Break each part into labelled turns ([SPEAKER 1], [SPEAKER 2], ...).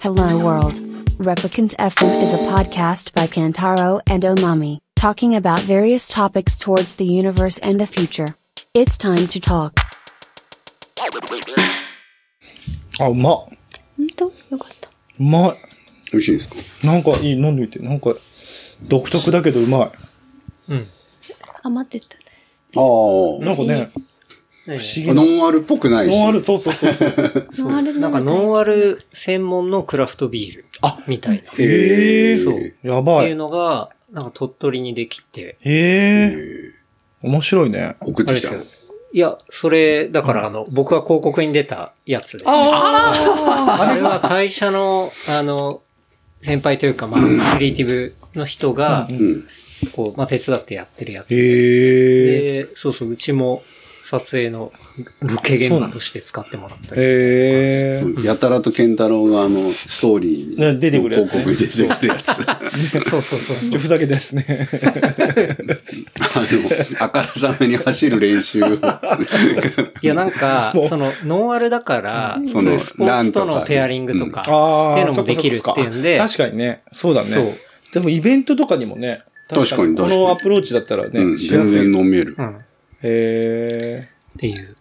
[SPEAKER 1] Hello World. Replicant FM is a podcast by Kantaro and Omami, talking about various topics towards the universe and the future. It's time to talk.
[SPEAKER 2] あ、うまっ。
[SPEAKER 3] 本当よかった。
[SPEAKER 2] うまい。
[SPEAKER 4] 美味しいですか
[SPEAKER 2] なんかいい、飲んでみて。なんか、独特だけどうま
[SPEAKER 5] うん。
[SPEAKER 3] 余ってたね。
[SPEAKER 4] あ
[SPEAKER 2] い。なん
[SPEAKER 4] あ。
[SPEAKER 2] かね、
[SPEAKER 5] 不思
[SPEAKER 2] 不思議
[SPEAKER 4] ノ
[SPEAKER 2] な。
[SPEAKER 4] ンアルっぽくないし。
[SPEAKER 2] ノンアル、そうそうそうそう。
[SPEAKER 3] ノンアル
[SPEAKER 5] なんかノンアル専門のクラフトビール
[SPEAKER 2] あ
[SPEAKER 5] みたいな。っ
[SPEAKER 4] へー
[SPEAKER 5] そう
[SPEAKER 2] や
[SPEAKER 5] て
[SPEAKER 2] ば
[SPEAKER 5] い
[SPEAKER 2] い。
[SPEAKER 5] うのが、なんか鳥取にできて。
[SPEAKER 2] へえ、
[SPEAKER 4] へ
[SPEAKER 2] 面白いね。
[SPEAKER 4] ー送っ
[SPEAKER 5] あ
[SPEAKER 4] て
[SPEAKER 5] れ
[SPEAKER 4] きた
[SPEAKER 5] です。よ。いや、それ、だからあの、僕が広告に出たやつです。
[SPEAKER 2] あ
[SPEAKER 5] あれは会社の、あの、先輩というか、まあ、クリエイティブの人が
[SPEAKER 2] う、
[SPEAKER 4] うん。
[SPEAKER 5] こう、まあ、手伝ってやってるやつで。
[SPEAKER 2] へえ。
[SPEAKER 5] で、そうそう、うちも撮影のロケ現場として使ってもらったり。
[SPEAKER 2] へえ。
[SPEAKER 4] やたらと健太郎があの、ストーリー
[SPEAKER 2] ね
[SPEAKER 4] に。
[SPEAKER 2] 出てくるやつね
[SPEAKER 4] 広告に出てくるや つ。あ
[SPEAKER 5] そうそうそうそう
[SPEAKER 2] ちょ、。ふざけたですね。
[SPEAKER 4] の、あからさまに走る練習を。
[SPEAKER 5] いや、なんか
[SPEAKER 2] もう、
[SPEAKER 5] その、ノンアルだから、
[SPEAKER 4] そ
[SPEAKER 5] そ
[SPEAKER 4] の
[SPEAKER 5] ういうスポーツとのペアリングとか、
[SPEAKER 2] ああ、
[SPEAKER 5] っていうのもできる
[SPEAKER 2] そか
[SPEAKER 5] っていうんで
[SPEAKER 2] そか確かにね。そうだ
[SPEAKER 5] そう
[SPEAKER 2] ね。でもイベントとかにもね、
[SPEAKER 4] 確かに
[SPEAKER 2] こ
[SPEAKER 4] 確かに
[SPEAKER 2] のアプローチだったら
[SPEAKER 4] う
[SPEAKER 2] ね、
[SPEAKER 4] ん、
[SPEAKER 2] しや
[SPEAKER 4] 全
[SPEAKER 2] すい
[SPEAKER 4] 然飲める
[SPEAKER 5] う。ん、っ
[SPEAKER 2] へえ。
[SPEAKER 5] ていう。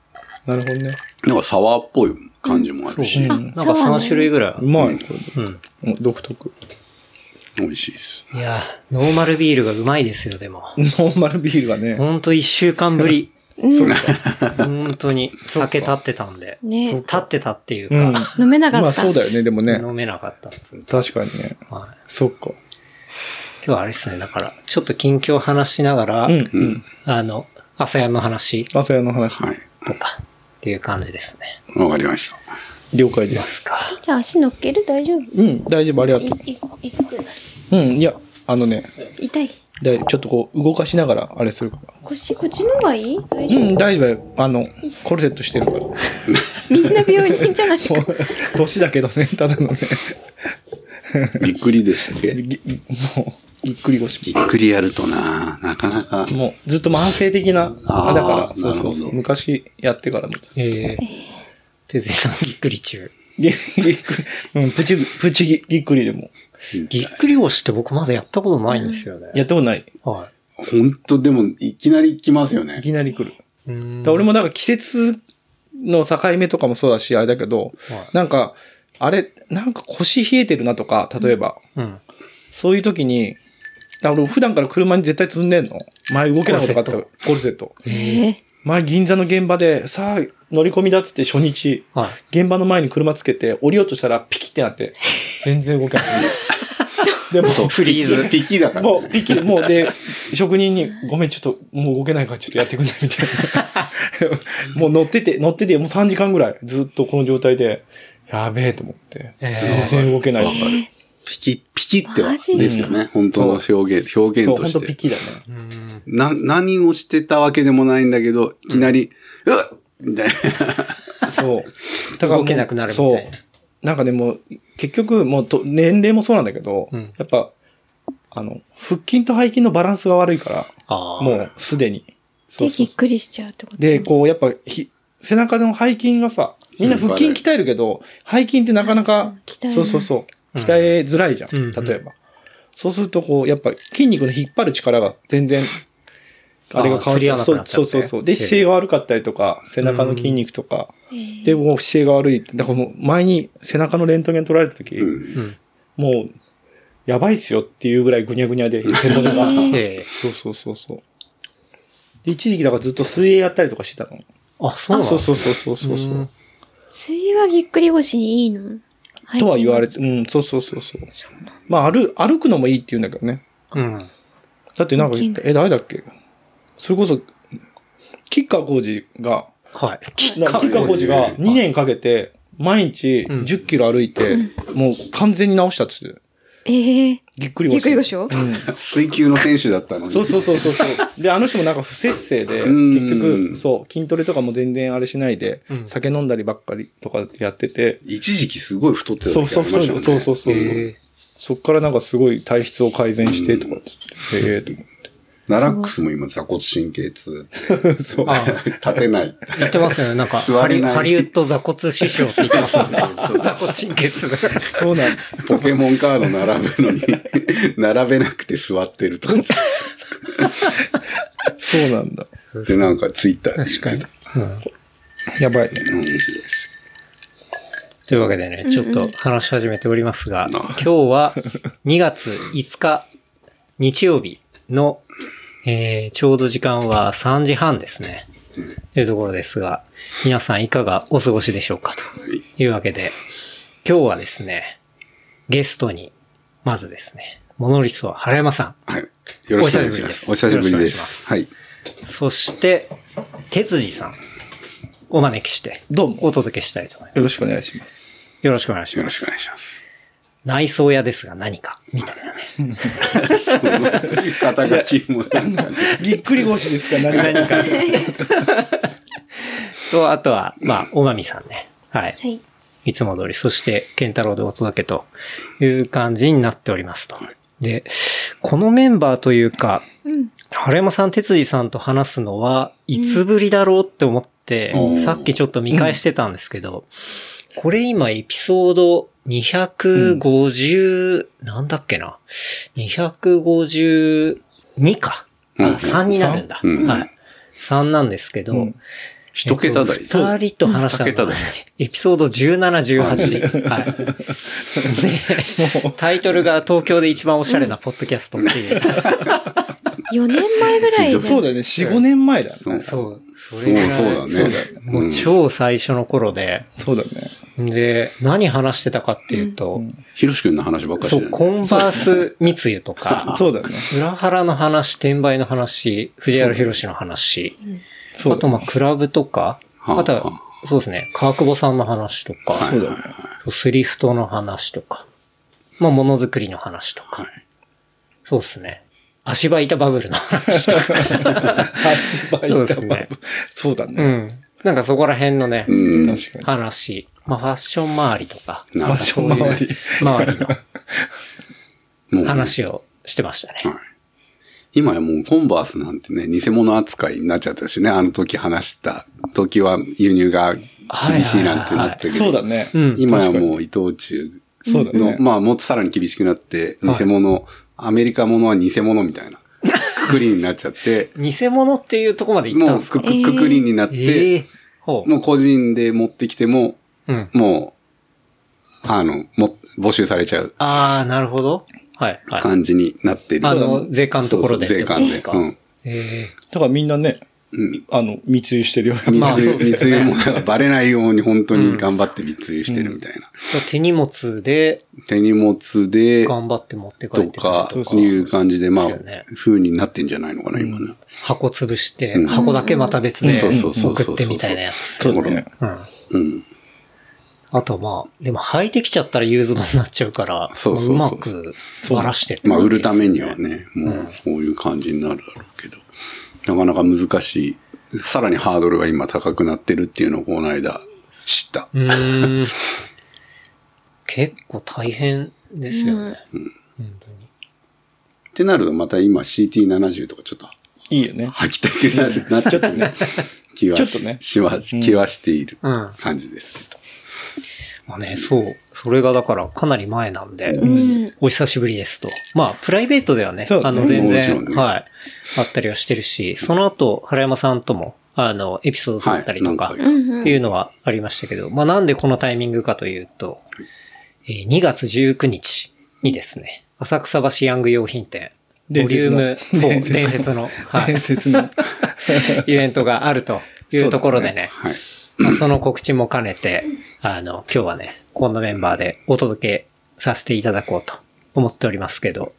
[SPEAKER 2] なるほどね。
[SPEAKER 4] なんかサワーっぽい感じもあるし。
[SPEAKER 2] うん
[SPEAKER 5] なんか3種類ぐらいある
[SPEAKER 2] う。まい。これ
[SPEAKER 5] う
[SPEAKER 2] うん独特。
[SPEAKER 4] 美味しいです。
[SPEAKER 5] ん。いや、ノーマルビールがうまいですよ、でも。
[SPEAKER 2] ノーマルビールはね。
[SPEAKER 5] ほんと1週間ぶり。
[SPEAKER 3] うん。
[SPEAKER 5] 本当に。酒立ってたんで。
[SPEAKER 3] ね
[SPEAKER 5] 立ってたっていう
[SPEAKER 2] うん
[SPEAKER 5] か、。
[SPEAKER 3] 飲めなかった。
[SPEAKER 2] まあそうだよね、でもね。
[SPEAKER 5] 飲めなかったっつう
[SPEAKER 2] 確かにね。
[SPEAKER 5] はい
[SPEAKER 2] そっか。
[SPEAKER 5] 今日はあれですね、だから、ちょっと近況話しながら、
[SPEAKER 2] うん。
[SPEAKER 4] うん。
[SPEAKER 5] あの、朝屋の話
[SPEAKER 2] 朝屋の話。
[SPEAKER 4] はい。
[SPEAKER 5] とか、っていう感じですね。
[SPEAKER 4] わかりました。
[SPEAKER 2] 了解で。
[SPEAKER 5] ますすか。
[SPEAKER 3] じゃあ足乗っける大丈夫
[SPEAKER 2] うん、大丈夫、ありがと。
[SPEAKER 3] い、い、痛くないう
[SPEAKER 2] うん、いや、あのね、
[SPEAKER 3] 痛い。
[SPEAKER 2] だいちょっとこう、動かしながら、あれするから。
[SPEAKER 3] 腰、こっちの方がいい大
[SPEAKER 2] う
[SPEAKER 3] 丈夫、
[SPEAKER 2] ん、大丈夫だよ。あの、コルセットしてる から。も
[SPEAKER 3] みんな病院じ ゃないか。
[SPEAKER 2] う、年だけどね、 ただのね、
[SPEAKER 4] びっくりでしたっけ
[SPEAKER 2] ぎもう、ぎっくり
[SPEAKER 4] ぎ
[SPEAKER 2] 腰。
[SPEAKER 4] っくりやるとな、なかなか。
[SPEAKER 2] もう、ずっと慢性的な、
[SPEAKER 4] あー
[SPEAKER 2] あだから、そう
[SPEAKER 4] なる
[SPEAKER 2] そ
[SPEAKER 4] ほ
[SPEAKER 2] う
[SPEAKER 4] ど
[SPEAKER 2] そう、昔やってからも。
[SPEAKER 5] えー、てずさんぎっくり中。
[SPEAKER 2] ぎぎっくり、うん、プチ、プチぎぎっくりでも。
[SPEAKER 5] ぎっくり腰って僕まだやったことないんですよね。
[SPEAKER 2] やったことない。
[SPEAKER 5] は
[SPEAKER 4] ほんと、でも、いきなり来ますよ
[SPEAKER 2] い
[SPEAKER 4] ね。
[SPEAKER 2] きなり来る。
[SPEAKER 5] い。うん
[SPEAKER 2] だから俺もなんか季節の境目とかもそうだし、あれだけど、
[SPEAKER 5] はい
[SPEAKER 2] なんか、あれ、なんか腰冷えてるなとか、例えば、
[SPEAKER 5] うん。
[SPEAKER 2] そういう時に、だから俺普段から車に絶対積んでんの。前動けなかったから、
[SPEAKER 5] コル
[SPEAKER 2] コルセット。
[SPEAKER 3] ええ
[SPEAKER 2] 前銀座の現場で、さあ、乗り込みだっつって初日、
[SPEAKER 5] はい。
[SPEAKER 2] 現場の前に車つけて降りようとしたらピキってなって、全然動けない。でも、
[SPEAKER 5] フリーズ。
[SPEAKER 4] ピキだから。
[SPEAKER 2] もう、ピキ、もうで、職人に、ごめん、ちょっと、もう動けないから、ちょっとやってくんないみたい な。もう乗ってて、乗ってて、もう3時間ぐらい、ずっとこの状態で、やべえと思って、
[SPEAKER 5] え
[SPEAKER 2] 全然動けない。
[SPEAKER 4] ピキ、ピキっては、
[SPEAKER 3] マジ
[SPEAKER 4] ですよね。本当の表現、表
[SPEAKER 2] そ
[SPEAKER 4] 現
[SPEAKER 2] う、
[SPEAKER 4] と
[SPEAKER 2] 本
[SPEAKER 4] し
[SPEAKER 2] 当ピ
[SPEAKER 4] て。
[SPEAKER 2] キだね。
[SPEAKER 5] うん。
[SPEAKER 4] な、何をしてたわけでもないんだけど、いきなり、うっみたいな。
[SPEAKER 2] そう。
[SPEAKER 5] 動
[SPEAKER 2] もう
[SPEAKER 5] けなくなるみたいな
[SPEAKER 2] そう。なんかね、もう、結局、もうと、年齢もそうなんだけど、
[SPEAKER 5] うん
[SPEAKER 2] やっぱ、あの、腹筋と背筋のバランスが悪いから、
[SPEAKER 5] ああ。
[SPEAKER 2] もう、すでに。そう
[SPEAKER 3] で、
[SPEAKER 2] そ
[SPEAKER 3] ぎ
[SPEAKER 2] う
[SPEAKER 3] っくりしちゃうってこと
[SPEAKER 2] で、こう、やっぱひ、背中の背筋がさ、みんな腹筋鍛えるけど、背筋ってなかなか
[SPEAKER 3] うん鍛え、ない
[SPEAKER 2] そうそうそう、鍛えづらいじゃん、
[SPEAKER 5] うん
[SPEAKER 2] 例えば。そうすると、こう、やっぱ筋肉の引っ張る力が全然、
[SPEAKER 5] あー
[SPEAKER 2] あれが変わっ
[SPEAKER 5] 釣り
[SPEAKER 2] ちゃ
[SPEAKER 5] 合
[SPEAKER 2] う。
[SPEAKER 5] わなく
[SPEAKER 2] そ
[SPEAKER 5] な
[SPEAKER 2] う
[SPEAKER 5] っちゃ
[SPEAKER 2] そう
[SPEAKER 5] って
[SPEAKER 2] そうそう。で、姿勢が悪かったりとか、背中の筋肉とか、
[SPEAKER 3] ええ
[SPEAKER 2] で、もう姿勢が悪い。だからもう前に背中のレントゲン取られた時、
[SPEAKER 4] うん
[SPEAKER 5] うん。
[SPEAKER 2] もう、やばいっすよっていうぐらいぐにゃぐにゃで、背骨が。
[SPEAKER 3] え
[SPEAKER 5] ええ。
[SPEAKER 2] そうそうそうそう。で、一時期だからずっと水泳やったりとかしてたの。
[SPEAKER 5] あ、そうなん
[SPEAKER 2] そうそううそうそうそうそう。
[SPEAKER 5] うん
[SPEAKER 3] 水泳はぎっくり腰にいいの
[SPEAKER 2] とは言われ
[SPEAKER 3] て。
[SPEAKER 2] て、うん、そうそうそうそう。まあ、歩、歩くのもいいって言うんだけどね。
[SPEAKER 5] うん。
[SPEAKER 2] だってなんか
[SPEAKER 3] 筋、
[SPEAKER 2] え、誰だっけそれこそ、キッカー工事が、
[SPEAKER 5] はい。
[SPEAKER 2] キッカー工事が2年かけて、毎日
[SPEAKER 5] うん
[SPEAKER 2] 10キロ歩いて、もう完全に直したっつって。
[SPEAKER 3] ええ
[SPEAKER 2] ぎっくり
[SPEAKER 3] ぎ
[SPEAKER 2] 腰。
[SPEAKER 3] っくり腰を
[SPEAKER 2] うん。
[SPEAKER 4] 水球の選手だったのに。
[SPEAKER 2] そうそうそうそう そう。で、あの人もなんか不節制で、
[SPEAKER 4] うん
[SPEAKER 2] 結局、そう、筋トレとかも全然あれしないで、
[SPEAKER 5] うん
[SPEAKER 2] 酒飲んだりばっかりとかやってて、
[SPEAKER 4] 一時期すごい太ってた時
[SPEAKER 2] そうそう
[SPEAKER 4] ありまし
[SPEAKER 2] そ
[SPEAKER 4] たよ
[SPEAKER 2] う
[SPEAKER 4] ね
[SPEAKER 2] そうそうそう。
[SPEAKER 5] ええ
[SPEAKER 2] そっからなんかすごい体質を改善してとかっつって、ええと思って。
[SPEAKER 4] ナラックスも今、座骨神経痛って。 そう。
[SPEAKER 5] あ
[SPEAKER 4] 立てない。
[SPEAKER 5] 言ってますよね。なんか、
[SPEAKER 4] 座
[SPEAKER 5] ハ
[SPEAKER 4] れ
[SPEAKER 5] リ
[SPEAKER 4] ない
[SPEAKER 5] ハリウッド座骨師匠って言ってますよね。 座骨神経痛。
[SPEAKER 2] そうなん
[SPEAKER 4] ポケモンカード並ぶのに、並べなくて座ってるとか。
[SPEAKER 2] そうなんだ。
[SPEAKER 4] で、なんかツイッターで
[SPEAKER 5] 確か
[SPEAKER 4] 言っ
[SPEAKER 5] に
[SPEAKER 4] てた。。
[SPEAKER 5] うん
[SPEAKER 2] やばい。
[SPEAKER 5] というわけでね、ちょっと話し始めておりますが、今日は2月5日日曜日の、えー、ちょうど時間は3時半ですね。というところですが、皆さんいかがお過ごしでしょうかというわけで、今日はですね、ゲストに、まずですね、モノリストは原山さ
[SPEAKER 4] はい。よろしくお願いします。
[SPEAKER 5] お
[SPEAKER 4] お
[SPEAKER 5] 久
[SPEAKER 4] 久し
[SPEAKER 5] しぶ
[SPEAKER 4] ぶ
[SPEAKER 5] り
[SPEAKER 4] りで
[SPEAKER 5] で
[SPEAKER 4] すす。はい。
[SPEAKER 5] ん、そして、哲司さんをお招きして、
[SPEAKER 2] どうも。
[SPEAKER 5] お届けしたいと思いま
[SPEAKER 2] よろしくお願いします。
[SPEAKER 5] す。よろしくお願いし
[SPEAKER 4] よ
[SPEAKER 5] ま
[SPEAKER 4] ろ
[SPEAKER 5] す
[SPEAKER 4] しく。お願いします。
[SPEAKER 5] 内装屋ですが何か、みたいなね。
[SPEAKER 4] 肩書きもなんかね。
[SPEAKER 2] ぎっくり腰ですか何
[SPEAKER 5] 何か。と、あとは、まあ、おまみさんね。はい。
[SPEAKER 3] はい。
[SPEAKER 5] いつも通り、そして、ケンタロウでお届けという感じになっておりますと。で、このメンバーというか、
[SPEAKER 3] うん。
[SPEAKER 5] 晴山さん、哲司さんと話すのは、いつぶりだろうって思って、
[SPEAKER 4] うん
[SPEAKER 5] さっきちょっと見返してたんですけど、これ今エピソード250、なんだっけな。252か。あ、
[SPEAKER 4] うん
[SPEAKER 5] 3になるんだ。
[SPEAKER 4] うん
[SPEAKER 5] はい。3なんですけど、
[SPEAKER 2] うん
[SPEAKER 4] 一桁台。
[SPEAKER 5] 2人と話したの
[SPEAKER 4] 二桁
[SPEAKER 5] が
[SPEAKER 4] 台、
[SPEAKER 5] エピソード17、18。はい。 で、タイトルが東京で一番おしゃれなポッドキャストっていう。
[SPEAKER 3] 4年前ぐらい で。
[SPEAKER 2] そうだよね。4、5年前だ。そ
[SPEAKER 4] そう。そう
[SPEAKER 5] そう、そ
[SPEAKER 4] そう
[SPEAKER 5] れが
[SPEAKER 4] だね。
[SPEAKER 2] そうだよ
[SPEAKER 5] もう超最初の頃で、
[SPEAKER 2] うだね。
[SPEAKER 5] で、何話してたかっていうと、
[SPEAKER 4] ひろしくんの話ばっかりし
[SPEAKER 5] そ
[SPEAKER 4] て
[SPEAKER 5] う、
[SPEAKER 4] る。
[SPEAKER 5] コンバース密輸とか、
[SPEAKER 2] そうだね。
[SPEAKER 5] 裏腹の話、転売の話、藤原博の話、
[SPEAKER 2] そ
[SPEAKER 5] あ
[SPEAKER 2] うだ
[SPEAKER 5] とまあクラブとか、
[SPEAKER 4] はあ
[SPEAKER 5] あと
[SPEAKER 4] は
[SPEAKER 5] は、そうですね、川久保さんの話とか、
[SPEAKER 2] そうだね。
[SPEAKER 5] そうスリフトの話とか、まあものづくりの話とか、
[SPEAKER 4] はい
[SPEAKER 5] そうですね、足場板バブルの話とか、
[SPEAKER 2] 足場
[SPEAKER 5] そう
[SPEAKER 2] 板
[SPEAKER 5] ですね
[SPEAKER 2] は。そうだ
[SPEAKER 5] う
[SPEAKER 2] ね。
[SPEAKER 5] ん。なんかそこら辺のね、
[SPEAKER 4] うん。
[SPEAKER 2] 確かに。
[SPEAKER 5] 話、まあファッション周りとか、
[SPEAKER 4] な
[SPEAKER 2] ファ
[SPEAKER 4] る
[SPEAKER 2] ッション周り。
[SPEAKER 5] 周り
[SPEAKER 4] もう
[SPEAKER 5] の話をしてましたね。
[SPEAKER 4] はい。今やもうコンバースなんてね、偽物扱いになっちゃったしね、あの時話した時は輸入が厳しいなんてなったけど。
[SPEAKER 2] そうだね。
[SPEAKER 5] うん
[SPEAKER 4] 今や
[SPEAKER 2] 確かに
[SPEAKER 4] もう伊藤忠
[SPEAKER 2] そうだね
[SPEAKER 4] の、。まあもっとさらに厳しくなって、偽物、アメリカものは偽物みた いな、くくりになっちゃって、
[SPEAKER 5] 偽物っていうとこまで行ったん
[SPEAKER 4] もう
[SPEAKER 5] ですか
[SPEAKER 4] くくくくりになって、
[SPEAKER 5] ええほう。
[SPEAKER 4] もう個人で持ってきても、
[SPEAKER 5] うん。
[SPEAKER 4] もう、あの、も、募集されちゃう
[SPEAKER 5] ああ、なるほど。はい、はい。
[SPEAKER 4] 感じになってる。
[SPEAKER 5] あの、税関のところで。
[SPEAKER 4] そうそう税関で。うん。
[SPEAKER 5] え
[SPEAKER 2] だからみんなね、
[SPEAKER 4] うん。
[SPEAKER 2] あの、密輸してるような。
[SPEAKER 5] まあ
[SPEAKER 4] 密輸、
[SPEAKER 5] そうですね
[SPEAKER 4] 密輸も だからバレないように本当に頑張って密輸してるみたいな。
[SPEAKER 5] え手荷物で
[SPEAKER 4] 手荷物で、
[SPEAKER 5] 頑張って持って帰
[SPEAKER 4] と
[SPEAKER 5] って。
[SPEAKER 4] か
[SPEAKER 2] そう、そう
[SPEAKER 4] いう感じで、まあ
[SPEAKER 5] そうだよね、
[SPEAKER 4] 風になってんじゃないのかな、今ね。
[SPEAKER 5] 箱潰して、
[SPEAKER 4] うん
[SPEAKER 5] 箱だけまた別で
[SPEAKER 4] そうそうそうそう
[SPEAKER 5] 送ってみたいなやつ。
[SPEAKER 2] そうだね。
[SPEAKER 5] うん。
[SPEAKER 4] うん。
[SPEAKER 5] あとまあ、でも履いてきちゃったらユーズドになっちゃうから、
[SPEAKER 4] そうそうそう
[SPEAKER 5] まあうまくばらしてって
[SPEAKER 4] まあ、
[SPEAKER 5] わけ
[SPEAKER 4] 売
[SPEAKER 5] です
[SPEAKER 4] る
[SPEAKER 5] ね
[SPEAKER 4] ためにはね、もうそういう感じになるだろうけど、なかなか難しい。さらにハードルが今高くなってるっていうのをこの間知った。
[SPEAKER 5] うーん。結構大変ですよね。本当に。
[SPEAKER 4] ってなると、また今 CT70 とかちょっと
[SPEAKER 2] いいよね。
[SPEAKER 4] 履きたくなるな、ちょっとね、気は
[SPEAKER 2] ちょっとね
[SPEAKER 4] しは、気はしている
[SPEAKER 5] うん。
[SPEAKER 4] 感じですけど。
[SPEAKER 5] まあね、そう。それがだからかなり前なんで、
[SPEAKER 3] うん。
[SPEAKER 5] お久しぶりですと。まあ、プライベートではね、
[SPEAKER 2] そう
[SPEAKER 5] あの、
[SPEAKER 2] うん
[SPEAKER 5] 全
[SPEAKER 4] もちろ
[SPEAKER 5] 然、
[SPEAKER 4] んね
[SPEAKER 5] はい。あったりはしてるし、その後、原山さんとも、あの、エピソードだったりとか、
[SPEAKER 4] はい
[SPEAKER 3] うん。う
[SPEAKER 5] っ
[SPEAKER 3] ん
[SPEAKER 5] ていうのはありましたけど、まあなんでこのタイミングかというと、えー2月19日にですね、浅草橋ヤング用品店、ボ
[SPEAKER 2] 伝
[SPEAKER 5] リュ
[SPEAKER 2] 説
[SPEAKER 5] ー
[SPEAKER 2] の
[SPEAKER 5] ム4、
[SPEAKER 2] 伝説の
[SPEAKER 5] 伝説の、は
[SPEAKER 2] 伝
[SPEAKER 5] い、
[SPEAKER 2] 説の。
[SPEAKER 5] イベントがあるというところでね、
[SPEAKER 4] はい。
[SPEAKER 5] まあその告知も兼ねて、あの、今日はね、このメンバーでお届けさせていただこうと思っておりますけど、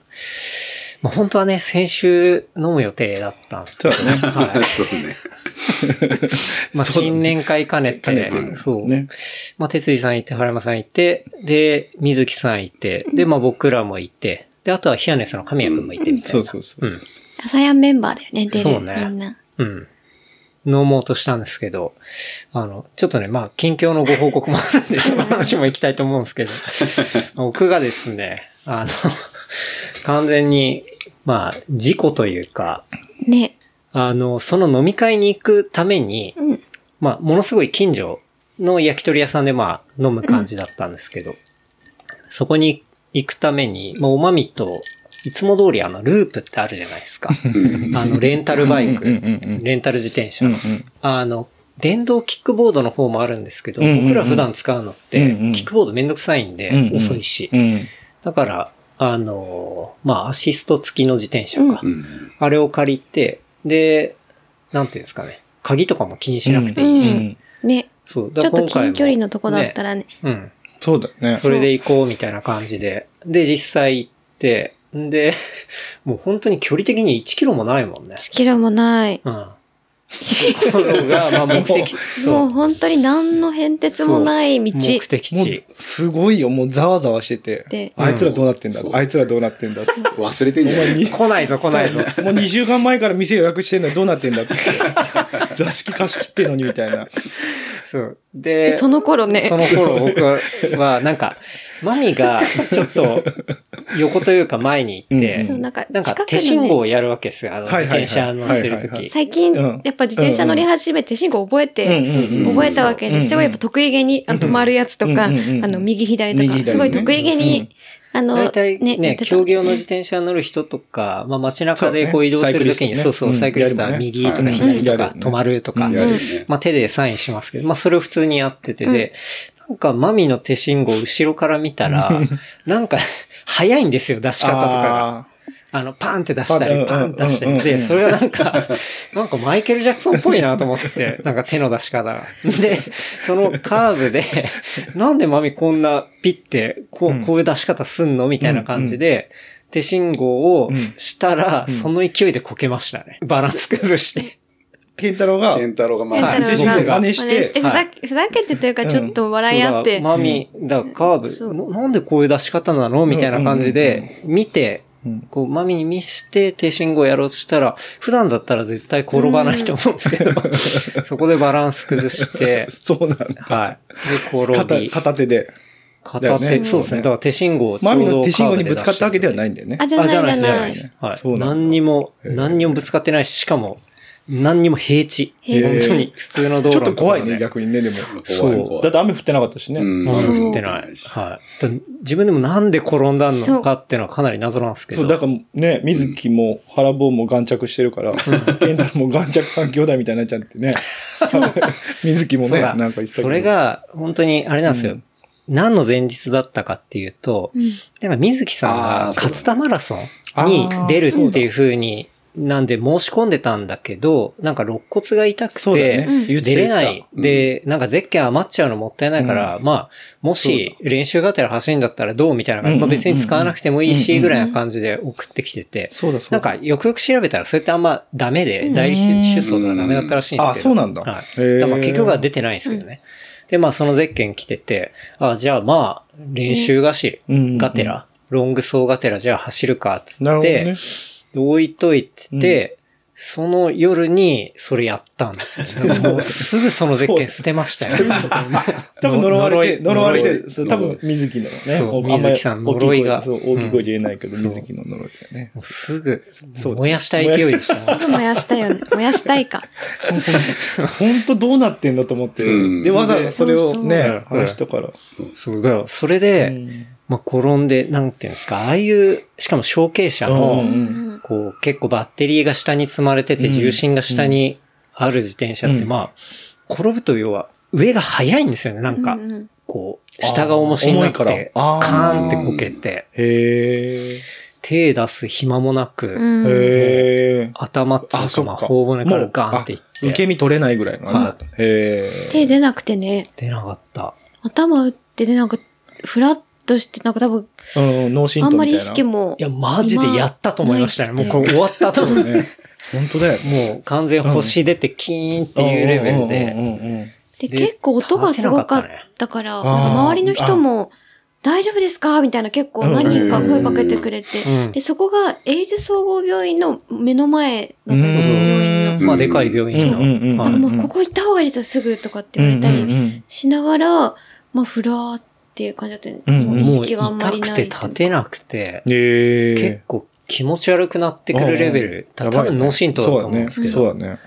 [SPEAKER 5] まあ本当はね、先週飲む予定だったんですけど、
[SPEAKER 2] そうだね
[SPEAKER 5] はい
[SPEAKER 4] そうね。
[SPEAKER 5] まあ
[SPEAKER 2] そうだね
[SPEAKER 5] 新年会兼ねて、
[SPEAKER 2] 兼ねて
[SPEAKER 5] そう、
[SPEAKER 2] ね。
[SPEAKER 5] まあ、哲司さんいて、原山さんいて、で、水木さんいて、で、まあ、僕らもいて、で、あとはヒアネスの神谷くんもいてみたいな。
[SPEAKER 2] そうそうそうそう。
[SPEAKER 3] アサヤンメンバーだよね、出
[SPEAKER 5] そ
[SPEAKER 3] る。
[SPEAKER 5] う
[SPEAKER 3] み
[SPEAKER 5] ね
[SPEAKER 3] んな。
[SPEAKER 5] うん。飲もうとしたんですけど、あの、ちょっとね、まあ、近況のご報告もある んで、その話も行きたいと思うんですけど、僕がですね、あの、完全に、まあ、事故というか、
[SPEAKER 3] ね。
[SPEAKER 5] あの、その飲み会に行くために、
[SPEAKER 3] うん。
[SPEAKER 5] まあ、ものすごい近所の焼き鳥屋さんでまあ、飲む感じだったんですけど、そこに行くために、まあ、おまみと、いつも通りあの、ループってあるじゃな いですか。あの、レンタルバイ
[SPEAKER 2] うんう
[SPEAKER 5] ク、
[SPEAKER 2] んうんうん
[SPEAKER 5] レンタル自転車。
[SPEAKER 2] うんうん
[SPEAKER 5] あの、電動キックボードの方もあるんですけど、
[SPEAKER 2] うんうんうん
[SPEAKER 5] 僕ら普段使うのって、
[SPEAKER 2] うんうん
[SPEAKER 5] キックボードめんどくさいんで、
[SPEAKER 2] うんうん
[SPEAKER 5] 遅いし。
[SPEAKER 2] うん
[SPEAKER 5] だから、あのーまあ、アシスト付きの自転車か。
[SPEAKER 3] うん
[SPEAKER 4] うん。
[SPEAKER 5] あれを借りて、で、なんていうんですかね。鍵とかも気にしなくていいし。
[SPEAKER 3] うんね。
[SPEAKER 5] そう。だ
[SPEAKER 3] ちょっと
[SPEAKER 5] から今回
[SPEAKER 3] 近
[SPEAKER 5] も
[SPEAKER 3] 距離のとこだった
[SPEAKER 5] ね
[SPEAKER 3] らね。
[SPEAKER 5] うん。
[SPEAKER 2] そうだよね。
[SPEAKER 5] それで行こうみたいな感じで。で、実際行って、んで、 もう本当に距離的に1キロもないもんね。
[SPEAKER 3] 1キロもない。
[SPEAKER 5] うん。ところ が、まあ目的、
[SPEAKER 3] もう
[SPEAKER 5] そう。
[SPEAKER 3] 本当に何の変哲もない道。
[SPEAKER 5] 目的
[SPEAKER 2] も
[SPEAKER 5] 地。
[SPEAKER 2] う、すごいよ。もう、ざわざわしてて
[SPEAKER 3] で。
[SPEAKER 2] あいつらどうなってんだ
[SPEAKER 4] うん
[SPEAKER 2] あいつらどうなってんだって。
[SPEAKER 4] 忘れてんじゃない
[SPEAKER 2] に
[SPEAKER 5] 来ないぞ来ないぞ。
[SPEAKER 2] もう2週間前から店予約してんのにどうなってん だって。座敷貸し切ってんのにみたいな。
[SPEAKER 5] そう。で、
[SPEAKER 3] で、その頃ね。
[SPEAKER 5] その頃僕は、な んか、マミが、ちょっと、横というか前に行っ
[SPEAKER 2] うん
[SPEAKER 5] て
[SPEAKER 3] そう、なんか、
[SPEAKER 5] なん
[SPEAKER 3] 近くの
[SPEAKER 5] か手
[SPEAKER 3] ね
[SPEAKER 5] 信号をやるわけですよ。あの、
[SPEAKER 2] はいはい
[SPEAKER 5] 自
[SPEAKER 2] はい
[SPEAKER 5] 転車乗ってる
[SPEAKER 2] はいはいは
[SPEAKER 5] 時。
[SPEAKER 3] 最近、
[SPEAKER 2] うん
[SPEAKER 3] やっぱ自転車乗り始めて信号覚えて、覚えたわけ
[SPEAKER 2] うん
[SPEAKER 3] で、すごいやっぱ得意げに、あの、止まるやつとか、あ
[SPEAKER 2] うんうんうん
[SPEAKER 3] の、右左と
[SPEAKER 2] 右
[SPEAKER 3] か、
[SPEAKER 2] 左
[SPEAKER 3] すごい得意げに、あの、
[SPEAKER 5] 大体ね、
[SPEAKER 3] やってた
[SPEAKER 5] 競技用の自転車乗る人とか、まあ街中でこ
[SPEAKER 2] そう
[SPEAKER 5] う
[SPEAKER 2] ね
[SPEAKER 5] 移動するときに、
[SPEAKER 2] サ
[SPEAKER 5] そ
[SPEAKER 2] イ
[SPEAKER 5] う
[SPEAKER 2] ク
[SPEAKER 5] そ
[SPEAKER 2] リスト
[SPEAKER 5] う、
[SPEAKER 2] ね
[SPEAKER 5] サイクリスト
[SPEAKER 2] うんやるも
[SPEAKER 5] は
[SPEAKER 2] んね
[SPEAKER 5] 右とか
[SPEAKER 4] はい
[SPEAKER 5] 左とか
[SPEAKER 2] う、ん
[SPEAKER 5] 止まるとか
[SPEAKER 4] や、るね。
[SPEAKER 5] まあ手でサインしますけど、まあそれを普通にやっててで、なんかマミの手信号を後ろから見た ら、なんか早いんですよ、出し方とかが。
[SPEAKER 2] あ
[SPEAKER 5] あの、パンって出したり、
[SPEAKER 2] パ
[SPEAKER 5] パ
[SPEAKER 2] ンう
[SPEAKER 5] ン
[SPEAKER 2] ん
[SPEAKER 5] 出した
[SPEAKER 2] うん
[SPEAKER 5] り。
[SPEAKER 2] うん
[SPEAKER 5] で、それがなんか、 なんかマイケル・ジャクソンっぽいなと 思って、なんか手の出し方が。で、そのカーブで、 なんでマミこんなピッて、こ
[SPEAKER 2] うん
[SPEAKER 5] う、こういう出し方すんのみたいな感じで、手信号をしたら、
[SPEAKER 2] うん
[SPEAKER 5] その勢いでこけましたね。バランス崩して。
[SPEAKER 2] ーケンタロウが、
[SPEAKER 4] 健太郎がま
[SPEAKER 3] レン
[SPEAKER 4] あ、
[SPEAKER 3] タル
[SPEAKER 5] は
[SPEAKER 3] が
[SPEAKER 5] い自分が
[SPEAKER 2] 真
[SPEAKER 3] 真
[SPEAKER 2] 似
[SPEAKER 3] 似
[SPEAKER 2] して
[SPEAKER 3] して、ふざけ、ふざけてというか、ちょっと笑い合って、
[SPEAKER 5] マミ、だからカ
[SPEAKER 3] そ
[SPEAKER 5] ー
[SPEAKER 3] う
[SPEAKER 5] ブ、ななんでこういう出し方なのみたいな感じで、見て、
[SPEAKER 2] うん
[SPEAKER 5] こう、マミに見して、低信号やろうとしたら、普段だったら絶対転ばないと思うんですけど、 そこでバランス 崩して、
[SPEAKER 2] そうなんだ。
[SPEAKER 5] はい。で、転
[SPEAKER 2] 片
[SPEAKER 5] び、
[SPEAKER 2] 片手で。だよ
[SPEAKER 5] 片手、
[SPEAKER 2] ね
[SPEAKER 5] そうですね。だから手信号をちょ
[SPEAKER 2] マ
[SPEAKER 5] う
[SPEAKER 2] ミ
[SPEAKER 5] ど
[SPEAKER 2] の手信号にぶつかったわけでは
[SPEAKER 5] カーブで出してる
[SPEAKER 2] ないんだよね。
[SPEAKER 3] あ、じゃ
[SPEAKER 5] あ、
[SPEAKER 3] ない
[SPEAKER 5] じ
[SPEAKER 3] じ
[SPEAKER 5] ゃ
[SPEAKER 3] ゃ
[SPEAKER 5] な
[SPEAKER 3] ない
[SPEAKER 5] いです、じゃな
[SPEAKER 3] い
[SPEAKER 5] で。す。は
[SPEAKER 2] そう
[SPEAKER 5] い。
[SPEAKER 2] なんだ
[SPEAKER 5] 何にも、
[SPEAKER 2] へえ
[SPEAKER 5] 何にもぶつかってないし、しかも、何にも平地。
[SPEAKER 3] へえ
[SPEAKER 5] 本当に普通の道
[SPEAKER 2] ち
[SPEAKER 5] 路
[SPEAKER 2] ょっ
[SPEAKER 5] の
[SPEAKER 2] と
[SPEAKER 5] とこ
[SPEAKER 2] 怖
[SPEAKER 5] ろ
[SPEAKER 2] い
[SPEAKER 5] で
[SPEAKER 2] ね、逆にね、でも。
[SPEAKER 5] そう
[SPEAKER 4] 怖い怖い
[SPEAKER 2] だって雨降ってなかったしね。
[SPEAKER 4] うん
[SPEAKER 5] 雨降って
[SPEAKER 4] そ
[SPEAKER 5] な
[SPEAKER 4] う
[SPEAKER 5] い。はい。だ自分でもなんで転んだのかっていうのはかなり謎なんですけど。
[SPEAKER 2] そう、だからね、水木も腹棒も眼着してるから、ケンタロウも眼着三兄弟みたいになっちゃってね。水木も
[SPEAKER 5] そ
[SPEAKER 2] ね、
[SPEAKER 5] う
[SPEAKER 2] な
[SPEAKER 5] だ
[SPEAKER 2] んか言ってたけど
[SPEAKER 5] それ、が、本当に、あれなんですよ。
[SPEAKER 2] うん
[SPEAKER 5] 何の前日だったかっていうと、
[SPEAKER 3] うん
[SPEAKER 5] なんか水木さん
[SPEAKER 4] あ
[SPEAKER 5] が
[SPEAKER 4] ーそうだ
[SPEAKER 5] 勝田マラソンに出るっていう風に、なんで申し込んでたんだけど、なんか肋骨が痛く
[SPEAKER 2] そうだね
[SPEAKER 5] て、
[SPEAKER 3] うん
[SPEAKER 2] 言って
[SPEAKER 5] 出
[SPEAKER 2] た
[SPEAKER 5] れ
[SPEAKER 2] 言って
[SPEAKER 5] ない。で、なんかゼッケン余っちゃうのもったいないから、まあ、もし練習がてら走るんだったらどうみたいな感じ、
[SPEAKER 2] うんうんうん
[SPEAKER 5] まあ別に使わなくてもい
[SPEAKER 2] う
[SPEAKER 5] い
[SPEAKER 2] んう
[SPEAKER 5] し、
[SPEAKER 2] ん
[SPEAKER 5] ぐらいな感じで送ってきてて
[SPEAKER 2] た。、そうだ、そう
[SPEAKER 5] なん
[SPEAKER 2] だ。
[SPEAKER 5] かよくよく調べたらそれってあんまダメで、代理出走とかダメだったらしいんですけど。
[SPEAKER 2] あ、そうなんだ。
[SPEAKER 5] はい。
[SPEAKER 2] へー
[SPEAKER 5] だから結局は出てないんですけどね。で、まあそのゼッケン着てて、あじゃあまあ練習がし、
[SPEAKER 2] うん
[SPEAKER 5] がてら、ロング走がてらじゃあ走るかっつって、
[SPEAKER 2] なるほどね。
[SPEAKER 5] で置いといてて、その夜にそれやったんですよ、 もうすぐそのゼッケン捨てましたよ、ね。
[SPEAKER 2] 多分呪われて、
[SPEAKER 5] 呪い
[SPEAKER 2] 呪われて
[SPEAKER 5] 呪、い
[SPEAKER 2] そう多分水木のね。
[SPEAKER 5] そう
[SPEAKER 2] おあまり
[SPEAKER 5] 水木さんの呪い
[SPEAKER 2] 大き
[SPEAKER 5] が
[SPEAKER 2] い声そう大きい声じゃ言えないけど、
[SPEAKER 5] うん
[SPEAKER 2] 水木の呪いだね。
[SPEAKER 5] もうすぐ
[SPEAKER 2] そう
[SPEAKER 5] 燃やした勢いでしたもん。
[SPEAKER 3] 燃やしたよね。燃やしたいか。
[SPEAKER 2] 本当どうなってんだと思って。
[SPEAKER 4] うん
[SPEAKER 2] で、わざわざそれを
[SPEAKER 3] そう
[SPEAKER 2] ね、
[SPEAKER 5] そう
[SPEAKER 2] 話したから。
[SPEAKER 5] そうだよ。それで、
[SPEAKER 2] うん
[SPEAKER 5] まあ転んで、なんていうんですか、ああいう、しかも小径車の、
[SPEAKER 2] うん
[SPEAKER 3] うん
[SPEAKER 5] こう、結構バッテリーが下に積まれて
[SPEAKER 2] う
[SPEAKER 5] て、
[SPEAKER 2] ん
[SPEAKER 5] 重心が下にある自転車って、
[SPEAKER 2] うん
[SPEAKER 5] まあ、転ぶと要は、上が速いんですよね、なんか
[SPEAKER 3] う。んうん
[SPEAKER 5] こう、下が重しになっ
[SPEAKER 2] あー重い
[SPEAKER 5] て、
[SPEAKER 2] からあ
[SPEAKER 5] カ
[SPEAKER 2] ー
[SPEAKER 5] ーンってこけて、
[SPEAKER 2] へえ。
[SPEAKER 5] 手出す暇もなく、
[SPEAKER 3] うん
[SPEAKER 2] へえ。
[SPEAKER 5] 頭っつ
[SPEAKER 2] あ、
[SPEAKER 5] う
[SPEAKER 2] そっ
[SPEAKER 5] か、まあ、
[SPEAKER 2] か。
[SPEAKER 5] 頬骨からガーンってい
[SPEAKER 2] も
[SPEAKER 5] っ
[SPEAKER 2] うあ受け
[SPEAKER 5] て、
[SPEAKER 2] 身取れないぐらいのあれだった。へえ。
[SPEAKER 3] 手出なくてね、
[SPEAKER 5] 出なかった。
[SPEAKER 3] 頭打ってね、なんか、フラッとして、なんか多分、
[SPEAKER 2] うん、脳震盪みたいな。
[SPEAKER 3] あんまり意識も
[SPEAKER 5] い、や、マジでやったと思いましたね。
[SPEAKER 3] 今
[SPEAKER 5] もうこれ終わったと思う。
[SPEAKER 2] ね。本当だよ。
[SPEAKER 5] もう完全星出てキーンっていうレベルで
[SPEAKER 2] うん、うんうんうん
[SPEAKER 3] で、
[SPEAKER 5] で
[SPEAKER 3] 結構音がすごかったから、なんか周りの人も、大丈夫ですかみたいな結構何人か声かけてくれて、
[SPEAKER 5] うん
[SPEAKER 3] で、そこが、エイズ総合病院の目の前だったんですよ、
[SPEAKER 2] うん
[SPEAKER 3] 病院の。
[SPEAKER 5] まあ、でかい病院の。
[SPEAKER 2] うんうんうん
[SPEAKER 5] は
[SPEAKER 3] ないんかもう、ここ行った方がいいですよ、すぐとかって言われた
[SPEAKER 2] うんう
[SPEAKER 3] り
[SPEAKER 2] ん
[SPEAKER 3] しながら、まあ、ふらーっていう感じだったんで、
[SPEAKER 2] うん
[SPEAKER 3] もう意
[SPEAKER 5] もう
[SPEAKER 3] 識があんま
[SPEAKER 5] 痛
[SPEAKER 3] り
[SPEAKER 5] く
[SPEAKER 3] な
[SPEAKER 5] て
[SPEAKER 3] い。
[SPEAKER 5] 立てなくて
[SPEAKER 2] うん、へえ。
[SPEAKER 5] 結構気持ち悪くなってくるレベル。
[SPEAKER 2] うんうん
[SPEAKER 5] 多分脳震盪だと思うんですけ
[SPEAKER 2] そう
[SPEAKER 5] ど。
[SPEAKER 2] だね。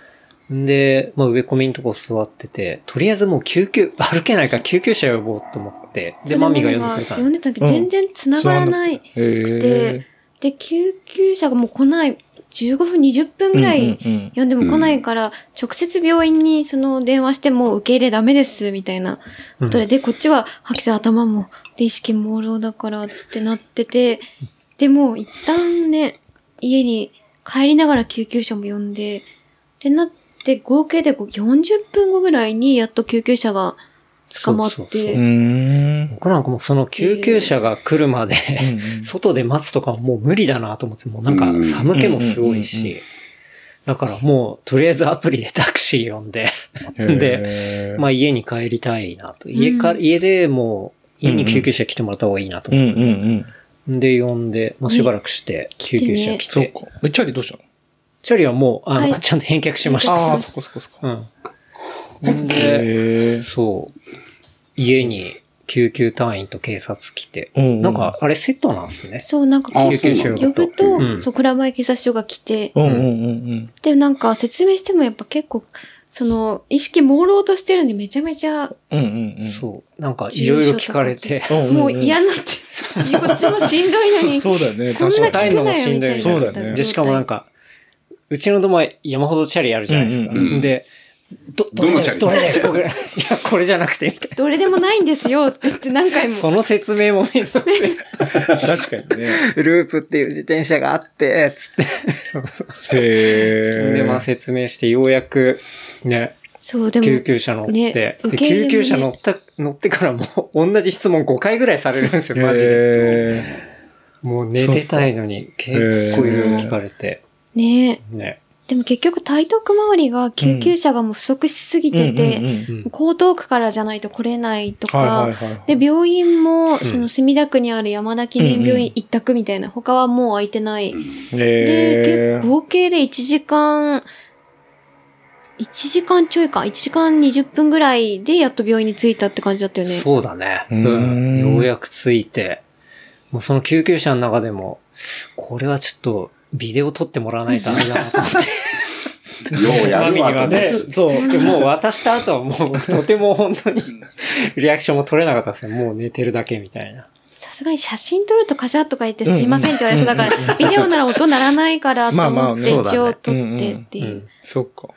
[SPEAKER 5] で、まあ、植え込みのとこ座ってて、とりあえずもう救急、 歩けないから救急車呼ぼうと思って、で、マミが呼んでくれた
[SPEAKER 3] 読
[SPEAKER 5] の
[SPEAKER 3] んでたけど、全然繋がらない。
[SPEAKER 2] そうだね。
[SPEAKER 3] で
[SPEAKER 2] え、
[SPEAKER 3] で、救急車がもう来ない、15分、20分
[SPEAKER 2] え。
[SPEAKER 3] ぐらい
[SPEAKER 2] うんうん
[SPEAKER 3] 呼んでも来ないから、直接病院にその電話しても受け入れダメです、みたいな。
[SPEAKER 5] うん
[SPEAKER 3] それで、こっちは吐きそう頭も、で、意識朦朧だからってなってて、でも、一旦ね、家に帰りながら救急車も呼んで、ってなって、合計でこう40分後ぐらいにやっと救急車が捕まって、
[SPEAKER 5] そうそうそう
[SPEAKER 2] うん。うーん。
[SPEAKER 5] 僕なんかもうその救急車が来るまで、
[SPEAKER 2] うん
[SPEAKER 5] 外で待つとかはもう無理だなと思って、もうなんか寒気もすご
[SPEAKER 2] う
[SPEAKER 5] い
[SPEAKER 2] んうんうん
[SPEAKER 5] し、だからもうとりあえずアプリでタクシー呼んで、で、
[SPEAKER 2] で
[SPEAKER 5] まあ家に帰りたいなと。家か、
[SPEAKER 3] うん
[SPEAKER 5] 家でもう、家に救急車来てもらった方がいいなと
[SPEAKER 2] うん
[SPEAKER 5] 思っ
[SPEAKER 2] うんうん。
[SPEAKER 5] て。で、呼んで、まあしばらくして、救急車来
[SPEAKER 2] そう
[SPEAKER 5] て。
[SPEAKER 2] か。え、チャーリーどうしたの
[SPEAKER 5] チャリはもう、あ
[SPEAKER 3] はい
[SPEAKER 5] の、ちゃんと返却しまし
[SPEAKER 2] あ
[SPEAKER 5] た
[SPEAKER 2] あ、。そこそこそこ。
[SPEAKER 5] うん。で、
[SPEAKER 2] へえ。
[SPEAKER 5] そう。家に救急隊員と警察来て。
[SPEAKER 2] うんうん
[SPEAKER 5] なんか、あれセットなんですね。
[SPEAKER 3] そう、なんか
[SPEAKER 4] あ
[SPEAKER 5] 救急車
[SPEAKER 3] 呼
[SPEAKER 5] 呼
[SPEAKER 3] ぶ
[SPEAKER 5] ぶ
[SPEAKER 3] と、
[SPEAKER 5] うん
[SPEAKER 3] そう、蔵前警察署が来て、
[SPEAKER 2] うんうんうん
[SPEAKER 3] で、なんか説明してもやっぱ結構、その、意識朦朧としてるんでめちゃめちゃ、
[SPEAKER 2] うん。うんうんうん。
[SPEAKER 5] そう。なんか、いろいろ聞かれて。
[SPEAKER 2] うんうんうん
[SPEAKER 3] もう嫌になって、こっちもしんどいの に、
[SPEAKER 2] そうだよね。
[SPEAKER 3] こんな
[SPEAKER 2] 確かに。
[SPEAKER 3] 聞くなよみたいな。
[SPEAKER 2] そうだよね
[SPEAKER 5] で、しかもなんか、うちのども山ほどチャリあるじゃないですか。
[SPEAKER 2] うん
[SPEAKER 4] うんうん
[SPEAKER 5] で、ど、
[SPEAKER 4] どの
[SPEAKER 5] れ
[SPEAKER 4] チャリ
[SPEAKER 5] どれこれいや、これじゃなくて、みたい
[SPEAKER 3] どれでもないんですよって言って何回
[SPEAKER 5] な。 そ
[SPEAKER 3] も。
[SPEAKER 5] の説明もめんどくせ
[SPEAKER 2] 確かにね。
[SPEAKER 5] え。ループっていう自転車があって、つって。そうそう
[SPEAKER 2] へえ。
[SPEAKER 5] で、まあ説明して、ようやく、ね、
[SPEAKER 3] そう、でも、
[SPEAKER 5] 救急車乗って、
[SPEAKER 3] ね
[SPEAKER 5] で
[SPEAKER 3] 受け入れもね
[SPEAKER 5] 救急車乗った、乗ってからもう、同じ質問5回ぐらいされるんですよ、マジで。
[SPEAKER 2] へ
[SPEAKER 5] もう寝てたいのに、結構いろいろ聞かれて、
[SPEAKER 3] ねえ。
[SPEAKER 5] ね。
[SPEAKER 3] でも結局台東区周りが救急車がもう不足しすぎ
[SPEAKER 2] え。
[SPEAKER 3] てて、
[SPEAKER 2] うんうんうん
[SPEAKER 5] うん
[SPEAKER 3] 江東区からじゃないと来れないとか、
[SPEAKER 2] はいはいはい。
[SPEAKER 3] で、病院も、その墨田区にある山田記念病
[SPEAKER 2] うんう
[SPEAKER 3] 院一択みたいな、他はもう空いてない。で、
[SPEAKER 2] へ
[SPEAKER 3] 結構合計で1時間、1時間ちょいか、1時間20分ぐらいでやっと病院に着いたって感じだったよね。
[SPEAKER 5] そうだね。
[SPEAKER 2] う
[SPEAKER 5] う
[SPEAKER 2] ーん
[SPEAKER 5] ん。ようやく着いて、もうその救急車の中でも、これはちょっと、ビデオ撮ってもらわないとあれだなと思っ
[SPEAKER 4] ようやるわ
[SPEAKER 5] マミーは
[SPEAKER 4] と。
[SPEAKER 5] ね
[SPEAKER 2] で、そう。
[SPEAKER 5] て。もう渡した後はもう、とても本当 に、リアクションも取れなかったですね。もう寝てるだけみたいな。
[SPEAKER 3] さすがに写真撮るとカシャッとか言ってすいませんって言われそうだから、ビデオなら音鳴らないからと
[SPEAKER 2] まあま
[SPEAKER 3] 思
[SPEAKER 2] あ
[SPEAKER 3] って
[SPEAKER 2] そう
[SPEAKER 5] だ
[SPEAKER 3] 一
[SPEAKER 5] ね
[SPEAKER 3] 応撮ってっていうう。
[SPEAKER 5] ん。
[SPEAKER 2] そっか。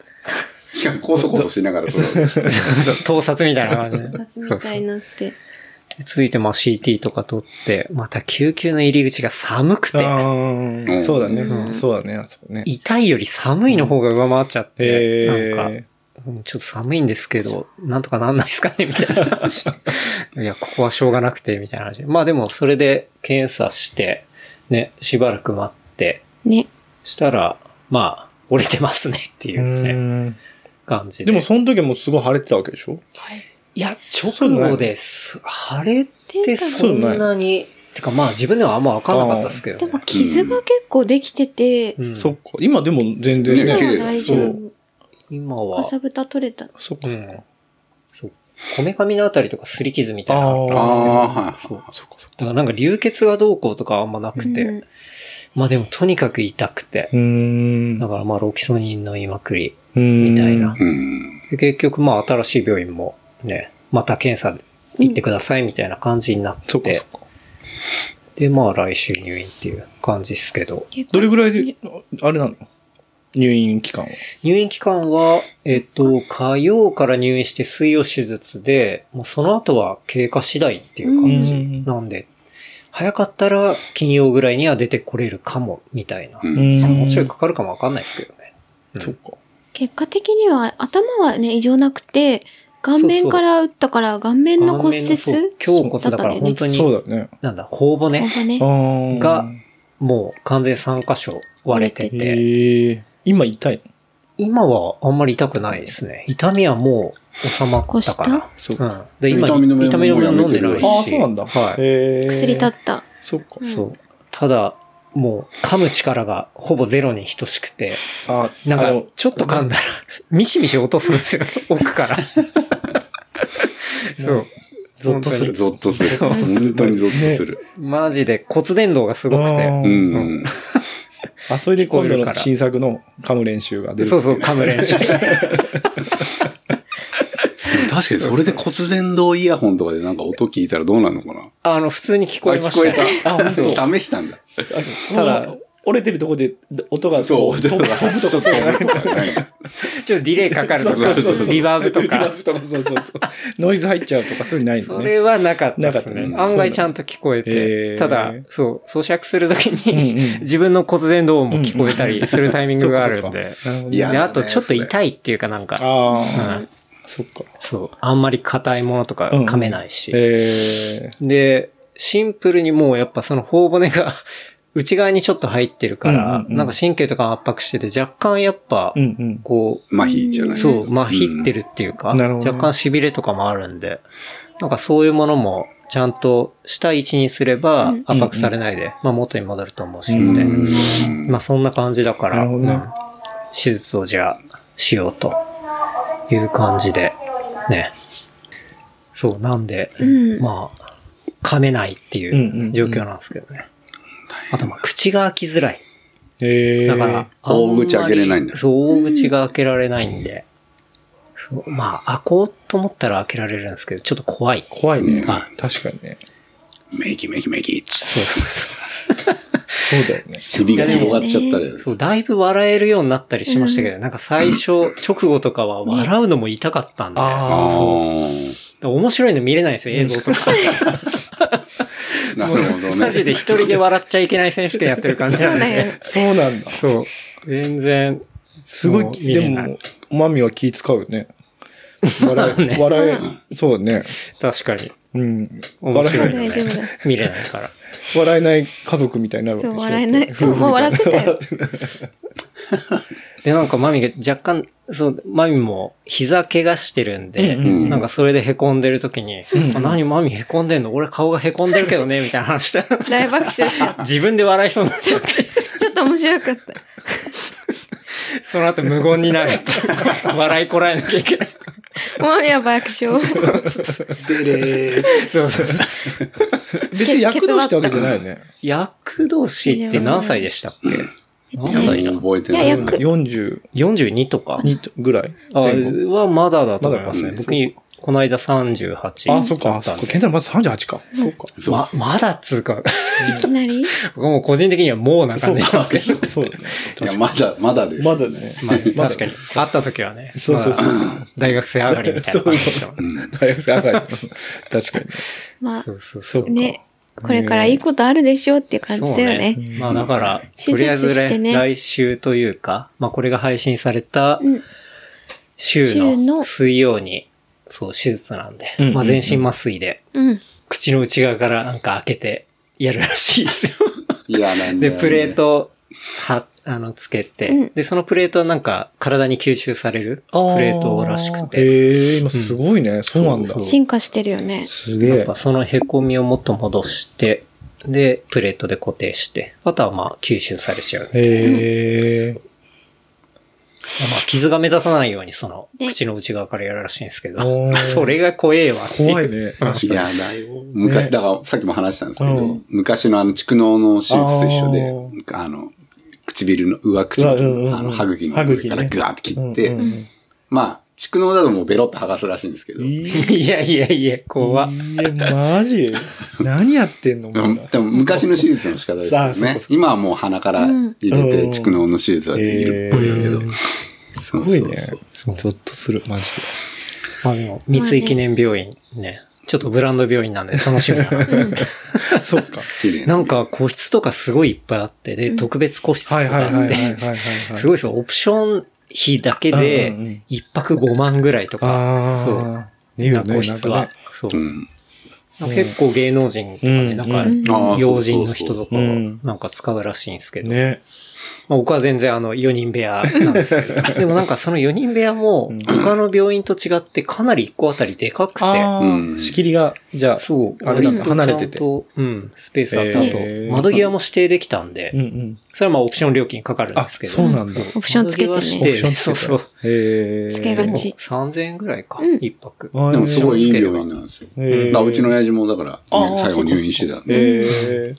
[SPEAKER 4] しかも、高速こそしながら撮る。
[SPEAKER 5] 盗撮みたいな感 じ
[SPEAKER 3] 撮
[SPEAKER 5] で。
[SPEAKER 3] 影みたいになって。
[SPEAKER 5] でついて、まあ CT とか撮って、また救急の入り口が寒
[SPEAKER 2] あ
[SPEAKER 5] くて、
[SPEAKER 2] ー
[SPEAKER 4] うん
[SPEAKER 2] そうだ
[SPEAKER 3] う
[SPEAKER 2] ね。
[SPEAKER 3] ん
[SPEAKER 2] そうだね、あそこね。
[SPEAKER 5] 痛いより寒いの方が上回っちゃって、
[SPEAKER 2] へ
[SPEAKER 5] なんか、
[SPEAKER 2] え。
[SPEAKER 5] うんちょっと寒いんですけど、なんとかなんないですかねみたいな 話。いや、ここはしょうがなくて、みたいな話。まあでも、それで検査して、ね、しばらく待って、
[SPEAKER 3] ね。
[SPEAKER 5] したら、まあ、折れてますねっていうう、ね、
[SPEAKER 2] ーん
[SPEAKER 5] 感じで。
[SPEAKER 2] でも、その時はもうすごい晴れてたわけでしょ
[SPEAKER 5] いや、直後です。晴れてそんなに、てかまあ自分ではあんま分かんなかったですけど
[SPEAKER 3] で
[SPEAKER 5] ね、
[SPEAKER 3] も傷が結構できてて、
[SPEAKER 5] うん
[SPEAKER 2] そっか。今でも全然
[SPEAKER 4] ね
[SPEAKER 3] 今
[SPEAKER 2] ね。
[SPEAKER 4] 綺
[SPEAKER 3] は
[SPEAKER 4] 麗だ
[SPEAKER 3] 大丈
[SPEAKER 2] そ
[SPEAKER 3] 夫
[SPEAKER 2] う。
[SPEAKER 5] 今は
[SPEAKER 3] か、さぶた取れた。
[SPEAKER 2] そっ
[SPEAKER 5] う
[SPEAKER 2] かそっか。
[SPEAKER 5] ん。そう。こめかみのあたりとかすり傷みたいなのが
[SPEAKER 4] あ
[SPEAKER 5] あったんですけど
[SPEAKER 4] あ、はい。
[SPEAKER 5] そう
[SPEAKER 4] そっかそっか
[SPEAKER 5] だからなんか流血がどうこうとかはあんまなくて、
[SPEAKER 3] うん
[SPEAKER 5] まあでもとにかく痛くて、
[SPEAKER 2] うーん
[SPEAKER 5] だ。からまあロキソニンの今くり。
[SPEAKER 2] み
[SPEAKER 5] みたいな。
[SPEAKER 4] うん。
[SPEAKER 5] で結局まあ新しい病院もね、また検査で行ってくださいみたいな感じになっ
[SPEAKER 2] そっか
[SPEAKER 5] て
[SPEAKER 2] そ、っか。
[SPEAKER 5] でまあ来週入院っていう感じですけど、
[SPEAKER 3] 結構
[SPEAKER 2] どれぐらいで、ああれなの入院期間は。
[SPEAKER 5] 入院期間は、えっと、火曜から入院して水曜手術で、もうその後は経過次第っていう感じ
[SPEAKER 2] うん
[SPEAKER 5] なんで、早かったら金曜ぐらいには出てこれるかも、みたいな。
[SPEAKER 4] うん
[SPEAKER 2] ん
[SPEAKER 5] まあもうちょいかかるかもわかんないですけどね。うん
[SPEAKER 2] そっか。
[SPEAKER 3] 結果的には頭はね、異常なくて、顔面から打ったから顔面の骨折
[SPEAKER 5] 顔面のそう胸骨だから本当
[SPEAKER 2] そ
[SPEAKER 5] に、
[SPEAKER 2] うだね。
[SPEAKER 5] なんだ、頬骨
[SPEAKER 3] なんかね、
[SPEAKER 2] が
[SPEAKER 5] が、もう完全3箇所割れて
[SPEAKER 2] え
[SPEAKER 5] て、
[SPEAKER 2] ー今痛いの
[SPEAKER 5] 今はあんまり痛くないですね。痛みはもう収まったか
[SPEAKER 3] 腰
[SPEAKER 5] ら。
[SPEAKER 2] そう
[SPEAKER 5] う
[SPEAKER 2] か。
[SPEAKER 5] ん。で、今、
[SPEAKER 4] 痛み止めも
[SPEAKER 5] 痛み止めも飲んでないし。
[SPEAKER 2] ああ、そうなんだ。
[SPEAKER 5] はい。
[SPEAKER 2] い
[SPEAKER 3] 薬立った。
[SPEAKER 2] そっか。
[SPEAKER 3] うん
[SPEAKER 5] そう。ただ、もう噛む力がほぼゼロに等しくて、
[SPEAKER 2] あ、
[SPEAKER 5] なん
[SPEAKER 2] あ
[SPEAKER 5] か
[SPEAKER 2] でも、
[SPEAKER 5] ちょっと噛んだら、ミシミシ落とすんですよ、奥から。そう。
[SPEAKER 2] ゾッとする
[SPEAKER 4] ゾッとする。
[SPEAKER 5] そう
[SPEAKER 4] 本当にゾッとする。
[SPEAKER 5] マジで骨伝導がすごく
[SPEAKER 2] あ
[SPEAKER 5] て、
[SPEAKER 2] ー
[SPEAKER 4] うん。
[SPEAKER 2] あ、それで今度
[SPEAKER 5] 聞こえるか
[SPEAKER 2] の
[SPEAKER 5] ら
[SPEAKER 2] 新作の噛む練習が出る。
[SPEAKER 5] そうそう、噛む練習。
[SPEAKER 4] 確かにそれで骨伝導イヤホンとかでなんか音聞いたらどうなるのかな
[SPEAKER 5] あの、普通に聞こえました、ね。
[SPEAKER 4] あ、聞 こえた。あ、本当。試したんだ。
[SPEAKER 2] ただ
[SPEAKER 5] ただ、
[SPEAKER 2] 折れてるとこで音が
[SPEAKER 4] そ
[SPEAKER 2] こ
[SPEAKER 4] う、
[SPEAKER 2] う飛ぶ飛ぶとかそう
[SPEAKER 4] とかない
[SPEAKER 5] ちょっとディレイかかるとか、リバーブと
[SPEAKER 2] リバ
[SPEAKER 5] か
[SPEAKER 2] ー。ブとかそうそうそう。ノイズ入っちゃうとかそういうのないんだ
[SPEAKER 5] そ
[SPEAKER 2] ね。
[SPEAKER 5] れはなかったです
[SPEAKER 2] なかった
[SPEAKER 5] ね。
[SPEAKER 2] ね
[SPEAKER 5] 案外ちゃんと聞こえ
[SPEAKER 2] へー
[SPEAKER 5] て、ただ、そう、咀嚼するとき
[SPEAKER 2] うんうん
[SPEAKER 5] に、自分の骨伝導音も聞こえたりするタイミングがあるんで。
[SPEAKER 2] い
[SPEAKER 5] で、
[SPEAKER 4] 嫌だね
[SPEAKER 5] あとちょっと痛いっていうかなんか、
[SPEAKER 2] ああ、
[SPEAKER 5] うん
[SPEAKER 2] そっか。
[SPEAKER 5] そう、あんまり硬いものとか噛めないし。
[SPEAKER 2] え
[SPEAKER 5] で、シンプルにもうやっぱその頬骨が 内側にちょっと入ってるから、
[SPEAKER 2] うんうんうん
[SPEAKER 5] なんか神経とか圧迫してて若干やっぱ
[SPEAKER 2] ー、う、ん
[SPEAKER 5] こう、
[SPEAKER 4] 麻痺じゃない
[SPEAKER 5] そう、まひってるっていうか、
[SPEAKER 2] うんなるほど
[SPEAKER 5] 若
[SPEAKER 2] ね
[SPEAKER 5] 干痺れとかもあるんで、なんかそういうものもちゃんとした位置にすれば
[SPEAKER 3] うん
[SPEAKER 5] 圧迫されないで、まあ元に戻ると思うし、
[SPEAKER 2] うん
[SPEAKER 5] みたいな。
[SPEAKER 4] うん。
[SPEAKER 5] まあそんな感じだから、
[SPEAKER 2] なるほどね
[SPEAKER 5] うん手術をじゃあしようという感じで、ね。そう、なんで、
[SPEAKER 3] うん
[SPEAKER 5] まあ、噛めないって
[SPEAKER 2] ん
[SPEAKER 5] い
[SPEAKER 2] うんう
[SPEAKER 5] うんう状況なんですけどね。あとまあ、口が開きづらい。
[SPEAKER 2] うん。ええ。
[SPEAKER 5] だから、あんま
[SPEAKER 4] 大
[SPEAKER 5] り
[SPEAKER 4] 口開けれないんだ
[SPEAKER 5] そう、大口が開けられないんで。そうまあ、開こうと思ったら開けられるんですけど、ちょっと怖い。
[SPEAKER 2] 怖いね
[SPEAKER 5] は。
[SPEAKER 2] 確かにね。
[SPEAKER 4] メキメキメキっつって。
[SPEAKER 5] そうそうそ
[SPEAKER 2] そうだよね。
[SPEAKER 4] ひびが広がっちゃったり
[SPEAKER 5] う。。そう、だいぶ笑えるようになったりしましたけど、なんか最初、直後とかは笑うのも痛かったんで。
[SPEAKER 2] あ
[SPEAKER 4] ああ。
[SPEAKER 5] 面白いの見れないんですよ、映像とか。
[SPEAKER 4] なるほどね。
[SPEAKER 5] マジで一人で笑っちゃいけない選手権やってる感じなん
[SPEAKER 3] だよ
[SPEAKER 5] で。
[SPEAKER 3] ね。
[SPEAKER 2] そうなんだ。
[SPEAKER 5] そう。全然、
[SPEAKER 2] すごい
[SPEAKER 5] も、う見
[SPEAKER 2] で
[SPEAKER 5] れない
[SPEAKER 2] も、マミは気使うよね。笑え、笑え、そうね。
[SPEAKER 5] 確かに。
[SPEAKER 2] うん。
[SPEAKER 5] 面白
[SPEAKER 2] 笑
[SPEAKER 5] い
[SPEAKER 2] え
[SPEAKER 5] ね
[SPEAKER 3] 大丈夫だ。
[SPEAKER 5] 見れないから。
[SPEAKER 2] 笑えない家族みたいになるわけ
[SPEAKER 3] そ
[SPEAKER 2] で
[SPEAKER 3] う、
[SPEAKER 2] しょ
[SPEAKER 3] 笑えない。そうもう 笑ってたよ。
[SPEAKER 5] で、なんかマミが若干、そう、マミも膝怪我してるんで、
[SPEAKER 2] うん
[SPEAKER 4] うん
[SPEAKER 5] なんかそれで凹んでる時に、あ何マミ凹んでんの俺顔が凹んでるけどね、みたいな話したら
[SPEAKER 3] 大爆笑しちゃ っ
[SPEAKER 5] 自分で笑いそうになっちゃって、
[SPEAKER 3] た。ちょっと面白かった。
[SPEAKER 5] その後無言になるって。笑いこらえなきゃいけない。
[SPEAKER 3] もうや爆笑。
[SPEAKER 5] そうそう。
[SPEAKER 2] 別に躍動したわけじゃないよね。
[SPEAKER 5] 躍動士って何歳でしたっけ何歳だ
[SPEAKER 4] 覚えてないい
[SPEAKER 3] やいや
[SPEAKER 2] 42
[SPEAKER 5] ?42 とか
[SPEAKER 2] ぐらい
[SPEAKER 5] あ
[SPEAKER 2] 前後
[SPEAKER 5] はまだだと思いますね。
[SPEAKER 2] まだか
[SPEAKER 5] 僕、この間38。
[SPEAKER 2] あ、そっか。あそっか。ケンタロウまず38か。そうか。
[SPEAKER 5] ま、まだっつうか、
[SPEAKER 3] いきなり
[SPEAKER 5] もう個人的にはもうな感じなんですけど。
[SPEAKER 2] そうだね。
[SPEAKER 4] いや、まだ、まだです。
[SPEAKER 2] まだね。
[SPEAKER 5] まあ、確かに。会った時はね。
[SPEAKER 2] そうそうそう
[SPEAKER 5] まあ大学生上がりみ たいな感じでしたもんね
[SPEAKER 2] 大学生上がり。確かに。
[SPEAKER 3] ま
[SPEAKER 5] そう
[SPEAKER 3] あ、
[SPEAKER 5] そうそ
[SPEAKER 2] そうう。
[SPEAKER 3] ね、これからいいことあるでしょうっていう感じだよね
[SPEAKER 5] そう。まあだから、
[SPEAKER 3] 手術
[SPEAKER 5] とりあえず
[SPEAKER 3] して
[SPEAKER 5] ね、
[SPEAKER 3] ね
[SPEAKER 5] 来週というか、まあこれが配信された
[SPEAKER 3] うん
[SPEAKER 5] 週
[SPEAKER 3] 週の
[SPEAKER 5] の水曜に、そう、手術なんで
[SPEAKER 2] うんうんう、ん
[SPEAKER 5] まあ全身麻酔で、
[SPEAKER 3] うん。
[SPEAKER 5] 口の内側からなんか開けてやるらしい ですよ。
[SPEAKER 4] いや、なんだ
[SPEAKER 5] で、
[SPEAKER 4] よね
[SPEAKER 5] プレー。ト、は、あの、つけ
[SPEAKER 3] うん
[SPEAKER 5] て、で、そのプレートはなんか体に吸収されるプレートらしくて、
[SPEAKER 2] へえ、今すごいね。そうなんだ
[SPEAKER 5] そ。う
[SPEAKER 3] 進化してるよね。
[SPEAKER 2] す
[SPEAKER 5] や
[SPEAKER 2] げ
[SPEAKER 5] っ
[SPEAKER 2] え
[SPEAKER 5] ぱ。その凹みをもっと戻して、で、プレートで固定して、あとはまあ吸収されちゃう。
[SPEAKER 2] へえ。
[SPEAKER 5] まあ傷が目立たないようにその
[SPEAKER 3] ね
[SPEAKER 5] 口の内側からやるらしいんですけ
[SPEAKER 2] お
[SPEAKER 5] ど
[SPEAKER 2] ー、
[SPEAKER 5] それが怖えわっていう。
[SPEAKER 2] 怖いね。
[SPEAKER 4] いや、だよ。昔、だから、さっきも話したんですけ
[SPEAKER 2] う
[SPEAKER 4] ど
[SPEAKER 2] ん、
[SPEAKER 4] 昔のあの、蓄能の手術と一緒
[SPEAKER 2] あ
[SPEAKER 4] で
[SPEAKER 2] ー、
[SPEAKER 4] あの、唇の、上唇
[SPEAKER 2] うんうんうん
[SPEAKER 4] の、あの、歯茎の上から
[SPEAKER 2] 歯茎ね
[SPEAKER 4] ガーって切っ
[SPEAKER 2] うんう
[SPEAKER 4] て、
[SPEAKER 2] ん
[SPEAKER 4] まあ、蓄能だともうベロって剥がすらしいんですけど、
[SPEAKER 2] いい
[SPEAKER 5] いやいやいや、怖っ。
[SPEAKER 2] いや、マジ何やってんのお
[SPEAKER 4] で
[SPEAKER 2] 前
[SPEAKER 4] も
[SPEAKER 2] ら
[SPEAKER 4] でも昔の手術の仕方です よ
[SPEAKER 2] あそうかそ
[SPEAKER 4] ね
[SPEAKER 2] う。
[SPEAKER 4] 今はもう鼻から入れ
[SPEAKER 2] う
[SPEAKER 4] て、
[SPEAKER 2] ん
[SPEAKER 4] 蓄能の手術はできるっぽいですけど。す
[SPEAKER 2] すごいね。ゾッとする、マジで。
[SPEAKER 5] まあでも、三井記念病院ね。ちょっとブランド病院なんで楽しみ だな。
[SPEAKER 2] そっか。
[SPEAKER 4] 綺麗
[SPEAKER 5] な
[SPEAKER 4] な。
[SPEAKER 5] んか個室とかすごいいっぱいあって、で、特別個室とか
[SPEAKER 2] はいはいはい
[SPEAKER 5] あ
[SPEAKER 2] はいはい
[SPEAKER 5] って、
[SPEAKER 2] はいはい。
[SPEAKER 5] すごいそう、オプション費だけ
[SPEAKER 2] うんうんう
[SPEAKER 5] で
[SPEAKER 2] ん、
[SPEAKER 5] 一泊5万ぐらいとか、
[SPEAKER 2] ああ、いい
[SPEAKER 5] な
[SPEAKER 2] よ
[SPEAKER 5] んか個
[SPEAKER 2] ね、なん
[SPEAKER 5] 室
[SPEAKER 2] か
[SPEAKER 5] は
[SPEAKER 2] ね。。
[SPEAKER 5] そう
[SPEAKER 4] う。ん。
[SPEAKER 5] 結構芸能人とか
[SPEAKER 2] う
[SPEAKER 5] ね、
[SPEAKER 2] ん
[SPEAKER 5] な
[SPEAKER 2] うん
[SPEAKER 3] ん
[SPEAKER 5] か、
[SPEAKER 4] ああ
[SPEAKER 5] 要人の人とかを
[SPEAKER 2] うん
[SPEAKER 5] なんか使うらしいんですけど、
[SPEAKER 2] ね。
[SPEAKER 5] まあ、僕は全然あの4人部屋なんで すけど、でもなんかその4人部屋も
[SPEAKER 2] うん
[SPEAKER 5] 他の病院と違ってかなり1個あたりでかくて、
[SPEAKER 2] あ
[SPEAKER 4] う
[SPEAKER 2] あ、
[SPEAKER 4] ん
[SPEAKER 2] 仕切りが、じゃあ、
[SPEAKER 5] そう、
[SPEAKER 2] あれなんだ
[SPEAKER 5] 割とちゃんと
[SPEAKER 2] 離れてて
[SPEAKER 5] うん、スペースあって、あと
[SPEAKER 2] へー
[SPEAKER 5] 窓際も指定できたんで、
[SPEAKER 2] うんうん。
[SPEAKER 5] それはまあオプション料金かかるん
[SPEAKER 2] あ、
[SPEAKER 5] ですけど、
[SPEAKER 2] そうなんだ。
[SPEAKER 3] オプションつけて
[SPEAKER 5] 窓際
[SPEAKER 2] オ
[SPEAKER 3] ね。
[SPEAKER 5] 指定
[SPEAKER 2] プションつけて
[SPEAKER 5] そうそう。
[SPEAKER 2] へえ。
[SPEAKER 3] つけがち
[SPEAKER 5] 3000円ぐらいか、
[SPEAKER 3] うん
[SPEAKER 5] 一泊。
[SPEAKER 2] あー
[SPEAKER 4] でもすごいいい病院なんですよ。
[SPEAKER 2] へー
[SPEAKER 4] だからうちの親父もだから、
[SPEAKER 2] あー
[SPEAKER 4] 最後入院してたんで。
[SPEAKER 2] へえ。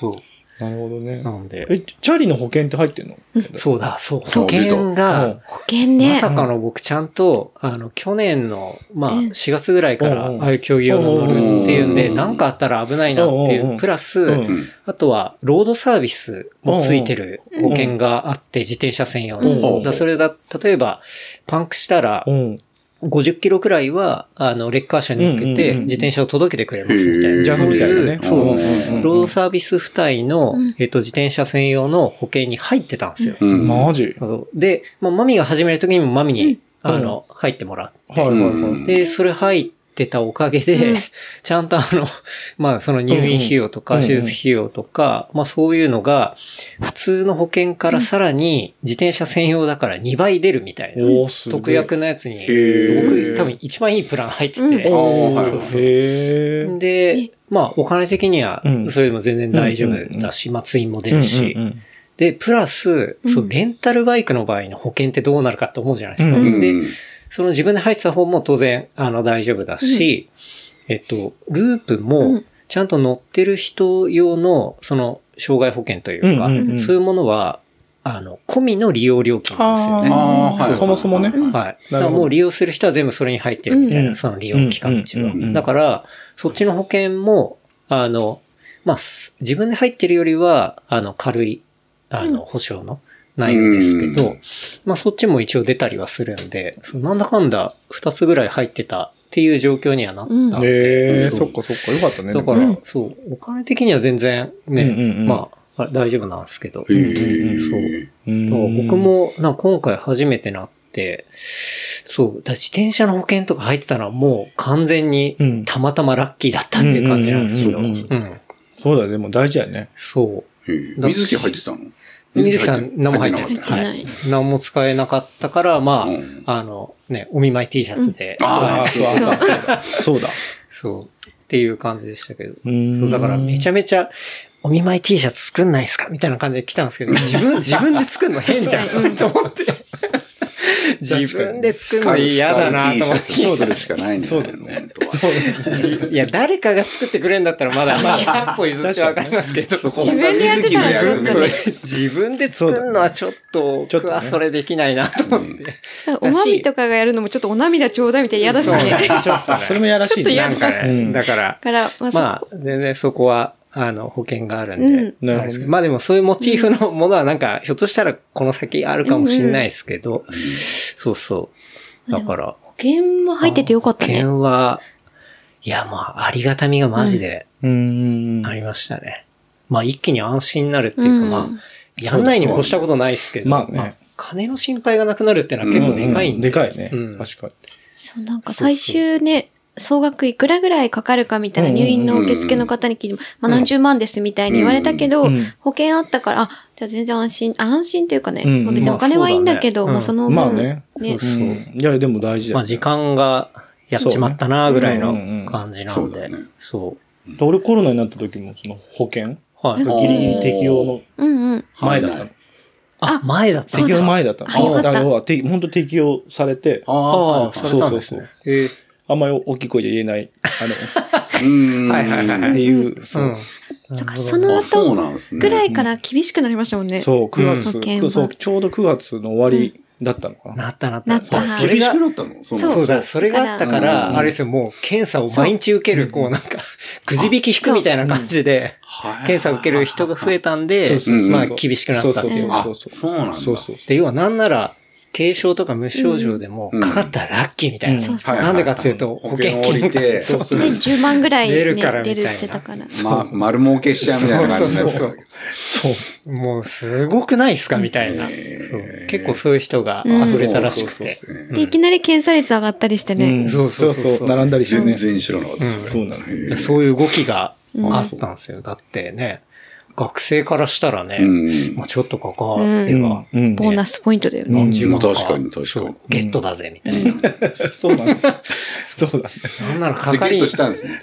[SPEAKER 5] そう。
[SPEAKER 2] なるほどね
[SPEAKER 5] な。ので、
[SPEAKER 2] え、チャリの保険って入ってんの
[SPEAKER 5] そうだ、そう。
[SPEAKER 4] そう
[SPEAKER 5] 保険
[SPEAKER 2] う
[SPEAKER 5] が
[SPEAKER 2] ん、
[SPEAKER 3] 保険
[SPEAKER 5] ま
[SPEAKER 3] ね。
[SPEAKER 5] さかの僕ちゃんと、あの、去年の、まあ、
[SPEAKER 3] うん
[SPEAKER 5] 4月ぐらいから、
[SPEAKER 2] うん
[SPEAKER 5] ああいう競技用の乗るっていうんで、
[SPEAKER 4] うん
[SPEAKER 5] なんかあったら危ないなっていうう、
[SPEAKER 2] ん
[SPEAKER 5] プラス、
[SPEAKER 2] うん
[SPEAKER 4] うん。
[SPEAKER 5] あとは、ロードサービスもついてる保険があって、自転車専用
[SPEAKER 3] うん
[SPEAKER 5] の。だからそれだ、例えば、パンクしたら
[SPEAKER 2] う、ん。
[SPEAKER 5] 50キロくらいは、あの、レッカー車に向け
[SPEAKER 2] うんうんう
[SPEAKER 5] て、
[SPEAKER 2] ん
[SPEAKER 5] 自転車を届けてくれますみたい
[SPEAKER 4] へ
[SPEAKER 5] な。
[SPEAKER 4] ー
[SPEAKER 5] そう
[SPEAKER 2] JAF みたいな
[SPEAKER 5] いう
[SPEAKER 2] ね、
[SPEAKER 5] そう
[SPEAKER 4] う
[SPEAKER 2] う
[SPEAKER 4] ん
[SPEAKER 2] ん
[SPEAKER 5] ロードサービス付帯の
[SPEAKER 3] うん、
[SPEAKER 5] えっと、自転車専用の保険に入ってたんですよ。
[SPEAKER 4] うん。
[SPEAKER 2] マジ
[SPEAKER 5] そうで、まあ、マミが始めるときにもマミに、
[SPEAKER 2] うん
[SPEAKER 5] あの、入ってもらっ
[SPEAKER 2] はいは
[SPEAKER 5] て、
[SPEAKER 2] い
[SPEAKER 4] うん
[SPEAKER 2] はい。
[SPEAKER 5] で、それ入ってたおかげで、
[SPEAKER 3] うん
[SPEAKER 5] ちゃんとあの、 まあ、その入院費用と
[SPEAKER 2] うん
[SPEAKER 5] か、
[SPEAKER 2] うん
[SPEAKER 5] 手術費用とか、まあ、そういうのが、普通の保険からさらに、自転車専用だから2倍出るみたいな、
[SPEAKER 2] おー、すごい。
[SPEAKER 5] 特約のやつに、す
[SPEAKER 4] ー
[SPEAKER 5] ごく多分一番いいプラン入って
[SPEAKER 3] うん
[SPEAKER 5] て、
[SPEAKER 2] お
[SPEAKER 4] あーはいはい
[SPEAKER 2] ー、へー。
[SPEAKER 5] で、まあ、お金的には
[SPEAKER 2] うん、
[SPEAKER 5] それでも全然大丈夫だし、まあ、ツインも出るし
[SPEAKER 2] うん、うん
[SPEAKER 5] で、プラス、そうう、
[SPEAKER 3] ん
[SPEAKER 5] レンタルバイクの場合の保険ってどうなるかって思うじゃないですか。
[SPEAKER 2] うん
[SPEAKER 4] うん
[SPEAKER 5] で、その自分で入ってた方も当然、あの、大丈夫だし、えっと、ループ
[SPEAKER 3] う
[SPEAKER 5] も
[SPEAKER 3] ん、
[SPEAKER 5] ちゃんと乗ってる人用の、その、障害保険というか、
[SPEAKER 2] うんうんうん
[SPEAKER 5] そういうものは、あの、込みの利用料金なんですよね。
[SPEAKER 4] ああ、はい。
[SPEAKER 2] そもそもね
[SPEAKER 4] はい
[SPEAKER 5] は
[SPEAKER 2] な
[SPEAKER 5] い。だ
[SPEAKER 2] るほど
[SPEAKER 5] からもう利用する人は全部それに入ってるみたいな、
[SPEAKER 2] うん
[SPEAKER 5] その利用期間中は
[SPEAKER 2] うんうんうんう。ん
[SPEAKER 5] だから、そっちの保険も、あの、まあ、す自分で入ってるよりは、あの、軽い、あの、保証の内容ですけど、
[SPEAKER 4] うん
[SPEAKER 5] まあ、そっちも一応出たりはするんで、そうなんだかんだ2つぐらい入ってたっていう状況にはなったんで。
[SPEAKER 2] へー、
[SPEAKER 5] そう
[SPEAKER 2] そっかそっか、よかったね。
[SPEAKER 5] だか
[SPEAKER 2] でも
[SPEAKER 5] ら、そう、お金的には全然ね、
[SPEAKER 2] うんうんうん
[SPEAKER 5] まあ、あれ大丈夫なんですけど、
[SPEAKER 4] へ
[SPEAKER 2] うん
[SPEAKER 4] え。
[SPEAKER 2] うん
[SPEAKER 5] そう僕も、なんか今回初めてなって、そう、だから自転車の保険とか入ってたのはもう完
[SPEAKER 2] う
[SPEAKER 5] 全に
[SPEAKER 2] ん
[SPEAKER 5] たまたまラッキーだったっていう感じなんですけど、
[SPEAKER 2] う
[SPEAKER 5] うん
[SPEAKER 2] うんうんうん
[SPEAKER 5] ん。
[SPEAKER 2] そうだね、でも大事やね。
[SPEAKER 5] そ
[SPEAKER 4] へえ水木入ってたの
[SPEAKER 5] う。水木さん何も入ってない。
[SPEAKER 3] 入ってない
[SPEAKER 5] はい何も使えなかったから、まあ、
[SPEAKER 4] うん
[SPEAKER 5] あの、ね、お見舞い T シャツで、
[SPEAKER 4] うんあー
[SPEAKER 5] はい
[SPEAKER 2] そうだ。そうだ。
[SPEAKER 5] そう、っていう感じでしたけど。
[SPEAKER 2] そ
[SPEAKER 5] そう、だからめちゃめちゃ、お見舞い T シャツ作んないですかみたいな感じで来たんですけど、自分、 自分で作るの変じゃん、と思って。 自分で作るの嫌だなと思っ
[SPEAKER 4] そうだ
[SPEAKER 5] て。
[SPEAKER 4] しかないんだ
[SPEAKER 2] そ
[SPEAKER 4] よ
[SPEAKER 2] うだ
[SPEAKER 4] ね
[SPEAKER 2] よね
[SPEAKER 4] 本当は。
[SPEAKER 5] いや、誰かが作ってくれんだったらまだ100歩譲ってわかりますけど、
[SPEAKER 3] 自分でやってたらちょっとね。
[SPEAKER 5] 自分で作るのはちょっと、
[SPEAKER 2] ちょっとね
[SPEAKER 5] 僕はそれできないなと思って。
[SPEAKER 3] おまみとかがやるのもちょっとお涙ちょうだいみたいな嫌だし
[SPEAKER 5] そう
[SPEAKER 3] ね。
[SPEAKER 5] ちょっとね
[SPEAKER 2] それもやらしい
[SPEAKER 3] ちょっと嫌
[SPEAKER 5] な
[SPEAKER 2] ね。
[SPEAKER 5] んかね、
[SPEAKER 2] うん
[SPEAKER 5] だから、
[SPEAKER 3] から、まあ、そ
[SPEAKER 5] まあ
[SPEAKER 3] こ、
[SPEAKER 5] 全然そこは、あの、保険があるんで。
[SPEAKER 2] なる
[SPEAKER 5] で
[SPEAKER 2] ほ
[SPEAKER 5] す
[SPEAKER 2] ど
[SPEAKER 5] け
[SPEAKER 2] ね
[SPEAKER 5] ど。まあでもそういうモチーフのものはなんか、ひょっとしたらこの先あるかもしれないですけど、そうそう。だから、
[SPEAKER 3] 保険も入っててよかった
[SPEAKER 5] 保
[SPEAKER 3] ね。
[SPEAKER 5] 険は、いやまあ、ありがたみがマジで
[SPEAKER 2] うん。
[SPEAKER 5] ありましたね。まあ一気に安心になるっていうか、
[SPEAKER 3] うん
[SPEAKER 5] まあ、やんないにも越したことないですけど、
[SPEAKER 2] まあね
[SPEAKER 5] 金の心配がなくなるっていうのは結構でかいん
[SPEAKER 2] うん
[SPEAKER 5] で、
[SPEAKER 2] でかいね
[SPEAKER 5] うん。
[SPEAKER 2] 確かに。
[SPEAKER 3] そう、なんか
[SPEAKER 5] そうそ
[SPEAKER 3] 最
[SPEAKER 5] う
[SPEAKER 3] 終ね、総額いくらぐらいかかるかみたいな
[SPEAKER 2] うん
[SPEAKER 3] 入院の受付の方に聞いても、まあ
[SPEAKER 2] うん
[SPEAKER 3] 何十万ですみたいに言われたけど
[SPEAKER 2] うんうん、
[SPEAKER 3] 保険あったから、あ、じゃあ全然安心、あ安心というかね、
[SPEAKER 2] うん
[SPEAKER 3] まあ別にお金
[SPEAKER 5] まあ
[SPEAKER 3] はいいんだけど、
[SPEAKER 5] そうだね
[SPEAKER 3] まあその分、
[SPEAKER 2] まあね
[SPEAKER 3] ね
[SPEAKER 5] そうそう
[SPEAKER 2] うんいや、でも大事だ
[SPEAKER 5] まあ
[SPEAKER 2] よ。
[SPEAKER 5] 時間がやっちまったなぐらい
[SPEAKER 2] そう
[SPEAKER 5] の
[SPEAKER 2] ね
[SPEAKER 5] 感じな
[SPEAKER 4] そ
[SPEAKER 5] ん
[SPEAKER 4] うだ
[SPEAKER 5] で
[SPEAKER 4] ね、
[SPEAKER 5] そう。
[SPEAKER 2] 俺コロナになった時も、その保険
[SPEAKER 5] はい。
[SPEAKER 2] ギリギリ適用の
[SPEAKER 3] うんうん。
[SPEAKER 2] 前だったの。
[SPEAKER 5] あ、前だったん
[SPEAKER 3] そう
[SPEAKER 5] だ
[SPEAKER 2] 適用前だったの。
[SPEAKER 3] あよかった
[SPEAKER 2] だから要はて本当適用されて、
[SPEAKER 5] あ
[SPEAKER 4] あ
[SPEAKER 5] あ、されたんです
[SPEAKER 2] そう
[SPEAKER 5] ね。
[SPEAKER 2] あんまり大きい声じゃ言えない、あ
[SPEAKER 4] あ。うん。
[SPEAKER 5] はいはいはい
[SPEAKER 2] の、っていう、そ
[SPEAKER 5] そ
[SPEAKER 2] うう。。
[SPEAKER 3] そっ
[SPEAKER 5] な
[SPEAKER 3] か、
[SPEAKER 5] るほど
[SPEAKER 3] その
[SPEAKER 4] あそう
[SPEAKER 3] 後
[SPEAKER 4] なんですね。
[SPEAKER 3] ぐらいから厳しくなりましたもんね。
[SPEAKER 2] そう、9
[SPEAKER 3] うん
[SPEAKER 2] 月、
[SPEAKER 3] 保険
[SPEAKER 2] く
[SPEAKER 3] は
[SPEAKER 2] そう、ちょうど9月の終わりだったのかな。
[SPEAKER 5] なったなった。
[SPEAKER 3] なった
[SPEAKER 5] そうそれ
[SPEAKER 4] 厳し
[SPEAKER 5] が
[SPEAKER 4] く、なったのそ
[SPEAKER 3] そう
[SPEAKER 5] そうだ、それがあったか
[SPEAKER 4] う
[SPEAKER 5] ら、
[SPEAKER 4] ん
[SPEAKER 5] あれですよ、もう検査を毎日受ける、こうなんか、 くじ引き引くみたいな感じで、検査受ける人が増えたん
[SPEAKER 2] そ
[SPEAKER 5] で
[SPEAKER 2] うそうそう、そう
[SPEAKER 5] まあ厳しくなったっていう。
[SPEAKER 4] あ
[SPEAKER 2] そうそう
[SPEAKER 4] そうなんだ
[SPEAKER 2] そうそう。
[SPEAKER 5] で、要はなんなら、軽症とか無症状でも
[SPEAKER 4] うん、
[SPEAKER 5] かかったらラッキーみたいな。
[SPEAKER 3] そうそう
[SPEAKER 5] なんでかっていうと、保険
[SPEAKER 4] 降
[SPEAKER 5] 金
[SPEAKER 4] り
[SPEAKER 5] が。
[SPEAKER 4] て、
[SPEAKER 5] そう
[SPEAKER 3] で、10万ぐらい、ね、
[SPEAKER 5] 出
[SPEAKER 3] 出
[SPEAKER 5] る
[SPEAKER 3] る
[SPEAKER 5] からみたいな
[SPEAKER 3] してたから。
[SPEAKER 4] ま、丸儲けしちゃうみたいな感じになっちゃ
[SPEAKER 5] そうそうう。
[SPEAKER 2] そう。
[SPEAKER 5] もうすごくないですかみたいな。そう結構そういう人が溢れたらしくて。
[SPEAKER 3] で、いきなり検査率上がったりしてね。
[SPEAKER 2] ん
[SPEAKER 5] そうそうそうそう
[SPEAKER 2] 並んだりして
[SPEAKER 4] 全
[SPEAKER 2] ね。
[SPEAKER 4] 然知らなかったです。
[SPEAKER 2] そうなのよ。
[SPEAKER 5] いやそういう動きがあったんですよ。だってね、学生からしたらね、
[SPEAKER 4] うん
[SPEAKER 5] まあちょっとかかっては、
[SPEAKER 2] うん
[SPEAKER 3] ボーナスポイントだよね。
[SPEAKER 5] 40万
[SPEAKER 4] 確かに確かに
[SPEAKER 5] そうゲットだぜ、みたいな。
[SPEAKER 2] そうなの。そうだね。
[SPEAKER 5] なんならか
[SPEAKER 4] じゃ
[SPEAKER 5] か
[SPEAKER 4] あゲッ
[SPEAKER 5] り
[SPEAKER 4] ト、したんですね。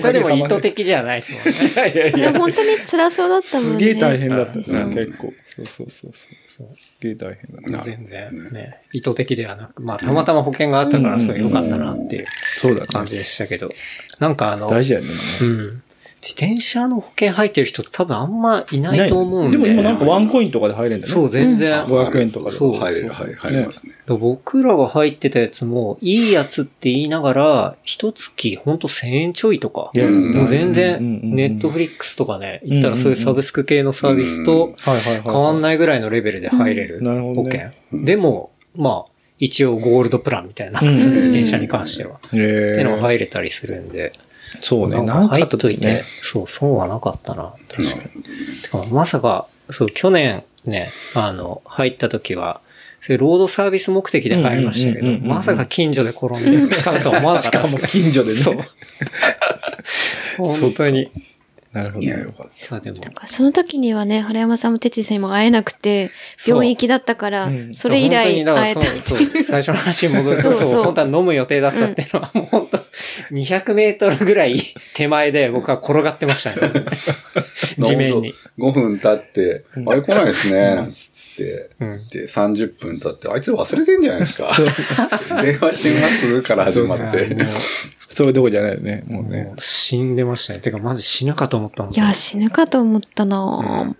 [SPEAKER 5] それでも意図的じゃないですもんね。
[SPEAKER 2] いやいやい
[SPEAKER 3] いや、
[SPEAKER 2] や。
[SPEAKER 3] 本当に辛そうだったもんね。
[SPEAKER 2] すげえ大変だったね、
[SPEAKER 4] うん
[SPEAKER 2] 結構。そうそうそうそう。すげえ大変だね。
[SPEAKER 4] なる
[SPEAKER 5] 全然ね、意図的ではなく、まあたまたま保険があったからそれ良かったなっていう
[SPEAKER 2] そうだ
[SPEAKER 5] 感
[SPEAKER 2] ね。
[SPEAKER 5] じでしたけど、なんかあの、
[SPEAKER 2] 大事だよね。
[SPEAKER 5] うん。自転車の保険入ってる人って多分あんまいないと思うん
[SPEAKER 2] で
[SPEAKER 5] で。
[SPEAKER 2] も今なんかワンコインとかで入れるんだよね。
[SPEAKER 5] そう、全然。
[SPEAKER 2] 500円とかで。
[SPEAKER 5] そう
[SPEAKER 4] 入れる、入入りますね。
[SPEAKER 5] 僕らが入ってたやつも、いいやつって言いながら、一月ほんと1000円ちょいとか。
[SPEAKER 2] や
[SPEAKER 4] うん
[SPEAKER 5] もう全
[SPEAKER 2] うんうんうんうん
[SPEAKER 5] 然、ネットフリックスとかね、行ったらそういうサブスク系のサービスと
[SPEAKER 2] はいはいはい。
[SPEAKER 5] 変わん
[SPEAKER 2] い。
[SPEAKER 5] ないぐらいのレベルで入れる
[SPEAKER 2] なるほど
[SPEAKER 5] 保
[SPEAKER 2] ね
[SPEAKER 5] 険。でも、まあ、一応ゴールドプランみたいな、
[SPEAKER 2] う
[SPEAKER 5] そ
[SPEAKER 2] ん
[SPEAKER 5] ういう自転車に関しては。
[SPEAKER 2] え
[SPEAKER 5] っていうの
[SPEAKER 2] ー、
[SPEAKER 5] が入れたりするんで。
[SPEAKER 2] そうね。
[SPEAKER 5] なんか
[SPEAKER 2] なんかあ
[SPEAKER 5] 入
[SPEAKER 2] っ
[SPEAKER 5] ったとい
[SPEAKER 2] 時
[SPEAKER 5] て
[SPEAKER 2] ね。、
[SPEAKER 5] そう、損はなかったな。確かに。てか、まさか、そう、去年ね、あの、入った時は、そういうロードサービス目的で入りましたけ
[SPEAKER 2] うんうんうんうん
[SPEAKER 5] ど、
[SPEAKER 2] うん
[SPEAKER 5] まさか近所で転んで使うとは思わなか
[SPEAKER 2] し
[SPEAKER 5] った
[SPEAKER 2] か
[SPEAKER 5] で
[SPEAKER 2] も
[SPEAKER 5] すけ
[SPEAKER 2] 近所でね。
[SPEAKER 5] そうど。本当に。
[SPEAKER 2] なるほど
[SPEAKER 4] いや、よ
[SPEAKER 2] ね。
[SPEAKER 4] かった。
[SPEAKER 5] そう、でも、
[SPEAKER 3] なんかその時にはね、原山さんも哲司さんにも会えなくて、
[SPEAKER 5] そう
[SPEAKER 3] 病院行きだったから、そ,、
[SPEAKER 2] うん
[SPEAKER 3] れ以来
[SPEAKER 5] 本当
[SPEAKER 3] 会え
[SPEAKER 5] に
[SPEAKER 3] た
[SPEAKER 5] だからそう、そう最初の話に戻る
[SPEAKER 3] そ
[SPEAKER 5] と、
[SPEAKER 3] う
[SPEAKER 5] そう
[SPEAKER 3] そう
[SPEAKER 5] 本当は飲む予定だったっていうのは、もう本当、200メートルぐらい手前で僕は転がって ましたね。地面に。
[SPEAKER 4] 5分経って、あれ来ないですね、なんつって。
[SPEAKER 5] うん。
[SPEAKER 4] で、30分経って、あいつ忘れてんじゃないですか。電話してみますから始まっ
[SPEAKER 5] いや
[SPEAKER 4] て。
[SPEAKER 5] もう
[SPEAKER 2] それどころじゃないよね。もうね
[SPEAKER 5] も。う死んでましたね。てか、マジ死ぬかと思ったもん
[SPEAKER 3] いや、死ぬかと思ったな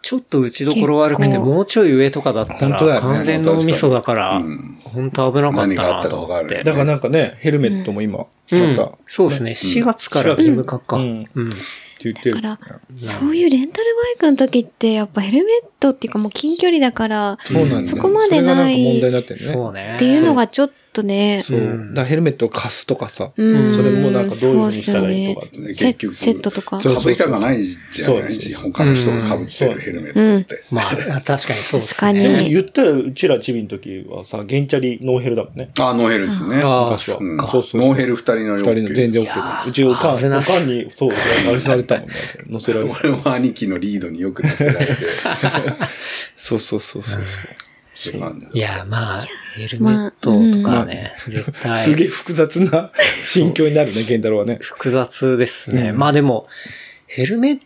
[SPEAKER 5] ちょっと打ちどころ悪くて、
[SPEAKER 3] 結構
[SPEAKER 5] もうちょい上とかだった
[SPEAKER 2] 本当だよ
[SPEAKER 5] ら、
[SPEAKER 2] ね
[SPEAKER 5] 完全脳みそだから、
[SPEAKER 4] うん
[SPEAKER 5] 本当危なかった
[SPEAKER 4] 何があ
[SPEAKER 5] な
[SPEAKER 4] ったか
[SPEAKER 5] と
[SPEAKER 4] 分
[SPEAKER 5] 思
[SPEAKER 4] か
[SPEAKER 5] っ
[SPEAKER 4] る
[SPEAKER 5] て。
[SPEAKER 2] だからなんかね、ヘルメットも今、また、
[SPEAKER 5] うん
[SPEAKER 2] って
[SPEAKER 5] そうですね。4月から義務化か。
[SPEAKER 2] う
[SPEAKER 5] うんん。
[SPEAKER 2] 言ってる。
[SPEAKER 3] だからそういうレンタルバイクの時って、やっぱヘルメットっていうかもう近距離だから、
[SPEAKER 2] そうなんだよ
[SPEAKER 3] そこまで
[SPEAKER 2] それがなんか
[SPEAKER 3] ない
[SPEAKER 2] 問題になってるね。
[SPEAKER 5] そうね。
[SPEAKER 3] っていうのがちょっとね、
[SPEAKER 2] そう。
[SPEAKER 5] う
[SPEAKER 2] だ
[SPEAKER 5] ん
[SPEAKER 2] からヘルメットを貸すとかさ、
[SPEAKER 3] うん
[SPEAKER 2] それもなんかどういうふうにしたらいいとかってね。
[SPEAKER 3] セ
[SPEAKER 4] 結局、
[SPEAKER 3] セットとか。
[SPEAKER 2] そう
[SPEAKER 4] 被りたくないじゃ
[SPEAKER 2] そう
[SPEAKER 4] な
[SPEAKER 2] で
[SPEAKER 4] い
[SPEAKER 2] す
[SPEAKER 4] 他の人が被ってるヘルメットって。
[SPEAKER 5] まあ、確かにそうです
[SPEAKER 3] 確か
[SPEAKER 5] ね。
[SPEAKER 2] でも
[SPEAKER 3] に
[SPEAKER 2] 言ったら、うちらチビの時はさ、ゲンチャリノーヘルだもんね。
[SPEAKER 4] あ、ノーヘルですね。
[SPEAKER 5] あ
[SPEAKER 2] 昔は。
[SPEAKER 4] うん
[SPEAKER 2] そうそうそう。
[SPEAKER 4] ノーヘル二人乗
[SPEAKER 2] 二
[SPEAKER 4] り
[SPEAKER 2] 人の全
[SPEAKER 4] OK。
[SPEAKER 2] 然 OK
[SPEAKER 5] いや
[SPEAKER 2] だ。
[SPEAKER 5] ー
[SPEAKER 2] うちおかん、お
[SPEAKER 5] 危な
[SPEAKER 2] かんに、そう、あれされたもんね。乗せられた。
[SPEAKER 4] 俺も兄貴のリードによく乗せられて。
[SPEAKER 2] そうそうそうそうそう。
[SPEAKER 4] そうなんだ
[SPEAKER 5] いや、まあ、ヘルメットとかね、絶対。
[SPEAKER 2] すげえ複雑な心境になるね、ケンタロウはね。
[SPEAKER 5] 複雑ですね。
[SPEAKER 2] うん
[SPEAKER 5] まあでも、ヘルメッ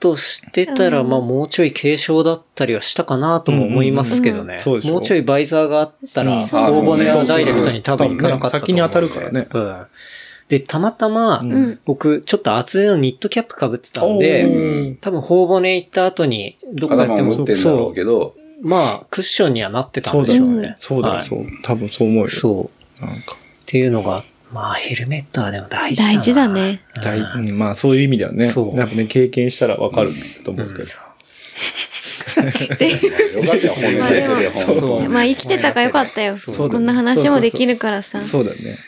[SPEAKER 5] トしてたら、
[SPEAKER 3] うん
[SPEAKER 5] まあもうちょい軽症だったりはしたかなとも思いますけ
[SPEAKER 2] う
[SPEAKER 5] ど
[SPEAKER 2] んうん
[SPEAKER 5] ね。
[SPEAKER 2] そうでしょ
[SPEAKER 5] もうちょいバイザーがあったら、
[SPEAKER 3] そう
[SPEAKER 5] 大骨
[SPEAKER 4] そう
[SPEAKER 5] は
[SPEAKER 4] ね
[SPEAKER 5] ダイレクトに多分行かなかったと思う
[SPEAKER 2] 先に当たるからね。
[SPEAKER 5] うん。で、たまたま、
[SPEAKER 2] う
[SPEAKER 3] うん。
[SPEAKER 5] 僕、ちょっと厚手のニットキャップ被ってたんで、
[SPEAKER 2] お
[SPEAKER 5] 多分頬骨行った後に、どこか行
[SPEAKER 4] 頭
[SPEAKER 5] って
[SPEAKER 4] 持
[SPEAKER 5] も
[SPEAKER 4] ってんだろう
[SPEAKER 5] そ
[SPEAKER 4] けど、
[SPEAKER 5] う、まあ、クッションにはなってた
[SPEAKER 2] そ
[SPEAKER 5] ん
[SPEAKER 2] う
[SPEAKER 5] で
[SPEAKER 2] だ
[SPEAKER 5] し
[SPEAKER 2] よ
[SPEAKER 5] ょうね。
[SPEAKER 2] そうだ
[SPEAKER 5] は
[SPEAKER 2] よ、
[SPEAKER 5] い
[SPEAKER 2] そう。多分そう思うよ。
[SPEAKER 5] そう。
[SPEAKER 2] なんか。
[SPEAKER 5] っていうのが、まあ、ヘルメットはでも大事だな。
[SPEAKER 3] 大事だね。
[SPEAKER 2] 大うんまあそういう意味ではね
[SPEAKER 5] そ。う
[SPEAKER 2] なんかね、経験したらわかると思うけど。
[SPEAKER 4] よかったよ、骨折れてるよ、
[SPEAKER 5] そう
[SPEAKER 4] 本当に
[SPEAKER 3] まあ生きてたからよかったよ。
[SPEAKER 5] そう
[SPEAKER 2] だね
[SPEAKER 3] こんな話もできるからさ。
[SPEAKER 2] そうだね。。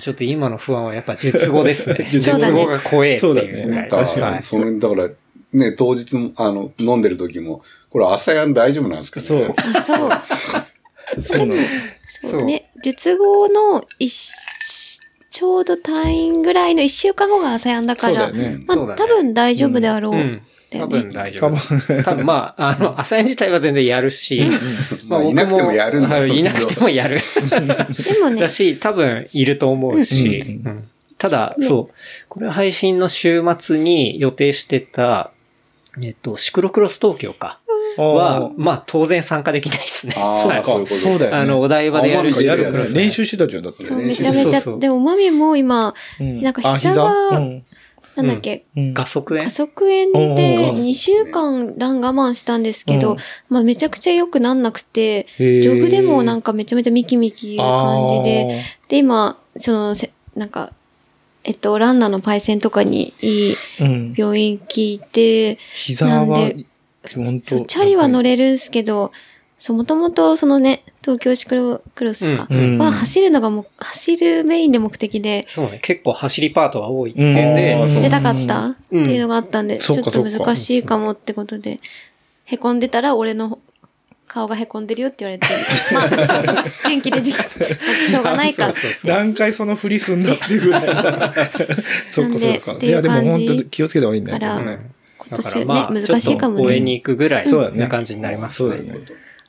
[SPEAKER 5] ちょっと今の不安はやっぱ術後ですね
[SPEAKER 2] 術
[SPEAKER 3] 後ね
[SPEAKER 5] 術後が怖えっていうぐらい。
[SPEAKER 4] だか
[SPEAKER 5] は
[SPEAKER 4] ら、
[SPEAKER 5] い
[SPEAKER 4] その、だから、ね、当日も、あの、飲んでる時も、これ朝やん大丈夫なんですかね。
[SPEAKER 2] そう。
[SPEAKER 3] あそう。
[SPEAKER 2] そうなの。
[SPEAKER 3] そうね。術後の一し、ちょうど退院ぐらいの一週間後が朝やんだか
[SPEAKER 2] そうだ
[SPEAKER 3] ら、
[SPEAKER 2] よね。
[SPEAKER 3] まあ、
[SPEAKER 5] そうだね
[SPEAKER 3] 多分大丈夫であろう。
[SPEAKER 5] うん。
[SPEAKER 3] だよ
[SPEAKER 5] 多
[SPEAKER 3] ね
[SPEAKER 5] 分大丈
[SPEAKER 2] 多
[SPEAKER 5] 夫。多分まあ、あの、朝練自体は全然やるし、
[SPEAKER 4] まあ、い
[SPEAKER 5] 僕
[SPEAKER 4] なくてもやるんだ
[SPEAKER 5] は
[SPEAKER 4] ろう
[SPEAKER 5] い
[SPEAKER 4] けど
[SPEAKER 5] いなくてもやる。
[SPEAKER 3] でもね
[SPEAKER 5] だ、し、多分いると思うし、うんただ、そう、これは配信の週末に予定してた、えっと、シクロクロス東京か。は
[SPEAKER 2] あ、
[SPEAKER 5] まあ当然参加できないですね。
[SPEAKER 4] あ ー
[SPEAKER 5] はい
[SPEAKER 4] そういう
[SPEAKER 2] あ、
[SPEAKER 4] こと
[SPEAKER 2] そうだよね。
[SPEAKER 5] あの、お台場でやる
[SPEAKER 4] あ
[SPEAKER 5] シ
[SPEAKER 4] そう
[SPEAKER 5] ク
[SPEAKER 2] や
[SPEAKER 4] か
[SPEAKER 5] ロ
[SPEAKER 2] る
[SPEAKER 5] ク
[SPEAKER 2] か
[SPEAKER 5] ロ
[SPEAKER 2] ら
[SPEAKER 5] ス。
[SPEAKER 2] 練習してたじゃん、だって。
[SPEAKER 3] そう
[SPEAKER 4] 練
[SPEAKER 3] め
[SPEAKER 4] 習
[SPEAKER 3] ちゃめち
[SPEAKER 5] そ
[SPEAKER 3] ゃ、
[SPEAKER 5] うそう
[SPEAKER 3] でもマミも今、
[SPEAKER 2] うん
[SPEAKER 3] なんか
[SPEAKER 2] あ
[SPEAKER 3] 膝が
[SPEAKER 2] うん
[SPEAKER 3] なんだっけ、
[SPEAKER 2] うん
[SPEAKER 5] 画速
[SPEAKER 3] 加
[SPEAKER 5] 炎
[SPEAKER 3] 速炎
[SPEAKER 2] うん
[SPEAKER 3] で
[SPEAKER 2] うん
[SPEAKER 3] 2週間ラン我慢したんですけど、
[SPEAKER 2] うん
[SPEAKER 3] まあめちゃくちゃ良くなんなく
[SPEAKER 2] へ
[SPEAKER 3] て、
[SPEAKER 2] ー
[SPEAKER 3] ジョグでもなんかめちゃめちゃミキミキいう感じで、で今、そのせ、なんか、えっと、ランナーのパイセンとかにいい
[SPEAKER 2] あーうん
[SPEAKER 3] 病院聞いて、
[SPEAKER 2] 膝
[SPEAKER 3] な
[SPEAKER 2] は
[SPEAKER 3] んで、
[SPEAKER 2] 本
[SPEAKER 3] そ
[SPEAKER 2] 当
[SPEAKER 3] うチャリは乗
[SPEAKER 2] れ
[SPEAKER 3] れるんすけど、そう、もともとそのね、東京シクロクロスか、
[SPEAKER 5] うん
[SPEAKER 2] うん
[SPEAKER 3] は走るのがもう、走るメインで目的で、
[SPEAKER 5] そうね。結構走りパートが多いって
[SPEAKER 2] うん
[SPEAKER 5] いう
[SPEAKER 2] あー
[SPEAKER 5] ね。
[SPEAKER 2] そう
[SPEAKER 3] 出たかったって
[SPEAKER 5] うん
[SPEAKER 3] いうのがあったんで、ち
[SPEAKER 2] そう
[SPEAKER 3] ょっ
[SPEAKER 2] か
[SPEAKER 3] と難しいかもってことで、へこんでたら俺の顔がへこんでるよって言われて、まあ、元気でできて、しょうがないか。
[SPEAKER 5] そうそうそう
[SPEAKER 2] 何回そのふりすんだっていうぐらい。 そっかそっ
[SPEAKER 3] なん
[SPEAKER 2] か。
[SPEAKER 3] で
[SPEAKER 2] いや、でも
[SPEAKER 3] って
[SPEAKER 2] 本
[SPEAKER 3] いう感じ
[SPEAKER 2] 当気をつけた方がいいんだよ。
[SPEAKER 3] から
[SPEAKER 2] ね
[SPEAKER 3] 今
[SPEAKER 5] だか
[SPEAKER 3] 年
[SPEAKER 5] ら
[SPEAKER 3] ね、
[SPEAKER 5] まあ、
[SPEAKER 3] 難しいかも
[SPEAKER 5] ちょっと応援
[SPEAKER 3] ね。
[SPEAKER 5] に行くぐらい
[SPEAKER 2] そうだね
[SPEAKER 5] な感じになります
[SPEAKER 2] そうだよ
[SPEAKER 5] ね。
[SPEAKER 2] ね。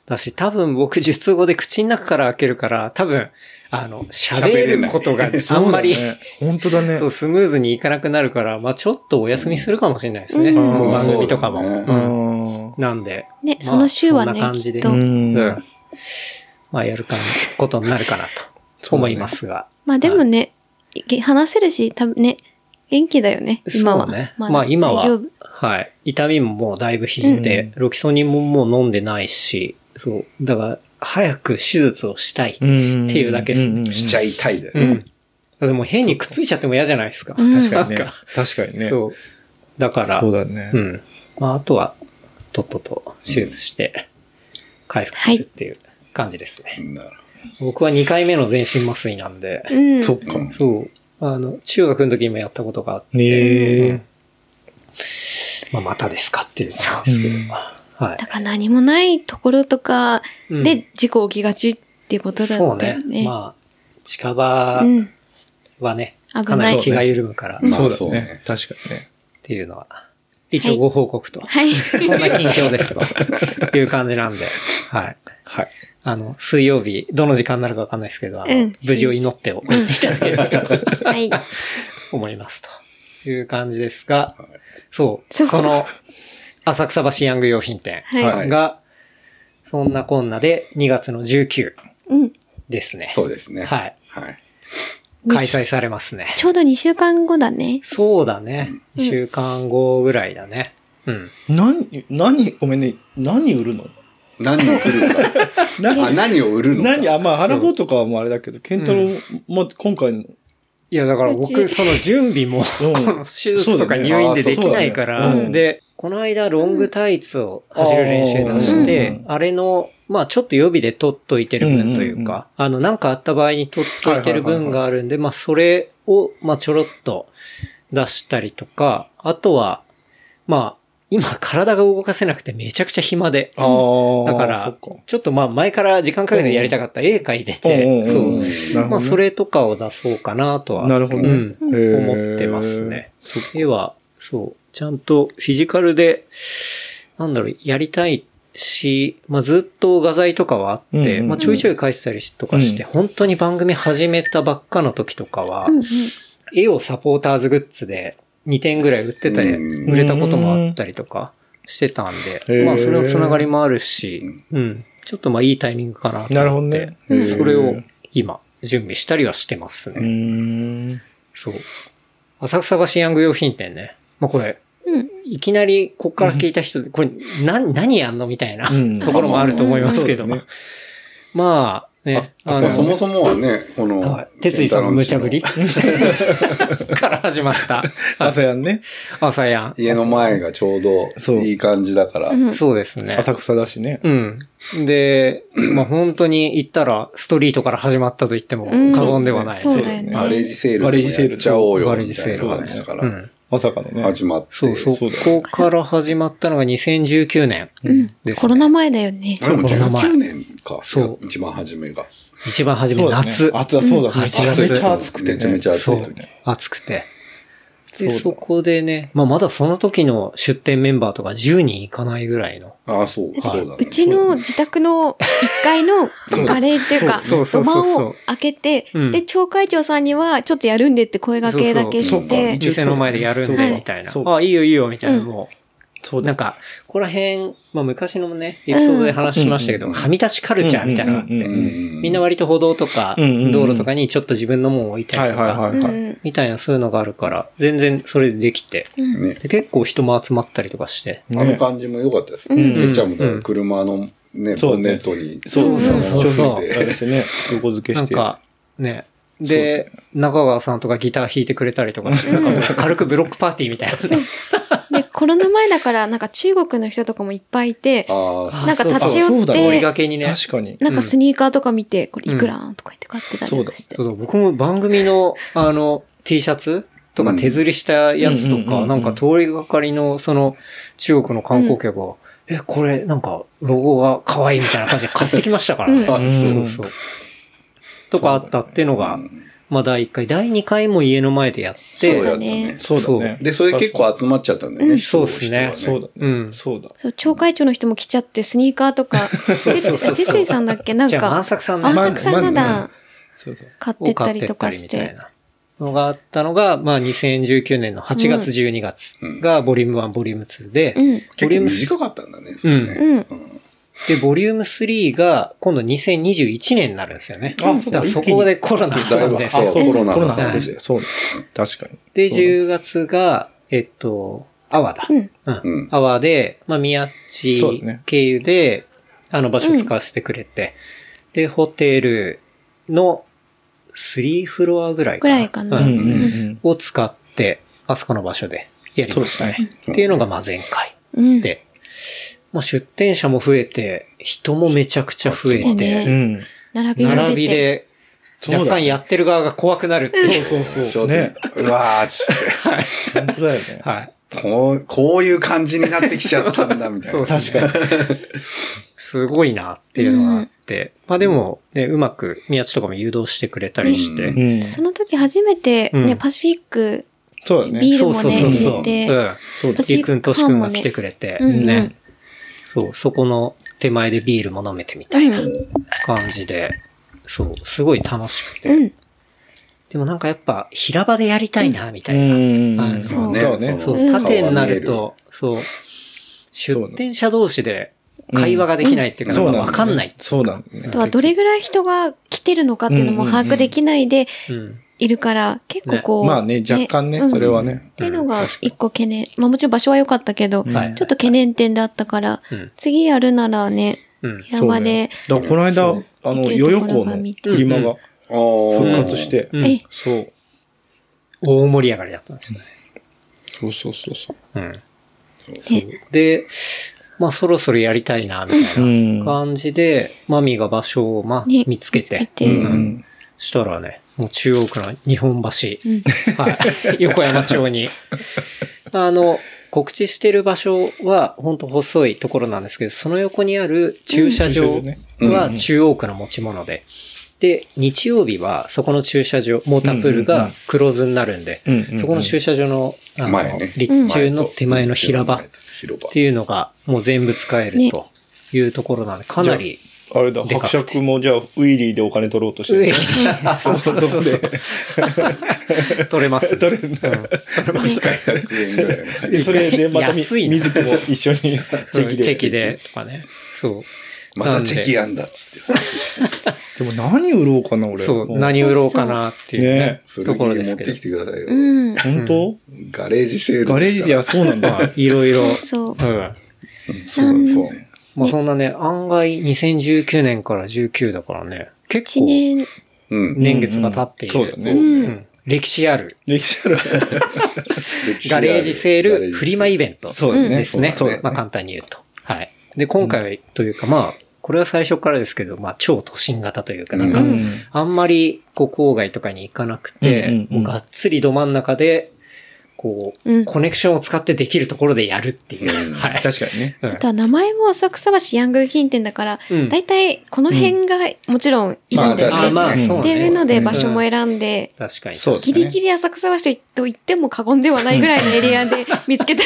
[SPEAKER 5] だし、多分僕、術後で口の中から開けるから、多分、あの、
[SPEAKER 4] 喋れ
[SPEAKER 5] 喋
[SPEAKER 4] な
[SPEAKER 5] る
[SPEAKER 4] い
[SPEAKER 5] ことがあんまり、
[SPEAKER 2] そう
[SPEAKER 5] そう,、
[SPEAKER 2] だね。本当だね。
[SPEAKER 5] スムーズにいかなくなるから、まあちょっとお休みするかもしれないですね。
[SPEAKER 3] うん
[SPEAKER 5] もう番組とかも。
[SPEAKER 4] そうだね
[SPEAKER 5] う
[SPEAKER 2] うんん
[SPEAKER 5] なんで、
[SPEAKER 3] ね、
[SPEAKER 5] まあ
[SPEAKER 3] その週はね
[SPEAKER 5] そんな、感
[SPEAKER 3] き
[SPEAKER 5] じ
[SPEAKER 3] っ
[SPEAKER 5] で
[SPEAKER 3] と
[SPEAKER 2] う。。
[SPEAKER 5] うんん。まあやるかな、ことになるかなと、
[SPEAKER 2] うだね
[SPEAKER 5] 思いますが。
[SPEAKER 3] まあでもね、いけ話せるし、多分ね、元気だよね、今は。
[SPEAKER 5] そうね。
[SPEAKER 3] ま
[SPEAKER 5] ま
[SPEAKER 3] あ
[SPEAKER 5] あ、今は
[SPEAKER 3] 大丈夫。、
[SPEAKER 5] はい。痛みももうだいぶ引いて、ロキソニンももう飲んでないし、そう。だから、早く手術をしたい。
[SPEAKER 2] うん
[SPEAKER 5] っていうだけです
[SPEAKER 2] んんん
[SPEAKER 4] しちゃいたいだよ
[SPEAKER 5] う
[SPEAKER 4] ね。
[SPEAKER 5] ん。だってもう変にくっついちゃっても嫌じゃないですか。
[SPEAKER 3] うん
[SPEAKER 2] 確かにね
[SPEAKER 5] なんか。
[SPEAKER 2] 確かにね。
[SPEAKER 5] そう。だから、
[SPEAKER 2] そうだね
[SPEAKER 5] う。ん。まあ、あとは、とっとと手術して、回復するっていう感じですね。
[SPEAKER 4] なる
[SPEAKER 5] 僕は2回目の全身麻酔なんで、
[SPEAKER 3] うん。
[SPEAKER 2] そっ
[SPEAKER 4] ほど
[SPEAKER 2] か。
[SPEAKER 5] そう。あの、中学の時にもやったことがあって、
[SPEAKER 2] ねえ。
[SPEAKER 5] まあ、またですかっていう感じですけど、は
[SPEAKER 3] だから何もないところとか
[SPEAKER 5] い。うん
[SPEAKER 3] で、事故起きがちっていうことだった
[SPEAKER 5] そ
[SPEAKER 3] よ
[SPEAKER 5] う
[SPEAKER 3] ね。
[SPEAKER 5] ね。まあ、近場
[SPEAKER 3] うん。
[SPEAKER 5] はね、
[SPEAKER 3] うん
[SPEAKER 5] かなり気が緩むから、
[SPEAKER 4] 危
[SPEAKER 5] っ
[SPEAKER 4] ない
[SPEAKER 2] そうだ
[SPEAKER 4] そう
[SPEAKER 2] ね
[SPEAKER 4] ね。
[SPEAKER 2] 確かにね。
[SPEAKER 5] ていうのは、一応ご報告と。
[SPEAKER 3] はい。
[SPEAKER 5] そんな近況ですという感じなんで、はい。
[SPEAKER 2] はい。
[SPEAKER 5] あの、水曜日、どの時間になるかわかんないですけど、あの
[SPEAKER 3] うん
[SPEAKER 5] 無事を祈っておいていただければと
[SPEAKER 3] はい。
[SPEAKER 5] 思いますという感じですが、そう、
[SPEAKER 3] そ
[SPEAKER 5] そうの、浅草橋ヤング用品店
[SPEAKER 3] はい
[SPEAKER 5] が、そんなこんなで2月の19
[SPEAKER 3] うん。
[SPEAKER 5] ですね。
[SPEAKER 4] そうですね。
[SPEAKER 5] はい。
[SPEAKER 4] はい。
[SPEAKER 5] 開催されますね。
[SPEAKER 3] ちょうど2週間後だね。
[SPEAKER 5] そうだね。
[SPEAKER 3] うん
[SPEAKER 5] 2週間後ぐらいだね。うん。
[SPEAKER 2] 何、何、ごめんね。何売るの
[SPEAKER 4] 何を売る のか。あ、
[SPEAKER 2] 何
[SPEAKER 4] 何を売るのか。
[SPEAKER 2] 何あ、まあ、花子とかはもうあれだけど、ケンタロウも今回 の、
[SPEAKER 5] いや、だから僕、
[SPEAKER 3] うち
[SPEAKER 5] その準備も、
[SPEAKER 2] うん
[SPEAKER 5] この手術とか
[SPEAKER 2] そうだよね
[SPEAKER 5] 入院でできないか
[SPEAKER 2] あー
[SPEAKER 5] ら、
[SPEAKER 2] そうだねうん
[SPEAKER 5] で、この間、ロングタイツを走る練習出して、
[SPEAKER 2] うん
[SPEAKER 5] あれの、まあ、ちょっと予備で取っといてる分というか、あの、なんかあった場合に取っといてる分があるんで、まあ、それを、まあ、ちょろっと出したりとか、あとは、まあ、今、体が動かせなくてめちゃくちゃ暇で、
[SPEAKER 2] ああ、
[SPEAKER 5] だから
[SPEAKER 2] そっか。
[SPEAKER 5] ちょっとまあ、前から時間かけてやりたかった絵描いてて、
[SPEAKER 2] うんうんうん
[SPEAKER 5] そう。まあ、それとかを出そうかなとは。
[SPEAKER 2] なるほどね。
[SPEAKER 5] うん
[SPEAKER 2] へー
[SPEAKER 5] 思ってますね。絵は、そう、ちゃんとフィジカルで、なんだろう、やりたいし、まあ、ずっと画材とかはあって、
[SPEAKER 2] うんうんうん
[SPEAKER 5] まあ、ちょいちょい描いてたりとかして、
[SPEAKER 2] うん
[SPEAKER 5] 本当に番組始めたばっかの時とかは、
[SPEAKER 3] うんうん。
[SPEAKER 5] 絵をサポーターズグッズで2点ぐらい売ってたり、
[SPEAKER 4] うん
[SPEAKER 5] 売れたこともあったりとかしてたん
[SPEAKER 2] へ
[SPEAKER 5] で、
[SPEAKER 2] ー
[SPEAKER 5] まあ、それのつながりもあるし、うん、ちょっとまあ、いいタイミングかなと思って。
[SPEAKER 2] なるほどね。
[SPEAKER 5] う
[SPEAKER 2] へ
[SPEAKER 5] ん。
[SPEAKER 2] ー
[SPEAKER 5] それを今、準備したりはしてますね。
[SPEAKER 2] うーん。
[SPEAKER 5] そう。浅草橋ヤング用品店ね。まあこれ、
[SPEAKER 3] うん
[SPEAKER 5] いきなりこっから聞いた人で、これ、な、何やんのみたいな
[SPEAKER 2] うん
[SPEAKER 5] ところもあると思いますけど。
[SPEAKER 2] そうだね
[SPEAKER 5] まあ、ね、
[SPEAKER 4] あそうそもそもはね、この
[SPEAKER 5] はい、哲司さんの無茶ぶり
[SPEAKER 4] 健
[SPEAKER 5] から始まった。
[SPEAKER 2] 朝やんね。
[SPEAKER 5] 朝やん。
[SPEAKER 4] 家の前がちょうど
[SPEAKER 2] そう
[SPEAKER 4] いい感じだから、
[SPEAKER 3] うん
[SPEAKER 5] そうですね。
[SPEAKER 2] 浅草だしね。
[SPEAKER 5] うん。で、まあ本当に行ったら、ストリートから始まったと言っても過
[SPEAKER 3] うん
[SPEAKER 5] 言ではない。
[SPEAKER 3] そうだよね。
[SPEAKER 4] ガレージセール
[SPEAKER 2] ガレージセール
[SPEAKER 4] やっちゃおうよ
[SPEAKER 5] ガレ
[SPEAKER 4] み
[SPEAKER 5] ージ
[SPEAKER 4] た
[SPEAKER 5] セー
[SPEAKER 4] い
[SPEAKER 5] ル
[SPEAKER 4] な感じだか
[SPEAKER 5] う
[SPEAKER 4] ら、
[SPEAKER 5] ん。
[SPEAKER 2] まさかのね。
[SPEAKER 4] 始まって。
[SPEAKER 5] そう、そ
[SPEAKER 2] そうだよね
[SPEAKER 5] こから始まったのが2019年
[SPEAKER 3] うん
[SPEAKER 5] ですね。
[SPEAKER 3] コロナ前だよね。
[SPEAKER 4] でも
[SPEAKER 5] そう
[SPEAKER 4] 19年か。
[SPEAKER 5] そう
[SPEAKER 4] 一番初めが。
[SPEAKER 5] 一番初め
[SPEAKER 2] そうだね
[SPEAKER 5] 夏。
[SPEAKER 2] 暑だそうだ
[SPEAKER 5] うん
[SPEAKER 2] ね。
[SPEAKER 5] 暑い
[SPEAKER 2] めちゃ暑くてね。
[SPEAKER 4] めちゃめちゃ暑
[SPEAKER 5] そ
[SPEAKER 4] いう時。。
[SPEAKER 5] 暑くて。
[SPEAKER 2] そう
[SPEAKER 5] で、
[SPEAKER 2] だ
[SPEAKER 5] そこでね、まあまだその時の出店メンバーとか10人いかないぐらいの。
[SPEAKER 4] ああ、そう、そうだね。
[SPEAKER 3] うちの自宅の1階のガレージというか、
[SPEAKER 5] そうそ
[SPEAKER 3] 土
[SPEAKER 5] うそうそう
[SPEAKER 3] 間を開けて、
[SPEAKER 5] うん
[SPEAKER 3] で、町会長さんには、ちょっとやるんでって声掛けだけし
[SPEAKER 4] そう
[SPEAKER 5] そう
[SPEAKER 4] そう
[SPEAKER 3] て、
[SPEAKER 5] 店の前でやるん
[SPEAKER 3] はい
[SPEAKER 5] で、みたいな
[SPEAKER 2] そ。う
[SPEAKER 5] あ、いいよいいよ、みたいな。
[SPEAKER 3] うん
[SPEAKER 5] も
[SPEAKER 2] そう
[SPEAKER 5] う、
[SPEAKER 2] だ
[SPEAKER 5] なんか、ここら辺、まあ昔のね、エピソードで話しました
[SPEAKER 4] う
[SPEAKER 5] けど、
[SPEAKER 4] ん
[SPEAKER 5] はみ出しカルチャーみたいなのがあって
[SPEAKER 2] うんうんうんう、
[SPEAKER 5] みんな割と歩道とか、
[SPEAKER 2] うんうんうん
[SPEAKER 5] 道路とかにちょっと自分のもんを置いた
[SPEAKER 2] は
[SPEAKER 5] り
[SPEAKER 2] い
[SPEAKER 5] と
[SPEAKER 2] はい
[SPEAKER 5] か、
[SPEAKER 2] はいは
[SPEAKER 3] う
[SPEAKER 2] い。
[SPEAKER 3] ん
[SPEAKER 5] みたいなそういうのがあるから、全然それでできて、
[SPEAKER 3] うん
[SPEAKER 4] ね。
[SPEAKER 5] で結構人も集まったりとかして、
[SPEAKER 4] あの感じも良かったですね。
[SPEAKER 3] うん
[SPEAKER 4] てっちゃんもだから車のね、
[SPEAKER 2] そ
[SPEAKER 4] ボ
[SPEAKER 2] う
[SPEAKER 4] ン
[SPEAKER 2] ね
[SPEAKER 4] ネットに。
[SPEAKER 2] そうそう
[SPEAKER 5] そう
[SPEAKER 2] そう。
[SPEAKER 4] で
[SPEAKER 2] あれしてね、横付け
[SPEAKER 5] な
[SPEAKER 2] し
[SPEAKER 5] ん
[SPEAKER 2] て。
[SPEAKER 5] か、ね。で、中川さんとかギター弾いてくれたりとかして、なんか軽くブロックパーティーみたいなね。
[SPEAKER 3] で、コロナ前だから、なんか中国の人とかもいっぱいいて、
[SPEAKER 4] ああ、
[SPEAKER 3] なんか立ち
[SPEAKER 2] あそ
[SPEAKER 3] 寄
[SPEAKER 2] う
[SPEAKER 3] っ
[SPEAKER 2] だ
[SPEAKER 5] 折り
[SPEAKER 3] て、
[SPEAKER 5] がけにね。
[SPEAKER 2] 確かに。
[SPEAKER 3] なんかスニーカーとか見て、これいくらとか言って買ってたりとかして
[SPEAKER 5] そう。そう僕も番組の、あの、T シャツとか
[SPEAKER 4] うん
[SPEAKER 5] 手刷りしたやつ
[SPEAKER 2] うんうん
[SPEAKER 5] と
[SPEAKER 2] うんう
[SPEAKER 5] か、
[SPEAKER 2] ん
[SPEAKER 5] なんか通りがかりの、その、中国の観光客が、え、これ、なんか、ロゴが可愛いみたいな感じで買ってきましたからね。
[SPEAKER 3] うん
[SPEAKER 5] あそうそう。とかあったってのが、まあ第1回、第2回も家の前でやって、
[SPEAKER 3] そうだ
[SPEAKER 4] そうや
[SPEAKER 3] ね
[SPEAKER 4] っ。
[SPEAKER 2] そうだね。
[SPEAKER 4] で、それ結構集まっちゃったんだよ
[SPEAKER 3] う
[SPEAKER 4] ね。
[SPEAKER 3] ん
[SPEAKER 4] 人
[SPEAKER 5] そうっすね
[SPEAKER 4] 人
[SPEAKER 2] そ
[SPEAKER 4] が
[SPEAKER 2] うだ
[SPEAKER 5] う
[SPEAKER 2] ね。
[SPEAKER 5] ん
[SPEAKER 2] そうだ。
[SPEAKER 3] そう、町会長の人も来ちゃって、スニーカーと か、て哲井さんだっけなん
[SPEAKER 5] じゃあ、万
[SPEAKER 3] か、
[SPEAKER 5] 作さんね
[SPEAKER 3] あ、浅草花
[SPEAKER 2] ま
[SPEAKER 3] 壇
[SPEAKER 2] そうそう。
[SPEAKER 3] 買って
[SPEAKER 5] を
[SPEAKER 3] っ
[SPEAKER 5] 買
[SPEAKER 3] た
[SPEAKER 5] って
[SPEAKER 3] りとかし
[SPEAKER 5] ったりみ
[SPEAKER 3] て
[SPEAKER 5] たい。なのがあったのが、まあ2019年の8月12月がボリューム1、ボリューム2で、
[SPEAKER 3] うん。
[SPEAKER 4] 結構短かったんだね。それね
[SPEAKER 3] うん。
[SPEAKER 5] で、ボリューム3が今度2021年になるんですよね。
[SPEAKER 2] あそうだ
[SPEAKER 5] だからそこでコロナが
[SPEAKER 4] だいぶ
[SPEAKER 5] で
[SPEAKER 4] あそうコロナ
[SPEAKER 2] コロナ
[SPEAKER 4] 発生
[SPEAKER 2] 発
[SPEAKER 4] し
[SPEAKER 2] 生
[SPEAKER 4] て。
[SPEAKER 2] そう確かに。
[SPEAKER 5] で、10月が、えっと、アワだ。
[SPEAKER 3] うん。
[SPEAKER 4] うん
[SPEAKER 5] アワで、まあ、宮
[SPEAKER 2] そう
[SPEAKER 5] 地
[SPEAKER 2] だね
[SPEAKER 5] 経由で、あの場所使わせてくれて、で、ホテルの3フロアぐらいかな。
[SPEAKER 3] ぐらいかな
[SPEAKER 2] う
[SPEAKER 5] うんん
[SPEAKER 2] うんうん。
[SPEAKER 5] を使って、あそこの場所でやり
[SPEAKER 2] そう
[SPEAKER 5] ま
[SPEAKER 2] で
[SPEAKER 5] し
[SPEAKER 2] す
[SPEAKER 5] たね。
[SPEAKER 2] ね。
[SPEAKER 5] っていうのが、まあ、前回。
[SPEAKER 3] うん。
[SPEAKER 5] で、もう出店者も増えて、人もめちゃくちゃ増え
[SPEAKER 3] そうね
[SPEAKER 5] て、
[SPEAKER 2] うん。
[SPEAKER 3] 並びも出て。
[SPEAKER 5] 並びで、
[SPEAKER 2] そう
[SPEAKER 5] 若
[SPEAKER 2] だ
[SPEAKER 5] 干やってる側が怖くなるっていう。
[SPEAKER 2] そうそう
[SPEAKER 4] ち
[SPEAKER 2] そ
[SPEAKER 4] ょ
[SPEAKER 2] う。
[SPEAKER 4] っと
[SPEAKER 2] ね。
[SPEAKER 4] うわーっつって。
[SPEAKER 2] 本当だよね。
[SPEAKER 5] はい。
[SPEAKER 4] こう、こういう感じになってきちゃったんだ、みたい
[SPEAKER 5] そう、
[SPEAKER 4] な。
[SPEAKER 5] 確かに。 すごいなっていうのがあって。まあでも、ね、うまく宮地とかも誘導してくれたりして。
[SPEAKER 4] う
[SPEAKER 2] うん。
[SPEAKER 3] その時初めて、ね、
[SPEAKER 5] うん
[SPEAKER 3] パシフィック、
[SPEAKER 2] そうだね。
[SPEAKER 3] ビール
[SPEAKER 5] そう
[SPEAKER 3] も
[SPEAKER 5] そう
[SPEAKER 3] ね、
[SPEAKER 5] そう
[SPEAKER 3] 入
[SPEAKER 5] そ
[SPEAKER 3] れ
[SPEAKER 5] う。
[SPEAKER 3] て、
[SPEAKER 5] うん。
[SPEAKER 2] そうだ
[SPEAKER 3] 私
[SPEAKER 5] ゆうくん、としくんが来てくれて、
[SPEAKER 3] うんうん
[SPEAKER 5] ね。そう、そこの手前でビールも飲めてみたいな感じで、そう、すごい楽しくて。
[SPEAKER 3] うん。
[SPEAKER 5] でもなんかやっぱ平場でやりたいな、みた
[SPEAKER 2] う
[SPEAKER 5] いな。
[SPEAKER 2] んうんうん。
[SPEAKER 5] そう
[SPEAKER 2] そうね。
[SPEAKER 5] そうう、
[SPEAKER 3] ん
[SPEAKER 5] 縦になると、そう、出店者同士で会話ができないっていうか、
[SPEAKER 2] そう
[SPEAKER 5] な
[SPEAKER 2] なんん
[SPEAKER 5] か
[SPEAKER 2] だ
[SPEAKER 5] わかんない。
[SPEAKER 2] そうなんだ
[SPEAKER 3] あ
[SPEAKER 2] ね。
[SPEAKER 3] とはどれぐらい人が来てるのかっていうのも把握できないで
[SPEAKER 5] うん。
[SPEAKER 3] いるから、結構こう。
[SPEAKER 2] まあね、若干
[SPEAKER 3] う
[SPEAKER 2] ね、
[SPEAKER 3] ん
[SPEAKER 2] それはね
[SPEAKER 3] っ。ていうのが一個懸念。まあもちろん場所は良かったけど、ち
[SPEAKER 5] はい
[SPEAKER 3] ょっと懸念点であったから、
[SPEAKER 5] うん
[SPEAKER 3] 次やるならね、
[SPEAKER 5] うん。
[SPEAKER 3] 平場で、
[SPEAKER 2] そうねだからこの間、あの、代々港のフリマが復活して、
[SPEAKER 5] うん
[SPEAKER 3] え、
[SPEAKER 2] そう。
[SPEAKER 5] 大盛り上がりだったんですね。
[SPEAKER 2] そうそうそうそう。
[SPEAKER 5] うん。
[SPEAKER 3] ね
[SPEAKER 5] で、まあそろそろやりたいな、みた
[SPEAKER 2] う。
[SPEAKER 5] いなん感じで、マミが場所を、まあ、
[SPEAKER 3] ね
[SPEAKER 5] 見つけて。
[SPEAKER 3] 見つけて
[SPEAKER 5] う
[SPEAKER 2] うんん。
[SPEAKER 5] したらね、もう中央区の日本橋、
[SPEAKER 3] うん
[SPEAKER 5] はい、横山町に。あの、告知してる場所は、ほんと細いところなんですけど、その横にある駐車場
[SPEAKER 2] うん駐車場ね
[SPEAKER 5] は中央区の持ち物で、で、日曜日は、そこの駐車場、モータープールが黒図になるんで、
[SPEAKER 2] うんうんうん
[SPEAKER 5] そこの駐車場の、あの、
[SPEAKER 4] 前ね
[SPEAKER 5] 立中の手前の平場っ
[SPEAKER 4] 広場
[SPEAKER 5] て。いうのが、もう全部使える
[SPEAKER 3] ね
[SPEAKER 5] というところなんで、かなり、
[SPEAKER 2] あれだ、
[SPEAKER 5] でか
[SPEAKER 2] 伯
[SPEAKER 5] くて
[SPEAKER 2] 爵もじゃあ、ウィリーでお金取ろうとしてる。
[SPEAKER 5] そうそうそうそう。取れます。取れる。取れます。
[SPEAKER 4] 100円ぐらいの
[SPEAKER 2] でそれでまたみ
[SPEAKER 5] 安いな
[SPEAKER 2] 水木も一緒にチ
[SPEAKER 5] そう
[SPEAKER 2] ェキで。
[SPEAKER 5] チェキで。とかね。そう。
[SPEAKER 4] またチェキ
[SPEAKER 5] や
[SPEAKER 4] やんだっつって。
[SPEAKER 2] でも何売ろうかな、俺。
[SPEAKER 5] そう
[SPEAKER 2] も、
[SPEAKER 5] 何売ろうかなっていうね
[SPEAKER 2] ね
[SPEAKER 5] と
[SPEAKER 4] 古着
[SPEAKER 5] ころで
[SPEAKER 4] 持
[SPEAKER 5] す
[SPEAKER 4] っ
[SPEAKER 5] け
[SPEAKER 4] て
[SPEAKER 5] ど
[SPEAKER 4] き。てくださいよ。
[SPEAKER 3] うん。
[SPEAKER 2] 本当
[SPEAKER 4] ガレージセールですから。
[SPEAKER 2] ガレージで、あ、そうなんだ。
[SPEAKER 5] いろいろ。
[SPEAKER 3] そう
[SPEAKER 5] う。ん。
[SPEAKER 4] そうなんですよね。
[SPEAKER 5] まあそんなね、案外2019年から19だからね、結
[SPEAKER 3] 一
[SPEAKER 5] 構
[SPEAKER 3] 年、
[SPEAKER 4] うん。
[SPEAKER 5] 年月が経ってい
[SPEAKER 2] う
[SPEAKER 5] る。
[SPEAKER 2] んうんそうだね
[SPEAKER 5] うん歴史ある
[SPEAKER 2] 歴史ある。
[SPEAKER 5] ガレージセールフリマイ
[SPEAKER 4] ベン
[SPEAKER 5] ベント。
[SPEAKER 2] そうだね。
[SPEAKER 5] ですね。
[SPEAKER 2] そうだね
[SPEAKER 5] まあ簡単に言うと。はい。で、今回というか、まあ、これは最初からですけど、まあ超都心型というか、なんか、
[SPEAKER 2] うん
[SPEAKER 5] あんまり、こう、郊外とかに行かなく
[SPEAKER 2] う
[SPEAKER 5] て、
[SPEAKER 2] んうんうん
[SPEAKER 5] もうがっつりど真ん中で、こう、
[SPEAKER 3] うん
[SPEAKER 5] コネクションを使ってできるところでやるっていう。
[SPEAKER 4] うん
[SPEAKER 5] はい。
[SPEAKER 2] 確かにね。
[SPEAKER 5] うん
[SPEAKER 3] あとは名前も浅草橋ヤング品店だから
[SPEAKER 5] うん、
[SPEAKER 3] 大体この辺がもちろんいい
[SPEAKER 4] ま
[SPEAKER 3] の
[SPEAKER 4] あ
[SPEAKER 3] で
[SPEAKER 4] 確か
[SPEAKER 5] あ
[SPEAKER 4] に
[SPEAKER 3] ね。
[SPEAKER 5] まあ、そう
[SPEAKER 3] で、上
[SPEAKER 5] ね。
[SPEAKER 3] 野で場所も選んで、
[SPEAKER 5] 確かに。
[SPEAKER 2] そう
[SPEAKER 3] ギリギリ浅草橋と言っても過言ではないぐらいのエリアで見つけた。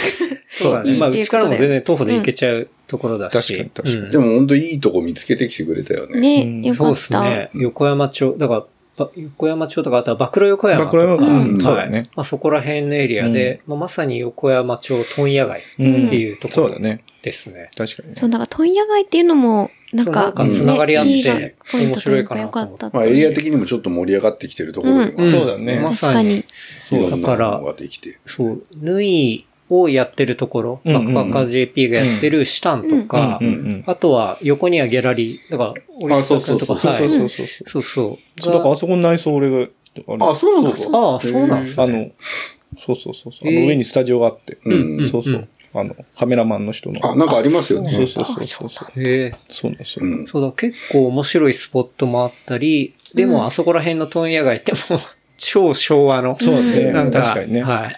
[SPEAKER 5] そうだね。
[SPEAKER 3] いい
[SPEAKER 5] まあ、
[SPEAKER 3] っ
[SPEAKER 5] う
[SPEAKER 3] ていう
[SPEAKER 5] ち
[SPEAKER 3] こ
[SPEAKER 5] か
[SPEAKER 3] と
[SPEAKER 5] ら
[SPEAKER 3] で
[SPEAKER 5] も全然徒歩で行けちゃうところだし。
[SPEAKER 2] うん確かに確
[SPEAKER 5] う
[SPEAKER 2] か
[SPEAKER 5] ん
[SPEAKER 4] でも本当いいとこ見つけてきてくれたよね。
[SPEAKER 3] ね、よ
[SPEAKER 5] そう
[SPEAKER 3] か
[SPEAKER 5] で
[SPEAKER 3] っ
[SPEAKER 5] す
[SPEAKER 3] た。
[SPEAKER 5] ね。横山町、だから、ば横山町とか、あとは、曝露横山とか。
[SPEAKER 2] 曝露
[SPEAKER 4] 山うん
[SPEAKER 2] そうだね
[SPEAKER 5] はいまあ、そこら辺のエリアで、まあ、まさに横山町問屋街っていうとこ
[SPEAKER 2] そう
[SPEAKER 5] ろ
[SPEAKER 2] だね。
[SPEAKER 5] ですね。
[SPEAKER 2] 確かにね。
[SPEAKER 3] そう、だから問屋街っていうのも、なん
[SPEAKER 5] そうなん
[SPEAKER 3] か、
[SPEAKER 5] か
[SPEAKER 3] ね
[SPEAKER 5] 繋がりあって
[SPEAKER 3] いいがポイントというか
[SPEAKER 5] 面白い
[SPEAKER 3] よ
[SPEAKER 5] か
[SPEAKER 3] か
[SPEAKER 5] なと思
[SPEAKER 3] っ
[SPEAKER 5] って
[SPEAKER 3] た。
[SPEAKER 4] まあエリア的にもちょっと盛り上がってきてるところで
[SPEAKER 5] うん
[SPEAKER 4] は、
[SPEAKER 2] そうだね。
[SPEAKER 5] ま
[SPEAKER 3] 確
[SPEAKER 5] さ
[SPEAKER 3] か
[SPEAKER 5] に
[SPEAKER 3] に。
[SPEAKER 4] いろんな
[SPEAKER 5] だから
[SPEAKER 4] ものができて。
[SPEAKER 5] そう、縫いをやってるところ、
[SPEAKER 2] うん
[SPEAKER 5] バ
[SPEAKER 2] うん
[SPEAKER 5] ック
[SPEAKER 2] うん
[SPEAKER 5] パッカー JP がやってるシタンとか
[SPEAKER 2] うんうんうんうん、
[SPEAKER 5] あとは横にはギャラリー、だから、お
[SPEAKER 4] あそうそうそう
[SPEAKER 5] とか、
[SPEAKER 2] そう
[SPEAKER 5] はい
[SPEAKER 2] そうそうそう。そ
[SPEAKER 5] そうそう。
[SPEAKER 2] うだからあそこの内装俺が、の
[SPEAKER 4] あ、そうなんですか
[SPEAKER 5] ああ、そうなんです
[SPEAKER 2] あ
[SPEAKER 5] ね。
[SPEAKER 2] の、そうそうそうそう。あの
[SPEAKER 5] えー
[SPEAKER 2] 上にスタジオがあって、
[SPEAKER 4] うんうん
[SPEAKER 2] そうそう。あの、カメラマンの人の。
[SPEAKER 4] あ、なんかありますよね。
[SPEAKER 2] そうそうそうそう。そう
[SPEAKER 5] へえ
[SPEAKER 2] そうなんですよ。
[SPEAKER 4] うん。
[SPEAKER 5] そうだ、結構面白いスポットもあったり、でもあそこら辺の問屋街ってもう 超昭和の。
[SPEAKER 2] そうだね
[SPEAKER 5] なん
[SPEAKER 2] 確かにね
[SPEAKER 5] はい。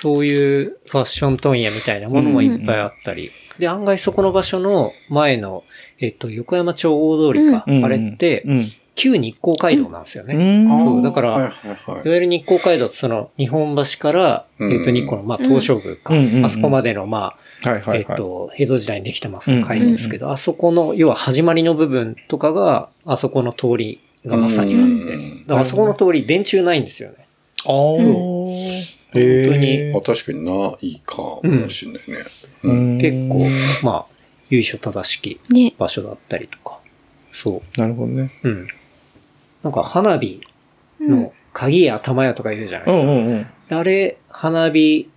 [SPEAKER 5] そういうファッション問屋みたいなものもいっぱいあったり。で、案外そこの場所の前の、えっと、横山町大通りか、
[SPEAKER 2] うん
[SPEAKER 5] あれって
[SPEAKER 2] う、ん。
[SPEAKER 5] 旧日光街道なんですよね。
[SPEAKER 2] うん
[SPEAKER 5] そうだから
[SPEAKER 4] はいはいはい
[SPEAKER 5] いわゆる日光街道ってその日本橋から、
[SPEAKER 4] うん
[SPEAKER 5] えっと日光のまあ東照宮か、
[SPEAKER 2] うんうんうん
[SPEAKER 5] あそこまでのま
[SPEAKER 2] はい
[SPEAKER 5] あ、
[SPEAKER 2] は
[SPEAKER 5] え
[SPEAKER 2] い
[SPEAKER 5] っ
[SPEAKER 2] はい。
[SPEAKER 5] と、江戸時代にできたまあその街道ですけど、あそこの、要は始まりの部分とかが、あそこの通りがまさにあって、
[SPEAKER 4] うん
[SPEAKER 5] だからあそこの通り電柱ないんですよね。
[SPEAKER 2] ああ。
[SPEAKER 5] 本当に
[SPEAKER 2] へー
[SPEAKER 4] あ、確かにな、いいかもしれないね。
[SPEAKER 2] うん
[SPEAKER 5] 結構、まあ、由緒正しき
[SPEAKER 3] ね。
[SPEAKER 5] 場所だったりとか。そ
[SPEAKER 2] なるほどね。
[SPEAKER 5] う。うん。なんか花火
[SPEAKER 3] う
[SPEAKER 5] の
[SPEAKER 3] ん。
[SPEAKER 5] 鍵や玉やとか言うじゃないで
[SPEAKER 2] う
[SPEAKER 5] すか。
[SPEAKER 2] んうんうん。
[SPEAKER 5] あれ、花火、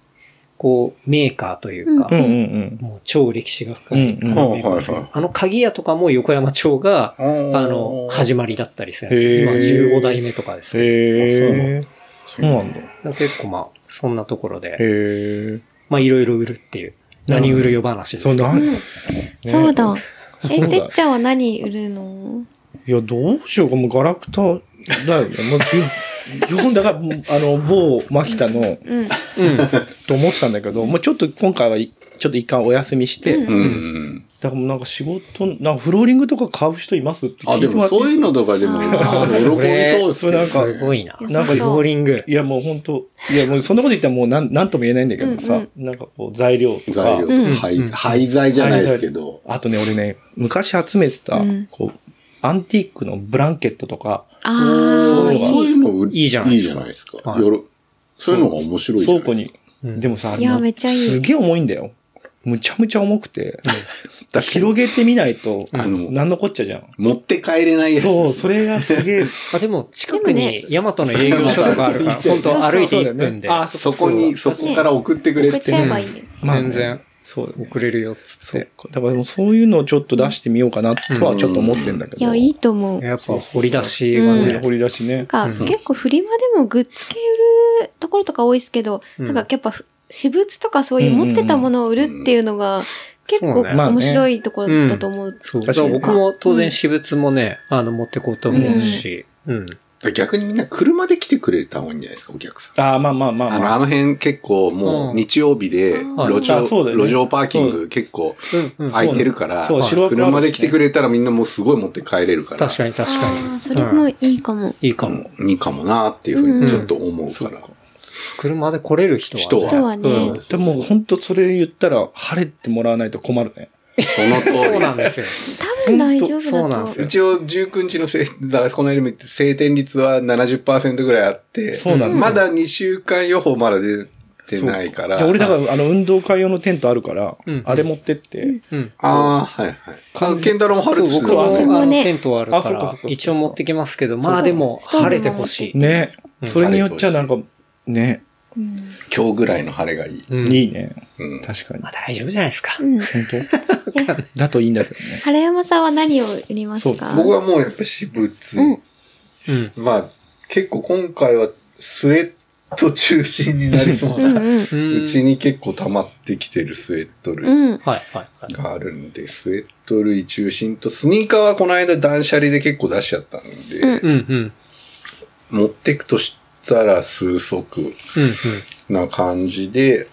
[SPEAKER 5] こう、メーカーというか、
[SPEAKER 2] うんうんうん。
[SPEAKER 5] もう超歴史が深い。
[SPEAKER 2] うんうん
[SPEAKER 5] 花火メーカーです
[SPEAKER 4] はいはい
[SPEAKER 5] あの鍵屋とかも横山町が、
[SPEAKER 4] あ
[SPEAKER 5] あの、始まりだったりす
[SPEAKER 2] へー
[SPEAKER 5] る。今15代目とかですね。
[SPEAKER 2] へえ。そうなんだ。へ
[SPEAKER 5] 結構まあ、そんなところで、
[SPEAKER 2] え。
[SPEAKER 5] まあいろいろ売るっていう、
[SPEAKER 2] なるほ
[SPEAKER 5] 何
[SPEAKER 2] ど
[SPEAKER 5] 売るよ話です
[SPEAKER 2] そ
[SPEAKER 5] ね
[SPEAKER 2] うなんい
[SPEAKER 3] そうだ。
[SPEAKER 2] そ
[SPEAKER 3] え、
[SPEAKER 2] うだ
[SPEAKER 3] てっちゃんは何売るの
[SPEAKER 2] や、どうしようか。もうガラクタだよね。もう基本、基本だから、あの、某牧田の、
[SPEAKER 3] うん。
[SPEAKER 5] うん。
[SPEAKER 2] と思ってたんだけど、もうちょっと今回はい、ちょっと一回お休みして、
[SPEAKER 3] うん
[SPEAKER 4] うんうん。
[SPEAKER 2] だからもうなんか仕事、なんかフローリングとか買う人いますって
[SPEAKER 4] あ、
[SPEAKER 2] 聞
[SPEAKER 4] で
[SPEAKER 2] いても
[SPEAKER 4] も
[SPEAKER 2] らっていい
[SPEAKER 4] そういうのとかでも、
[SPEAKER 3] あー
[SPEAKER 4] あの喜びそうです
[SPEAKER 2] それ
[SPEAKER 4] ね
[SPEAKER 2] なんか、
[SPEAKER 5] すごいな。
[SPEAKER 3] 良
[SPEAKER 2] さ
[SPEAKER 5] なん
[SPEAKER 2] そ
[SPEAKER 5] か
[SPEAKER 2] う
[SPEAKER 5] ローリング。
[SPEAKER 2] いやもう本当いやもうそんなこと言ったらもうなんなんとも言えないんだけどさ、
[SPEAKER 3] うんう
[SPEAKER 2] なんかこう材料とか、
[SPEAKER 4] 材料
[SPEAKER 3] うん
[SPEAKER 4] とか、廃廃材じゃないですけど。
[SPEAKER 2] あとね、俺ね、昔集めてた、
[SPEAKER 3] うん
[SPEAKER 2] こう、アンティークのブランケットとか、
[SPEAKER 3] ああ、
[SPEAKER 2] う
[SPEAKER 3] い
[SPEAKER 2] ん
[SPEAKER 4] そうい
[SPEAKER 3] い。
[SPEAKER 4] うの売り
[SPEAKER 5] いいじゃな
[SPEAKER 4] い
[SPEAKER 5] い
[SPEAKER 4] い
[SPEAKER 5] です
[SPEAKER 4] じ
[SPEAKER 5] か
[SPEAKER 4] ゃないですか。
[SPEAKER 5] はい
[SPEAKER 4] よろそういうのが面白いじゃな
[SPEAKER 2] 倉
[SPEAKER 4] いですか
[SPEAKER 2] 庫に。
[SPEAKER 5] うん
[SPEAKER 2] でもさ、
[SPEAKER 3] いや
[SPEAKER 2] もう
[SPEAKER 3] めっちゃいい
[SPEAKER 2] すげえ重いんだよ。むちゃむちゃ重くて、
[SPEAKER 4] 確かに
[SPEAKER 2] 広げてみないと、
[SPEAKER 5] うん
[SPEAKER 4] あの、
[SPEAKER 2] なんのこっちゃじゃん。
[SPEAKER 4] 持って帰れないやつ。
[SPEAKER 2] そう、それがすげえ、
[SPEAKER 5] あ、でも近
[SPEAKER 3] で
[SPEAKER 5] くにヤマトの営業所とかあるから、
[SPEAKER 4] そう
[SPEAKER 5] 本当歩いて1分で、
[SPEAKER 2] あ
[SPEAKER 4] そこに、そこから送ってくれ
[SPEAKER 3] 送
[SPEAKER 4] っ
[SPEAKER 3] っちゃ
[SPEAKER 4] て
[SPEAKER 3] え。ばいいよ。
[SPEAKER 2] まあね
[SPEAKER 5] 全然
[SPEAKER 2] そうだね
[SPEAKER 5] 遅れるよっつっ
[SPEAKER 2] そう
[SPEAKER 5] て。
[SPEAKER 2] か。だからもうそういうのをちょっと出してみようかなとはちょっと思ってんだけど。
[SPEAKER 3] いや、いいと思う。
[SPEAKER 5] やっぱ掘り出しは
[SPEAKER 3] う
[SPEAKER 5] ね
[SPEAKER 3] ん、
[SPEAKER 2] 掘り出しね。
[SPEAKER 3] なんか、
[SPEAKER 5] うん
[SPEAKER 3] 結構フリマでもグッズ系売るところとか多いですけど、
[SPEAKER 5] うん
[SPEAKER 3] なんかやっぱふ私物とかそういう
[SPEAKER 2] うんうんうん
[SPEAKER 3] 持ってたものを売るっていうのが結構
[SPEAKER 5] そうね
[SPEAKER 2] まあね
[SPEAKER 3] 面白いところだと思う。
[SPEAKER 5] そう。
[SPEAKER 2] 確か
[SPEAKER 5] だか
[SPEAKER 2] に
[SPEAKER 5] ら僕も当然私物もね、あの、持ってこうと思うし。うん。
[SPEAKER 4] 逆にみんな車で来てくれた方がいいんじゃないですか、お客さん。
[SPEAKER 2] ああ、まあまあまあ
[SPEAKER 4] あの、
[SPEAKER 2] まあ。
[SPEAKER 4] あの辺結構も
[SPEAKER 5] う
[SPEAKER 4] うん日曜日で
[SPEAKER 3] はい
[SPEAKER 4] 路
[SPEAKER 2] あ
[SPEAKER 4] 上、
[SPEAKER 2] そうだよね
[SPEAKER 4] 路上パーキ
[SPEAKER 2] そ
[SPEAKER 4] ング結構
[SPEAKER 5] うんうん。
[SPEAKER 4] 空いてるから、
[SPEAKER 2] そう、
[SPEAKER 5] はい
[SPEAKER 2] 白黒
[SPEAKER 4] 車で来てくれたらみんなもうすごい持って帰れるから、
[SPEAKER 5] 確かに確かに。
[SPEAKER 3] ああ、それもいいかも。
[SPEAKER 5] いいかも。
[SPEAKER 4] に。いいかもなっていうふうにちょっと思うから。
[SPEAKER 5] 車で来れる人は。
[SPEAKER 4] 人は
[SPEAKER 3] 人はね
[SPEAKER 5] うん
[SPEAKER 2] でも本当それ言ったら、晴れてもらわないと困るね。
[SPEAKER 4] その
[SPEAKER 5] そうなん
[SPEAKER 4] 通
[SPEAKER 5] ですよ。
[SPEAKER 3] 多分大丈夫
[SPEAKER 5] そう
[SPEAKER 3] だと
[SPEAKER 5] なん
[SPEAKER 3] 思
[SPEAKER 5] で
[SPEAKER 3] う
[SPEAKER 4] り。
[SPEAKER 5] すよ。
[SPEAKER 4] 一応19日のせい、だからこの間見て、晴天率は70%ぐらいあって、
[SPEAKER 2] そうなんだよ
[SPEAKER 4] まだ2週間予報まだ出てないから。
[SPEAKER 2] で俺だから、あの、運動会用のテントあるから
[SPEAKER 5] うん、
[SPEAKER 2] あれ持ってって。
[SPEAKER 5] うん。
[SPEAKER 4] ああ、はいはい。あケンタロウも春
[SPEAKER 5] そう、
[SPEAKER 4] つ
[SPEAKER 5] 僕は
[SPEAKER 3] そ
[SPEAKER 5] あ
[SPEAKER 3] う僕も
[SPEAKER 5] の
[SPEAKER 3] ね
[SPEAKER 5] テントはある
[SPEAKER 2] あ
[SPEAKER 5] か
[SPEAKER 2] そうかそう
[SPEAKER 5] ら
[SPEAKER 2] かそう、か
[SPEAKER 5] 一応持ってきますけど、まあでも、
[SPEAKER 3] そう
[SPEAKER 5] 晴れてほしい。
[SPEAKER 2] ね
[SPEAKER 5] うん
[SPEAKER 2] それによっちゃなんか、ね、
[SPEAKER 3] うん
[SPEAKER 4] 今日ぐらいの晴れがいい。
[SPEAKER 5] うん
[SPEAKER 2] いいね。
[SPEAKER 4] うん。
[SPEAKER 2] 確かに
[SPEAKER 5] まあ。大丈夫じゃないですか。
[SPEAKER 3] うん。
[SPEAKER 2] 本当だといいんだけどね。
[SPEAKER 3] 原山さんは何を売りますか
[SPEAKER 4] 僕はもうやっぱ私物。
[SPEAKER 3] うん
[SPEAKER 5] うん。
[SPEAKER 4] まあ、結構今回はスウェット中心になりそう
[SPEAKER 3] うん
[SPEAKER 4] な。
[SPEAKER 3] うん。
[SPEAKER 5] うん
[SPEAKER 4] うちに結構溜まってきてるスウェット類
[SPEAKER 3] うん。
[SPEAKER 5] はい、はい、はい。
[SPEAKER 4] があるんで、スウェット類中心と、スニーカーはこの間断捨離で結構出しちゃったんで、
[SPEAKER 3] うん
[SPEAKER 5] うん、うん。
[SPEAKER 4] 持ってくとしたら数足
[SPEAKER 5] うん、うん。
[SPEAKER 4] な感じで、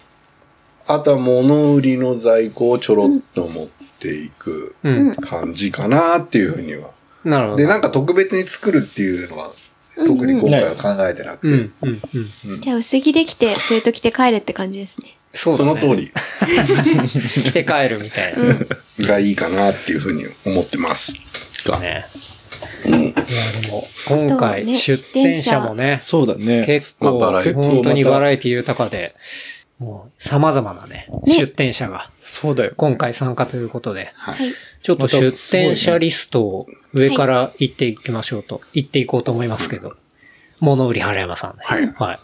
[SPEAKER 4] あとは物売りの在庫をちょろっと持っていく
[SPEAKER 5] うん
[SPEAKER 3] うん
[SPEAKER 4] 感じかなっていうふうには。
[SPEAKER 5] なるほど。
[SPEAKER 4] で、なんか特別に作るっていうの
[SPEAKER 3] う
[SPEAKER 4] は、
[SPEAKER 3] んうん
[SPEAKER 4] 特に今回は考えてなくて、
[SPEAKER 5] うん、うん、うん。
[SPEAKER 3] じゃあ薄着できて、スウェット着て帰れって感じですね。
[SPEAKER 5] そう
[SPEAKER 4] そ
[SPEAKER 5] だね
[SPEAKER 4] の通。り
[SPEAKER 5] 着て帰るみたいな。
[SPEAKER 4] がいいかなっていうふうに思ってます。さあ、
[SPEAKER 5] ね。いや、でも、今
[SPEAKER 3] そうね
[SPEAKER 5] 回、出店者もね、
[SPEAKER 2] そうだね。
[SPEAKER 5] 結構、
[SPEAKER 4] まあバラエティ
[SPEAKER 5] 本当にバラエティ豊かで、もう、様々なね、
[SPEAKER 3] ね
[SPEAKER 5] 出店者が、
[SPEAKER 2] そうだよ。
[SPEAKER 5] 今回参加ということで、
[SPEAKER 3] はい。
[SPEAKER 5] ちょっと出店者リストを上から行っていきましょうと、行っていこうと思いますけど、物売り原山さんね。
[SPEAKER 4] はい
[SPEAKER 5] はい。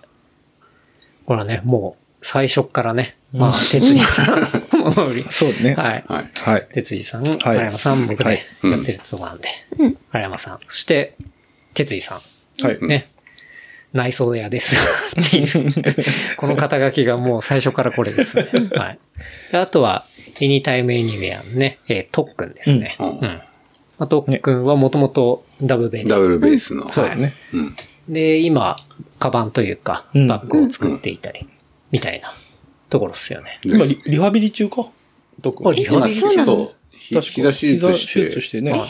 [SPEAKER 5] これはね、もう、最初っからね、まあ、哲二 さん、物売り。
[SPEAKER 2] そうだね。
[SPEAKER 5] はい。
[SPEAKER 4] はい。
[SPEAKER 2] はい。
[SPEAKER 5] 哲二さん、原山さん、僕
[SPEAKER 2] は
[SPEAKER 5] で
[SPEAKER 2] い
[SPEAKER 4] うん
[SPEAKER 5] やってるとこなんで
[SPEAKER 3] うん、
[SPEAKER 5] 原山さん。そして、哲二さ
[SPEAKER 2] はい。
[SPEAKER 5] ん、ね。内装屋です。っていう。 この肩書きがもう最初からこれですね。はい。であとは、エニタイムエニウェアのね、えー特訓ですね。
[SPEAKER 4] う
[SPEAKER 5] うんん。まあ、特訓はもともとダブベリ
[SPEAKER 4] ダブルベースの。
[SPEAKER 2] そうだね。
[SPEAKER 4] うん。
[SPEAKER 5] で、今、カバンというか、
[SPEAKER 2] うん
[SPEAKER 5] バッグを作っていたり、みたいなところですよね。
[SPEAKER 2] 今リ、リハビリ中かどこ
[SPEAKER 5] あリハ
[SPEAKER 4] 今
[SPEAKER 3] そうなの
[SPEAKER 4] そう。ひ膝手術し
[SPEAKER 2] 膝手術
[SPEAKER 4] て。
[SPEAKER 2] してね。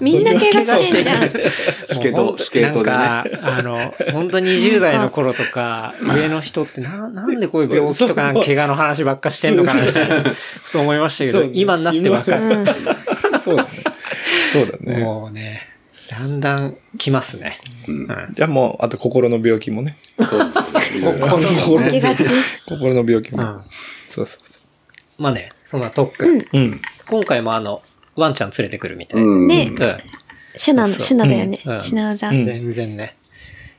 [SPEAKER 3] みんな怪我してんじゃん。
[SPEAKER 4] スケート、スケートでね。
[SPEAKER 5] なんか、あの、本当20代の頃 とか、上の人ってな、なんでこういう病気とかなんか怪我の話ばっかしてんのかな、みたいな、ふと思いましたけ
[SPEAKER 2] そう
[SPEAKER 5] ど
[SPEAKER 2] ね、
[SPEAKER 5] 今になってわかる。
[SPEAKER 3] うん。
[SPEAKER 2] そうだね。そうだね。
[SPEAKER 5] もうね、だんだん来ますね。
[SPEAKER 4] うん
[SPEAKER 2] じゃあもう、あと心の病気もね。
[SPEAKER 4] そう。
[SPEAKER 2] 心の
[SPEAKER 3] 負けがち。
[SPEAKER 2] 心の病気
[SPEAKER 5] う
[SPEAKER 2] も。
[SPEAKER 5] ん。
[SPEAKER 2] そうそうそ
[SPEAKER 5] まあね、そんな特
[SPEAKER 3] う
[SPEAKER 5] 訓
[SPEAKER 3] ん。
[SPEAKER 2] うん。
[SPEAKER 5] 今回もあの、ワンちゃん連れてくるみたいな。
[SPEAKER 4] うん。
[SPEAKER 3] ね
[SPEAKER 5] うん
[SPEAKER 3] シュナ、
[SPEAKER 5] そう
[SPEAKER 3] シュナだよね
[SPEAKER 5] う。ん
[SPEAKER 3] シュナウザ。
[SPEAKER 2] うん
[SPEAKER 5] 全然ね、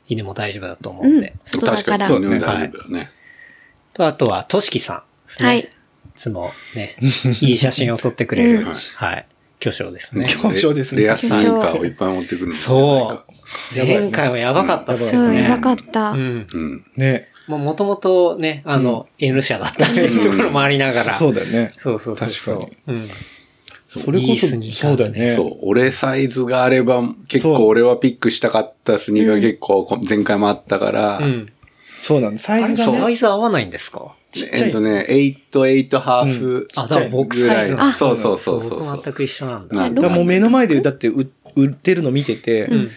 [SPEAKER 5] 犬も大丈夫だと思
[SPEAKER 3] う
[SPEAKER 5] う
[SPEAKER 3] ん
[SPEAKER 5] で
[SPEAKER 3] ん。。外だから。
[SPEAKER 4] 確
[SPEAKER 2] そ
[SPEAKER 3] は
[SPEAKER 4] かに、
[SPEAKER 2] うだね
[SPEAKER 4] ね、大丈夫だね。
[SPEAKER 5] と、あとは、としきさんですね。
[SPEAKER 3] い
[SPEAKER 5] い。つもね、いい写真を撮ってくれる、
[SPEAKER 3] うん
[SPEAKER 5] はい。巨匠ですね。
[SPEAKER 2] 巨匠ですね
[SPEAKER 4] レアスニーカーをいっぱい持ってくるの
[SPEAKER 5] そう。
[SPEAKER 2] やばい
[SPEAKER 5] 前回はやばかったです
[SPEAKER 3] そ
[SPEAKER 5] よ
[SPEAKER 3] う、
[SPEAKER 5] ね。
[SPEAKER 3] やばかった。
[SPEAKER 5] うん。
[SPEAKER 4] う。うん。
[SPEAKER 2] ね。
[SPEAKER 5] もともとね、あの、N 社だったっていうところもありながら。
[SPEAKER 2] そうだよね。
[SPEAKER 5] そうそうそうそう。
[SPEAKER 2] 確
[SPEAKER 5] うん。
[SPEAKER 2] それこ
[SPEAKER 5] いいスニ
[SPEAKER 2] そ、
[SPEAKER 5] ーカ
[SPEAKER 2] そ
[SPEAKER 5] ー
[SPEAKER 2] うだ
[SPEAKER 5] だ
[SPEAKER 2] よ
[SPEAKER 5] ね
[SPEAKER 2] ね。
[SPEAKER 4] そう。俺サイズがあれば、結
[SPEAKER 2] そう
[SPEAKER 4] 構俺はピックしたかったスニーカー
[SPEAKER 3] うん
[SPEAKER 4] 結構こ前回もあったから、
[SPEAKER 5] うん。
[SPEAKER 2] そうなんだ。サ
[SPEAKER 5] あ
[SPEAKER 2] イ
[SPEAKER 5] れ
[SPEAKER 2] ズが
[SPEAKER 5] サ
[SPEAKER 2] ね。
[SPEAKER 5] イズ合わないんですか
[SPEAKER 2] ちっちゃ
[SPEAKER 4] えっ
[SPEAKER 2] い
[SPEAKER 4] と。ね、8、8ハー
[SPEAKER 2] う
[SPEAKER 4] フ
[SPEAKER 5] あ、だから僕
[SPEAKER 4] ぐ
[SPEAKER 5] サ
[SPEAKER 4] ら
[SPEAKER 5] イ
[SPEAKER 4] い。
[SPEAKER 5] ズなんです
[SPEAKER 4] そうそうそうそう
[SPEAKER 5] 僕
[SPEAKER 4] そ
[SPEAKER 5] 全
[SPEAKER 4] う。
[SPEAKER 5] く一緒なんだ。
[SPEAKER 4] な
[SPEAKER 2] だからもう目の前で、だって売売ってるの見てて、
[SPEAKER 5] うん。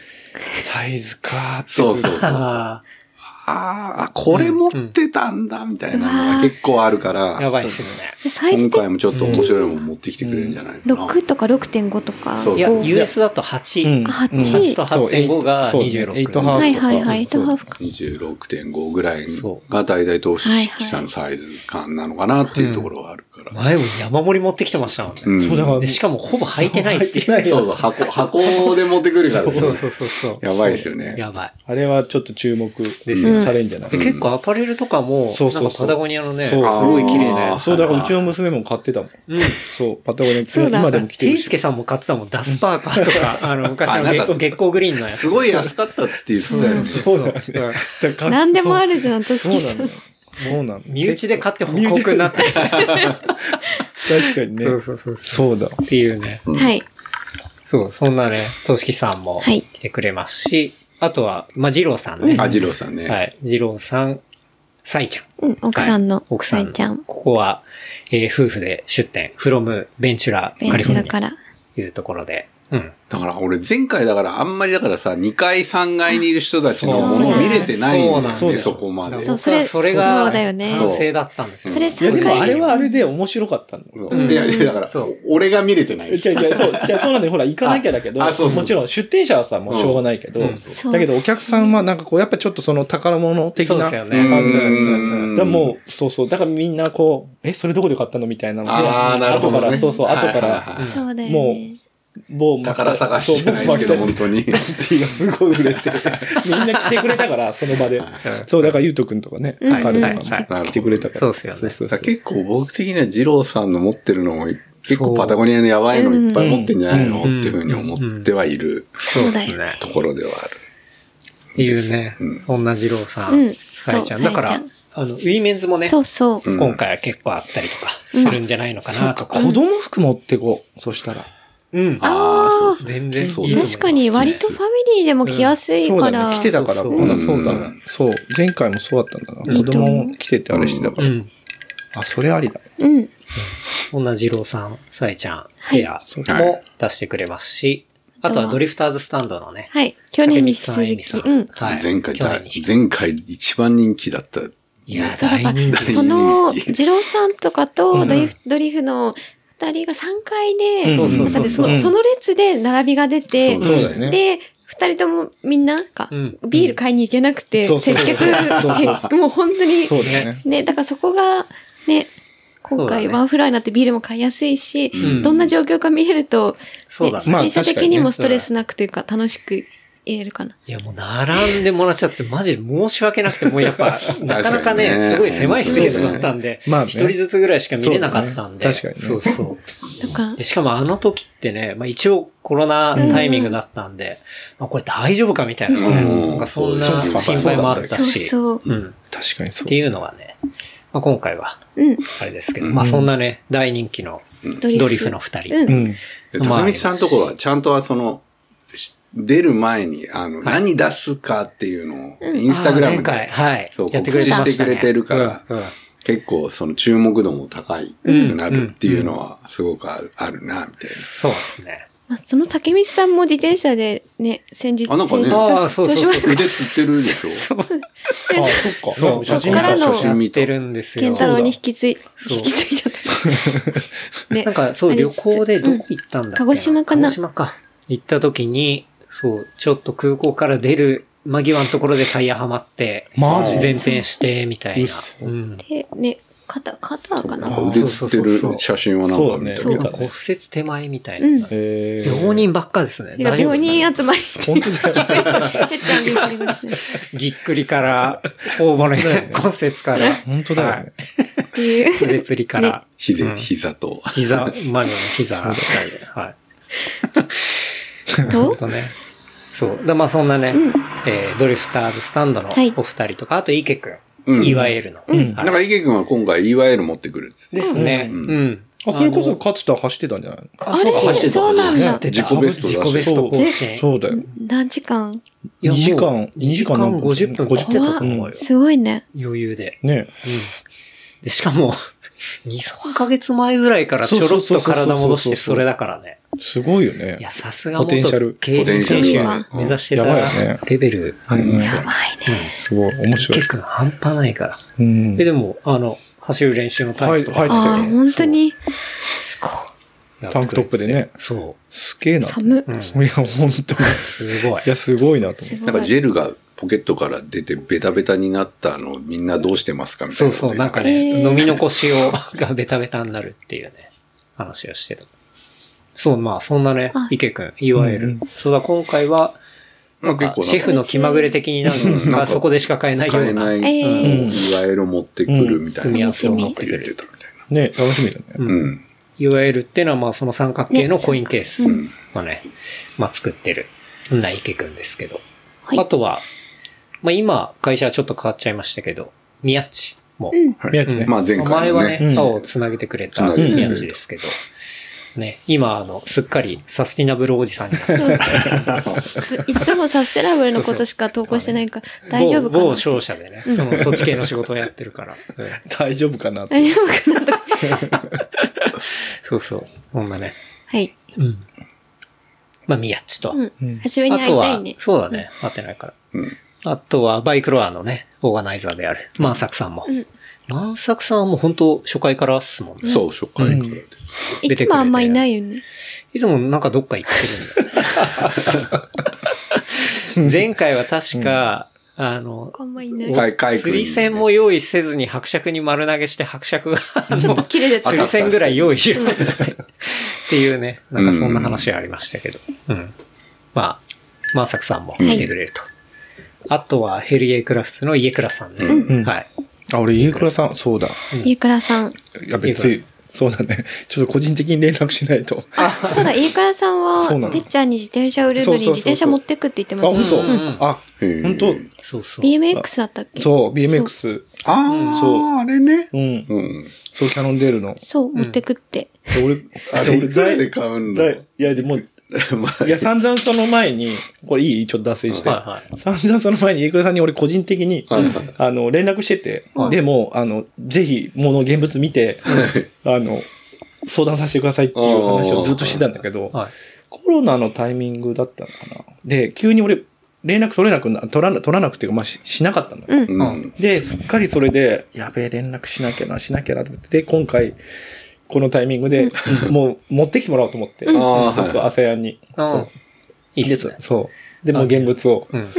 [SPEAKER 2] サイズかーって。
[SPEAKER 4] そうそうそうそう。あ
[SPEAKER 5] あ
[SPEAKER 4] ーあ、これ持ってたんだ、みたいなのが結構あるから。
[SPEAKER 5] あ、やばいで
[SPEAKER 4] そ
[SPEAKER 5] すよね。
[SPEAKER 3] でサ
[SPEAKER 4] う
[SPEAKER 3] イズ
[SPEAKER 4] 今
[SPEAKER 3] って
[SPEAKER 4] 回もちょっと面白いもん持ってきてくれるんじゃないかな。
[SPEAKER 3] 6とか6.5とか。
[SPEAKER 4] そう
[SPEAKER 5] いや、
[SPEAKER 3] こう
[SPEAKER 5] US だと8。
[SPEAKER 2] ん
[SPEAKER 3] 八
[SPEAKER 2] うん
[SPEAKER 5] 8と8.5が26。
[SPEAKER 2] そうハーフとか
[SPEAKER 3] はいはいはい、
[SPEAKER 2] そう
[SPEAKER 3] 8ハーフか。
[SPEAKER 4] 26.5ぐらい
[SPEAKER 5] そ
[SPEAKER 4] が大体投資者のサイズ感なのかなっていうところはあるから。
[SPEAKER 5] 前も山盛り持ってきてましたもんね。
[SPEAKER 4] ん
[SPEAKER 2] そうだから
[SPEAKER 5] でしかもほぼ履いてないっていう。
[SPEAKER 4] そうそう、箱、箱で持ってくるから、ね、
[SPEAKER 5] そうそうそうそう。
[SPEAKER 4] やばいですよね。
[SPEAKER 5] やばい。
[SPEAKER 2] あれはちょっと注目
[SPEAKER 3] ね
[SPEAKER 2] されんじゃない
[SPEAKER 5] で結構アパレルとかも、
[SPEAKER 2] そうそうそう
[SPEAKER 5] なんかパタゴニアのね、す
[SPEAKER 2] そう
[SPEAKER 5] ごい綺麗なやつ。
[SPEAKER 2] そう、だからうちの娘も買ってたもん。
[SPEAKER 5] うん。
[SPEAKER 2] そう、パタゴニア
[SPEAKER 3] そうだ
[SPEAKER 2] 今でも着て
[SPEAKER 5] ケ
[SPEAKER 2] る
[SPEAKER 5] イ
[SPEAKER 2] し
[SPEAKER 5] ス。ケさんも買ってたもん、ダスパーカーとか、あの、昔の
[SPEAKER 4] あなんか
[SPEAKER 5] 月月光グリーンのやつ。
[SPEAKER 4] すごい安かったっつって言ってたよね。
[SPEAKER 2] そうだよね。だから
[SPEAKER 3] 何でもあるじゃん、とし
[SPEAKER 2] そう
[SPEAKER 3] き
[SPEAKER 2] そ
[SPEAKER 3] さ
[SPEAKER 2] うなん
[SPEAKER 3] ん
[SPEAKER 2] だ。よ。そうなんだ。
[SPEAKER 5] 身内で買って報
[SPEAKER 2] 身内
[SPEAKER 5] 告
[SPEAKER 2] で
[SPEAKER 5] になって。
[SPEAKER 2] 確かにね。
[SPEAKER 5] そうそうそ
[SPEAKER 2] そうだ。
[SPEAKER 5] う。っていうね。
[SPEAKER 3] はい。
[SPEAKER 5] そう、そんなね、としきさんも
[SPEAKER 3] はい
[SPEAKER 5] 来てくれますし、あとは、まあ、ジローさんね。
[SPEAKER 4] あ、ジローさんね。
[SPEAKER 5] はい。ジローさん、サイちゃん。
[SPEAKER 3] うん、奥さんの、
[SPEAKER 5] 奥さん。
[SPEAKER 3] サイちゃん。
[SPEAKER 5] ここは、えー夫婦で出店、from ベンチュラ、
[SPEAKER 3] ベ
[SPEAKER 5] カ
[SPEAKER 3] ン
[SPEAKER 5] リ
[SPEAKER 3] チ
[SPEAKER 5] フ
[SPEAKER 3] だ
[SPEAKER 5] ォルニ
[SPEAKER 3] か
[SPEAKER 5] ア
[SPEAKER 3] ら。
[SPEAKER 5] というところで。うん。
[SPEAKER 4] だから俺前回だからあんまりだからさ、2階3階にいる人たちのも
[SPEAKER 3] そう
[SPEAKER 4] のを見れてないんだよ
[SPEAKER 2] そう
[SPEAKER 4] ね、
[SPEAKER 2] だ
[SPEAKER 4] そこまで。
[SPEAKER 3] そう
[SPEAKER 5] 僕はそれが、
[SPEAKER 3] そうだよね
[SPEAKER 5] 反省だったんですよ。
[SPEAKER 3] それ
[SPEAKER 2] いや、
[SPEAKER 3] 3
[SPEAKER 2] でもあれ
[SPEAKER 3] 回。
[SPEAKER 2] はあれで面白かったの。
[SPEAKER 5] ん
[SPEAKER 4] いや、いやだから
[SPEAKER 5] そう、
[SPEAKER 4] 俺が見れてないです
[SPEAKER 2] じゃあ、じゃあそう、じゃあそうなんで、ほら、行かなきゃだけど
[SPEAKER 4] ああそう、そう
[SPEAKER 2] もちろん出店者はさ、もうしょうがないけど
[SPEAKER 5] うん、
[SPEAKER 3] そう
[SPEAKER 2] だけどお客さんはなんかこう、やっぱちょっとその宝物的
[SPEAKER 5] そうで
[SPEAKER 2] な
[SPEAKER 5] すよ
[SPEAKER 2] 感じ
[SPEAKER 5] ね
[SPEAKER 2] だよ
[SPEAKER 4] うん
[SPEAKER 2] ね。だからもう、そうそう。だからみんなこう、え、それどこで買ったのみたいなので
[SPEAKER 4] あーなるほどね
[SPEAKER 2] 後から、そうそう、後か
[SPEAKER 4] はいはい
[SPEAKER 2] ら
[SPEAKER 4] はい、
[SPEAKER 3] そうだよ
[SPEAKER 2] も
[SPEAKER 3] ね。
[SPEAKER 2] 某マ
[SPEAKER 4] 宝探しじゃないですけど、本当に。
[SPEAKER 2] ティがすごい売れて、みんな来てくれた から、その場で。そう、だから、ゆうとくんとかね、
[SPEAKER 3] うん
[SPEAKER 2] カル
[SPEAKER 5] はい
[SPEAKER 2] と
[SPEAKER 5] はい
[SPEAKER 2] かも来てくれたから。
[SPEAKER 5] そうっすよね
[SPEAKER 2] そうそう
[SPEAKER 4] だ
[SPEAKER 2] そ
[SPEAKER 4] から
[SPEAKER 2] う
[SPEAKER 4] 結構僕的には二郎さんの持ってるのも結
[SPEAKER 5] そ
[SPEAKER 4] 構
[SPEAKER 5] う
[SPEAKER 4] パタゴニアのやばいのいっぱい持ってんじゃないのっ
[SPEAKER 5] う
[SPEAKER 4] て
[SPEAKER 5] ん
[SPEAKER 4] いうふうに思ってはいる
[SPEAKER 5] そうです
[SPEAKER 3] そうだ
[SPEAKER 5] ね。
[SPEAKER 4] ところではある。
[SPEAKER 5] っていうね
[SPEAKER 4] うん、
[SPEAKER 5] そんな二郎さ
[SPEAKER 3] うんん、
[SPEAKER 5] サイちゃん。
[SPEAKER 3] そう
[SPEAKER 5] だか
[SPEAKER 3] サイ
[SPEAKER 5] ら
[SPEAKER 3] ち、
[SPEAKER 5] あの、ウィメンズもね、
[SPEAKER 3] そうそうう。
[SPEAKER 4] ん
[SPEAKER 5] 今回は結構あったりとかするんじゃないのか
[SPEAKER 2] そう
[SPEAKER 5] な
[SPEAKER 2] か、
[SPEAKER 5] とか。
[SPEAKER 2] 子供服持ってこう。そしたら。
[SPEAKER 5] うん。
[SPEAKER 4] ああ、そう
[SPEAKER 5] 全然いいと思います
[SPEAKER 3] 確かに割とファミリーでも着やすい
[SPEAKER 2] そう
[SPEAKER 3] か
[SPEAKER 2] だね
[SPEAKER 3] ら。。
[SPEAKER 2] 来てたから、
[SPEAKER 5] そ
[SPEAKER 2] こ
[SPEAKER 5] う
[SPEAKER 2] のそうだ
[SPEAKER 4] う
[SPEAKER 2] ね。そう。前回もそうだったんだな。
[SPEAKER 3] い
[SPEAKER 2] 子
[SPEAKER 3] いと思う
[SPEAKER 2] 供来ててあれしてたか
[SPEAKER 5] う
[SPEAKER 2] ら。
[SPEAKER 5] ん。
[SPEAKER 2] あ、それありだ。
[SPEAKER 3] うん。
[SPEAKER 5] そんな二郎さん、サイちゃん、ペアも出してくれますし、あとはドリフターズスタンドのね、
[SPEAKER 3] はい。去年に引き
[SPEAKER 5] 竹
[SPEAKER 3] 続
[SPEAKER 5] 光
[SPEAKER 3] き。
[SPEAKER 5] さん
[SPEAKER 3] う
[SPEAKER 5] エミ
[SPEAKER 3] ん。
[SPEAKER 5] さんはい。
[SPEAKER 4] 前回
[SPEAKER 5] 去
[SPEAKER 4] だ
[SPEAKER 5] 年に引き、
[SPEAKER 4] 前回一番人気だった。
[SPEAKER 5] いや、
[SPEAKER 3] そうだ
[SPEAKER 5] 大
[SPEAKER 3] か
[SPEAKER 5] 人
[SPEAKER 3] ら、
[SPEAKER 5] 気。
[SPEAKER 3] その、
[SPEAKER 4] 大人気
[SPEAKER 3] 二郎さんとかとドリフ,、ドリフの二人が3回で、
[SPEAKER 2] うん
[SPEAKER 5] そうそうそう
[SPEAKER 3] だって
[SPEAKER 2] うん
[SPEAKER 3] その列で並びが出て、
[SPEAKER 4] そうだよね。
[SPEAKER 3] で、二人ともみんなか、
[SPEAKER 5] うん
[SPEAKER 3] ビール買いに行けなくて、
[SPEAKER 2] そうそう
[SPEAKER 3] 接
[SPEAKER 2] そう
[SPEAKER 3] 客
[SPEAKER 2] そうそう
[SPEAKER 3] せもう本当に、
[SPEAKER 2] そうだね。
[SPEAKER 3] ね、だからそこが、ね、今
[SPEAKER 5] そうだね
[SPEAKER 3] 回ワンフロアになってビールも買いやすいし、
[SPEAKER 5] ん
[SPEAKER 3] どんな状況か見れると、
[SPEAKER 5] そうだね
[SPEAKER 2] まあ
[SPEAKER 3] 電車的にもストレスなくというか、楽しく入れるかな。
[SPEAKER 5] いや、もう並んでもらっちゃって、マジで申し訳なくて、もうやっぱ、なかなか
[SPEAKER 4] 確かに
[SPEAKER 5] ね、
[SPEAKER 4] ね
[SPEAKER 5] すごい狭いスペースだったんで、
[SPEAKER 2] まあね
[SPEAKER 5] 一人ずつぐらいしか見れなかったんで。
[SPEAKER 2] そうだね確かに
[SPEAKER 5] そう
[SPEAKER 2] ね
[SPEAKER 5] そ
[SPEAKER 3] なんか
[SPEAKER 5] う。で、しかもあの時ってね、まあ一応コロナタイミングだったんで、まあこれ大丈夫かみたいなね、
[SPEAKER 4] うん
[SPEAKER 5] なんかそんな
[SPEAKER 4] そうか
[SPEAKER 5] 心配もあっ
[SPEAKER 3] そ
[SPEAKER 5] た
[SPEAKER 3] う
[SPEAKER 5] し、
[SPEAKER 3] そう。
[SPEAKER 5] うん。
[SPEAKER 2] 確かにそ
[SPEAKER 5] っ
[SPEAKER 2] う
[SPEAKER 5] て。いうのがね、まあ今回は、
[SPEAKER 3] うん。
[SPEAKER 5] あれですけど、まあそんなね、大人気の
[SPEAKER 3] ド
[SPEAKER 5] ドリフの二人。
[SPEAKER 3] うん
[SPEAKER 2] うん。
[SPEAKER 4] で高道さんとこは、ちゃんとはその、し出る前に、あの、何出すかっていうのを、インスタグラム
[SPEAKER 5] あー前回、
[SPEAKER 4] で、
[SPEAKER 5] はい。
[SPEAKER 4] そう、
[SPEAKER 5] や
[SPEAKER 4] 告
[SPEAKER 5] ってくれ
[SPEAKER 4] 知
[SPEAKER 5] てました
[SPEAKER 4] し
[SPEAKER 5] ね
[SPEAKER 4] てくれてるから
[SPEAKER 5] うんうん、
[SPEAKER 4] 結構その注目度も高いくなるっていうのは、すごくあるあるな、みたい
[SPEAKER 5] そうですね。
[SPEAKER 3] まあ、その竹光さんも自転車でね、先日、
[SPEAKER 4] あなんかね
[SPEAKER 3] 先日
[SPEAKER 5] ああそうそうそ
[SPEAKER 3] 調
[SPEAKER 5] う
[SPEAKER 3] 子悪
[SPEAKER 4] な。
[SPEAKER 3] くて
[SPEAKER 4] 腕つってるでしょ
[SPEAKER 2] あ、そっか。
[SPEAKER 5] そう、
[SPEAKER 2] 写
[SPEAKER 5] 写
[SPEAKER 2] 真
[SPEAKER 5] 真
[SPEAKER 3] こっからの
[SPEAKER 5] 写
[SPEAKER 3] 写
[SPEAKER 5] 真
[SPEAKER 4] 真
[SPEAKER 5] 見
[SPEAKER 4] 見た
[SPEAKER 5] てるんです
[SPEAKER 3] 健
[SPEAKER 5] よ。
[SPEAKER 3] 太郎に引き継い、
[SPEAKER 5] そうだ
[SPEAKER 3] 引き継いだ と。ね
[SPEAKER 5] なんか、そう、
[SPEAKER 3] あれ
[SPEAKER 5] 旅行でどこ行ったんだっけな
[SPEAKER 3] 鹿児島かな
[SPEAKER 5] 鹿児島か。行った時に、そう、ちょっと空港から出る間際のところでタイヤはまって、
[SPEAKER 2] マジ
[SPEAKER 5] 前転して、みたいな。
[SPEAKER 2] 嘘
[SPEAKER 5] うん。
[SPEAKER 3] で、ね、肩、肩か
[SPEAKER 4] なん
[SPEAKER 3] な
[SPEAKER 4] か腕つってる写真はなんか見た
[SPEAKER 2] そう
[SPEAKER 4] け
[SPEAKER 5] なん
[SPEAKER 2] だ
[SPEAKER 5] か
[SPEAKER 2] ね
[SPEAKER 4] ど。
[SPEAKER 5] 骨折手前みたいな。
[SPEAKER 2] えー
[SPEAKER 5] 病人ばっかですね。
[SPEAKER 3] てか
[SPEAKER 5] 大丈夫
[SPEAKER 3] 病
[SPEAKER 5] ですかね
[SPEAKER 3] 人集まり。
[SPEAKER 2] 本当だよ。
[SPEAKER 3] てっちゃんびっくり腰ね
[SPEAKER 5] ぎっくりから、頬骨骨折から、
[SPEAKER 2] 本当だよね。
[SPEAKER 3] っていう。
[SPEAKER 5] 腕つりから、
[SPEAKER 4] ひで
[SPEAKER 5] うん
[SPEAKER 4] 膝と。
[SPEAKER 5] 膝、マリオの膝。
[SPEAKER 2] そう
[SPEAKER 5] はい。
[SPEAKER 3] と
[SPEAKER 5] とね。そう。だまあそんなね、
[SPEAKER 3] うん
[SPEAKER 5] えードリフターズスタンドの
[SPEAKER 3] はい
[SPEAKER 5] お二人とか、あと池く、
[SPEAKER 4] うんん
[SPEAKER 5] いわゆるの。
[SPEAKER 2] ん
[SPEAKER 4] な
[SPEAKER 5] は
[SPEAKER 4] いんか池君は今回 EYL 持ってくるっつっ
[SPEAKER 5] で
[SPEAKER 4] て。
[SPEAKER 5] すね。う
[SPEAKER 4] うんん。
[SPEAKER 2] あ、それこそ
[SPEAKER 5] あの
[SPEAKER 2] 勝つと走ってたんじゃないの
[SPEAKER 5] あ
[SPEAKER 3] あれ
[SPEAKER 5] そう走ってた
[SPEAKER 3] そうなん
[SPEAKER 5] 走っ
[SPEAKER 3] だ。
[SPEAKER 5] てた
[SPEAKER 4] 自己ベスト
[SPEAKER 5] 自
[SPEAKER 4] だ
[SPEAKER 5] 己ベスト更新。
[SPEAKER 2] そうだよ。
[SPEAKER 3] 何時間
[SPEAKER 5] いや
[SPEAKER 2] 2時
[SPEAKER 5] もう
[SPEAKER 2] 間、2
[SPEAKER 5] 2時
[SPEAKER 2] 時
[SPEAKER 5] 間
[SPEAKER 2] 間なんか
[SPEAKER 5] 50分走ってたと思うよ。
[SPEAKER 3] すごいね。
[SPEAKER 5] 余裕で。
[SPEAKER 2] ね。
[SPEAKER 5] うん。で、しかも、2、3ヶ月前ぐらいからちょろっと体戻してそれだからね。
[SPEAKER 2] すごいよね
[SPEAKER 5] い。や、さすが
[SPEAKER 2] ポテンシャ
[SPEAKER 5] 元
[SPEAKER 2] ル
[SPEAKER 5] 競輪選
[SPEAKER 3] ポテンシ
[SPEAKER 5] 手
[SPEAKER 3] ャ
[SPEAKER 5] 目指してた
[SPEAKER 2] やばいよね
[SPEAKER 5] レベルありますよ。
[SPEAKER 2] すごい。面白い
[SPEAKER 5] 結。構半端ないから。
[SPEAKER 2] うん
[SPEAKER 5] で、でも、あの、走る練習のタイツとか
[SPEAKER 2] はい入ってたよ
[SPEAKER 3] ああ、本当に。すごい。
[SPEAKER 5] やって
[SPEAKER 2] タ
[SPEAKER 5] くれてて
[SPEAKER 2] ンクトップでね。
[SPEAKER 5] そ
[SPEAKER 2] すげえな。い
[SPEAKER 3] 寒。
[SPEAKER 5] う。うん。す
[SPEAKER 2] や、 本当に。
[SPEAKER 5] ごい
[SPEAKER 2] い。や、すごいなと思
[SPEAKER 3] す
[SPEAKER 2] っ
[SPEAKER 4] な
[SPEAKER 3] ご
[SPEAKER 4] んかジ
[SPEAKER 3] い。
[SPEAKER 4] ェルがポケットから出てベタベタになったのをみんなどうしてますかみた
[SPEAKER 5] そ
[SPEAKER 4] いな
[SPEAKER 5] う
[SPEAKER 4] こと
[SPEAKER 5] そう、
[SPEAKER 4] 言い
[SPEAKER 5] な
[SPEAKER 4] なんが。
[SPEAKER 5] からね、
[SPEAKER 3] えー
[SPEAKER 5] 飲み残しを、 がベタベタになるっていうね、話をしてた。そう、まあ、そんなね
[SPEAKER 3] あ、
[SPEAKER 5] 池くん、いわゆる。
[SPEAKER 2] うん
[SPEAKER 5] そうだ、今回は、
[SPEAKER 4] まあ
[SPEAKER 5] なん
[SPEAKER 4] 結
[SPEAKER 5] か
[SPEAKER 4] 構
[SPEAKER 5] シェフの気まぐれ的になん
[SPEAKER 4] うんなん
[SPEAKER 5] か、
[SPEAKER 4] か
[SPEAKER 5] そこでしか買えないよ
[SPEAKER 4] 買え
[SPEAKER 5] う
[SPEAKER 4] な、
[SPEAKER 5] ない
[SPEAKER 3] え
[SPEAKER 2] ー
[SPEAKER 4] うんいわゆる持ってくるみたい
[SPEAKER 5] 組み
[SPEAKER 4] な
[SPEAKER 5] 合わ
[SPEAKER 4] こ
[SPEAKER 5] せを持っ
[SPEAKER 4] と
[SPEAKER 5] て
[SPEAKER 4] 言っ
[SPEAKER 5] くれ
[SPEAKER 4] て
[SPEAKER 5] る。
[SPEAKER 4] たみたいな。
[SPEAKER 2] て。ね、楽しみだね。
[SPEAKER 5] う
[SPEAKER 4] うんん。
[SPEAKER 5] いわゆるっていうのは、まあ、その三角形のコインケース
[SPEAKER 4] ねうん
[SPEAKER 5] をね、まあ、作ってる、そんな池くんですけど。
[SPEAKER 3] はい
[SPEAKER 5] あとは、まあ、今、会社はちょっと変わっちゃいましたけど、宮地も。
[SPEAKER 3] うん。
[SPEAKER 4] はい
[SPEAKER 2] 宮地ね
[SPEAKER 4] まあ前回
[SPEAKER 5] 前
[SPEAKER 4] も
[SPEAKER 5] は
[SPEAKER 4] ね。
[SPEAKER 5] ね、
[SPEAKER 2] うん
[SPEAKER 5] 青をつなげてくれた
[SPEAKER 4] つなげ
[SPEAKER 2] てくれた
[SPEAKER 5] 宮地ですけど、ね、今、あの、すっかりサスティナブルおじさんになって
[SPEAKER 3] そう。ずいつもサステナブルのことしか投稿してないから、 大丈夫か
[SPEAKER 5] 某
[SPEAKER 3] な
[SPEAKER 5] 某。商社でね、その、そっち系の仕事をやってるから。うん
[SPEAKER 2] 大丈夫かなって。
[SPEAKER 3] 大丈夫かなとか。
[SPEAKER 5] そうそう。そんなね。
[SPEAKER 3] はい。
[SPEAKER 5] うん。まあ、宮地と。
[SPEAKER 3] うん
[SPEAKER 2] うん。
[SPEAKER 3] 初めに
[SPEAKER 5] あ
[SPEAKER 3] 会い
[SPEAKER 5] と
[SPEAKER 3] たい
[SPEAKER 5] は
[SPEAKER 3] ね、。
[SPEAKER 5] そうだね。会ってないから。
[SPEAKER 4] うん
[SPEAKER 5] あとは、バイクロアのね、オーガナイザーである、万作さんも
[SPEAKER 3] う。ん。
[SPEAKER 5] 万作さんはもう本当初回からっすもんね。
[SPEAKER 4] そう、初回からで。
[SPEAKER 3] い
[SPEAKER 5] 出てくれて
[SPEAKER 3] つもあんまいないよね。
[SPEAKER 5] いつもなんかどっか行ってるんだよ。前回は確か、あの、
[SPEAKER 3] あんまいない。
[SPEAKER 4] 海海
[SPEAKER 5] 釣り線も用意せずに伯爵に丸投げして伯爵が、
[SPEAKER 3] ちょっと切れてた
[SPEAKER 5] 釣。り線ぐらい用意しろっつって。っていうね、なんかそんな話ありましたけど。うん。まあ、万作さんも来てくれると。あとはヘリエ・クラフツの家倉さんね。
[SPEAKER 2] うん
[SPEAKER 5] はい。
[SPEAKER 2] あ、俺、家倉さん、そうだ。
[SPEAKER 3] ゆくらさん。
[SPEAKER 2] やべ、つ
[SPEAKER 5] 家
[SPEAKER 2] い、そうだね。ちょっと個人的に連絡しないと。あ、
[SPEAKER 3] そうだ、飯倉さん
[SPEAKER 2] そうな
[SPEAKER 3] は、
[SPEAKER 2] の
[SPEAKER 3] てっちゃんに自転車売るのに
[SPEAKER 2] そうそうそうそう
[SPEAKER 3] 自転車持ってくって言ってました。
[SPEAKER 2] 嘘
[SPEAKER 5] うんうん。
[SPEAKER 2] あ、
[SPEAKER 4] へえ
[SPEAKER 2] 本当
[SPEAKER 5] そうそう。
[SPEAKER 3] BMX だったっけ
[SPEAKER 2] そう、BMX。
[SPEAKER 4] ああ、
[SPEAKER 2] そう
[SPEAKER 4] あれね。
[SPEAKER 2] うん。
[SPEAKER 4] うん。
[SPEAKER 2] そう、キャノンデールの。
[SPEAKER 3] そう、持ってくって。
[SPEAKER 2] で俺、
[SPEAKER 4] あ
[SPEAKER 2] で
[SPEAKER 4] れ、
[SPEAKER 2] 俺
[SPEAKER 4] いくらで買うんだ
[SPEAKER 2] だいや、でも、い
[SPEAKER 4] まあ
[SPEAKER 2] や、散々その前に、これいいちょっと脱線して。
[SPEAKER 5] はいはい
[SPEAKER 2] 散々その前に、家倉さんに俺個人的に、
[SPEAKER 4] はいはい
[SPEAKER 2] あの、連絡してて、
[SPEAKER 5] はい
[SPEAKER 2] でも、あの、ぜひ、もの現物見て、あの、相談させてくださいっていう話をずっとしてたんだけど、
[SPEAKER 5] はい。
[SPEAKER 2] コロナのタイミングだったのかな。で、急に俺、連絡取れなくな、取らな、取らなくていうか、まあ、ししなかったのよ。
[SPEAKER 3] うん。
[SPEAKER 4] う
[SPEAKER 5] あ
[SPEAKER 4] ん。
[SPEAKER 2] で、すっかりそれで、やべえ、連絡しなきゃな、しなきゃなと思って、で、今回、このタイミングで、もう持ってきてもらおうと思って、
[SPEAKER 4] んあー
[SPEAKER 2] そうそう、
[SPEAKER 4] はい
[SPEAKER 2] ASEAN に。
[SPEAKER 5] あ
[SPEAKER 2] そ
[SPEAKER 5] ー
[SPEAKER 2] う
[SPEAKER 5] いいっすね。
[SPEAKER 2] そう。で、もう現物を。い
[SPEAKER 5] うん。
[SPEAKER 2] や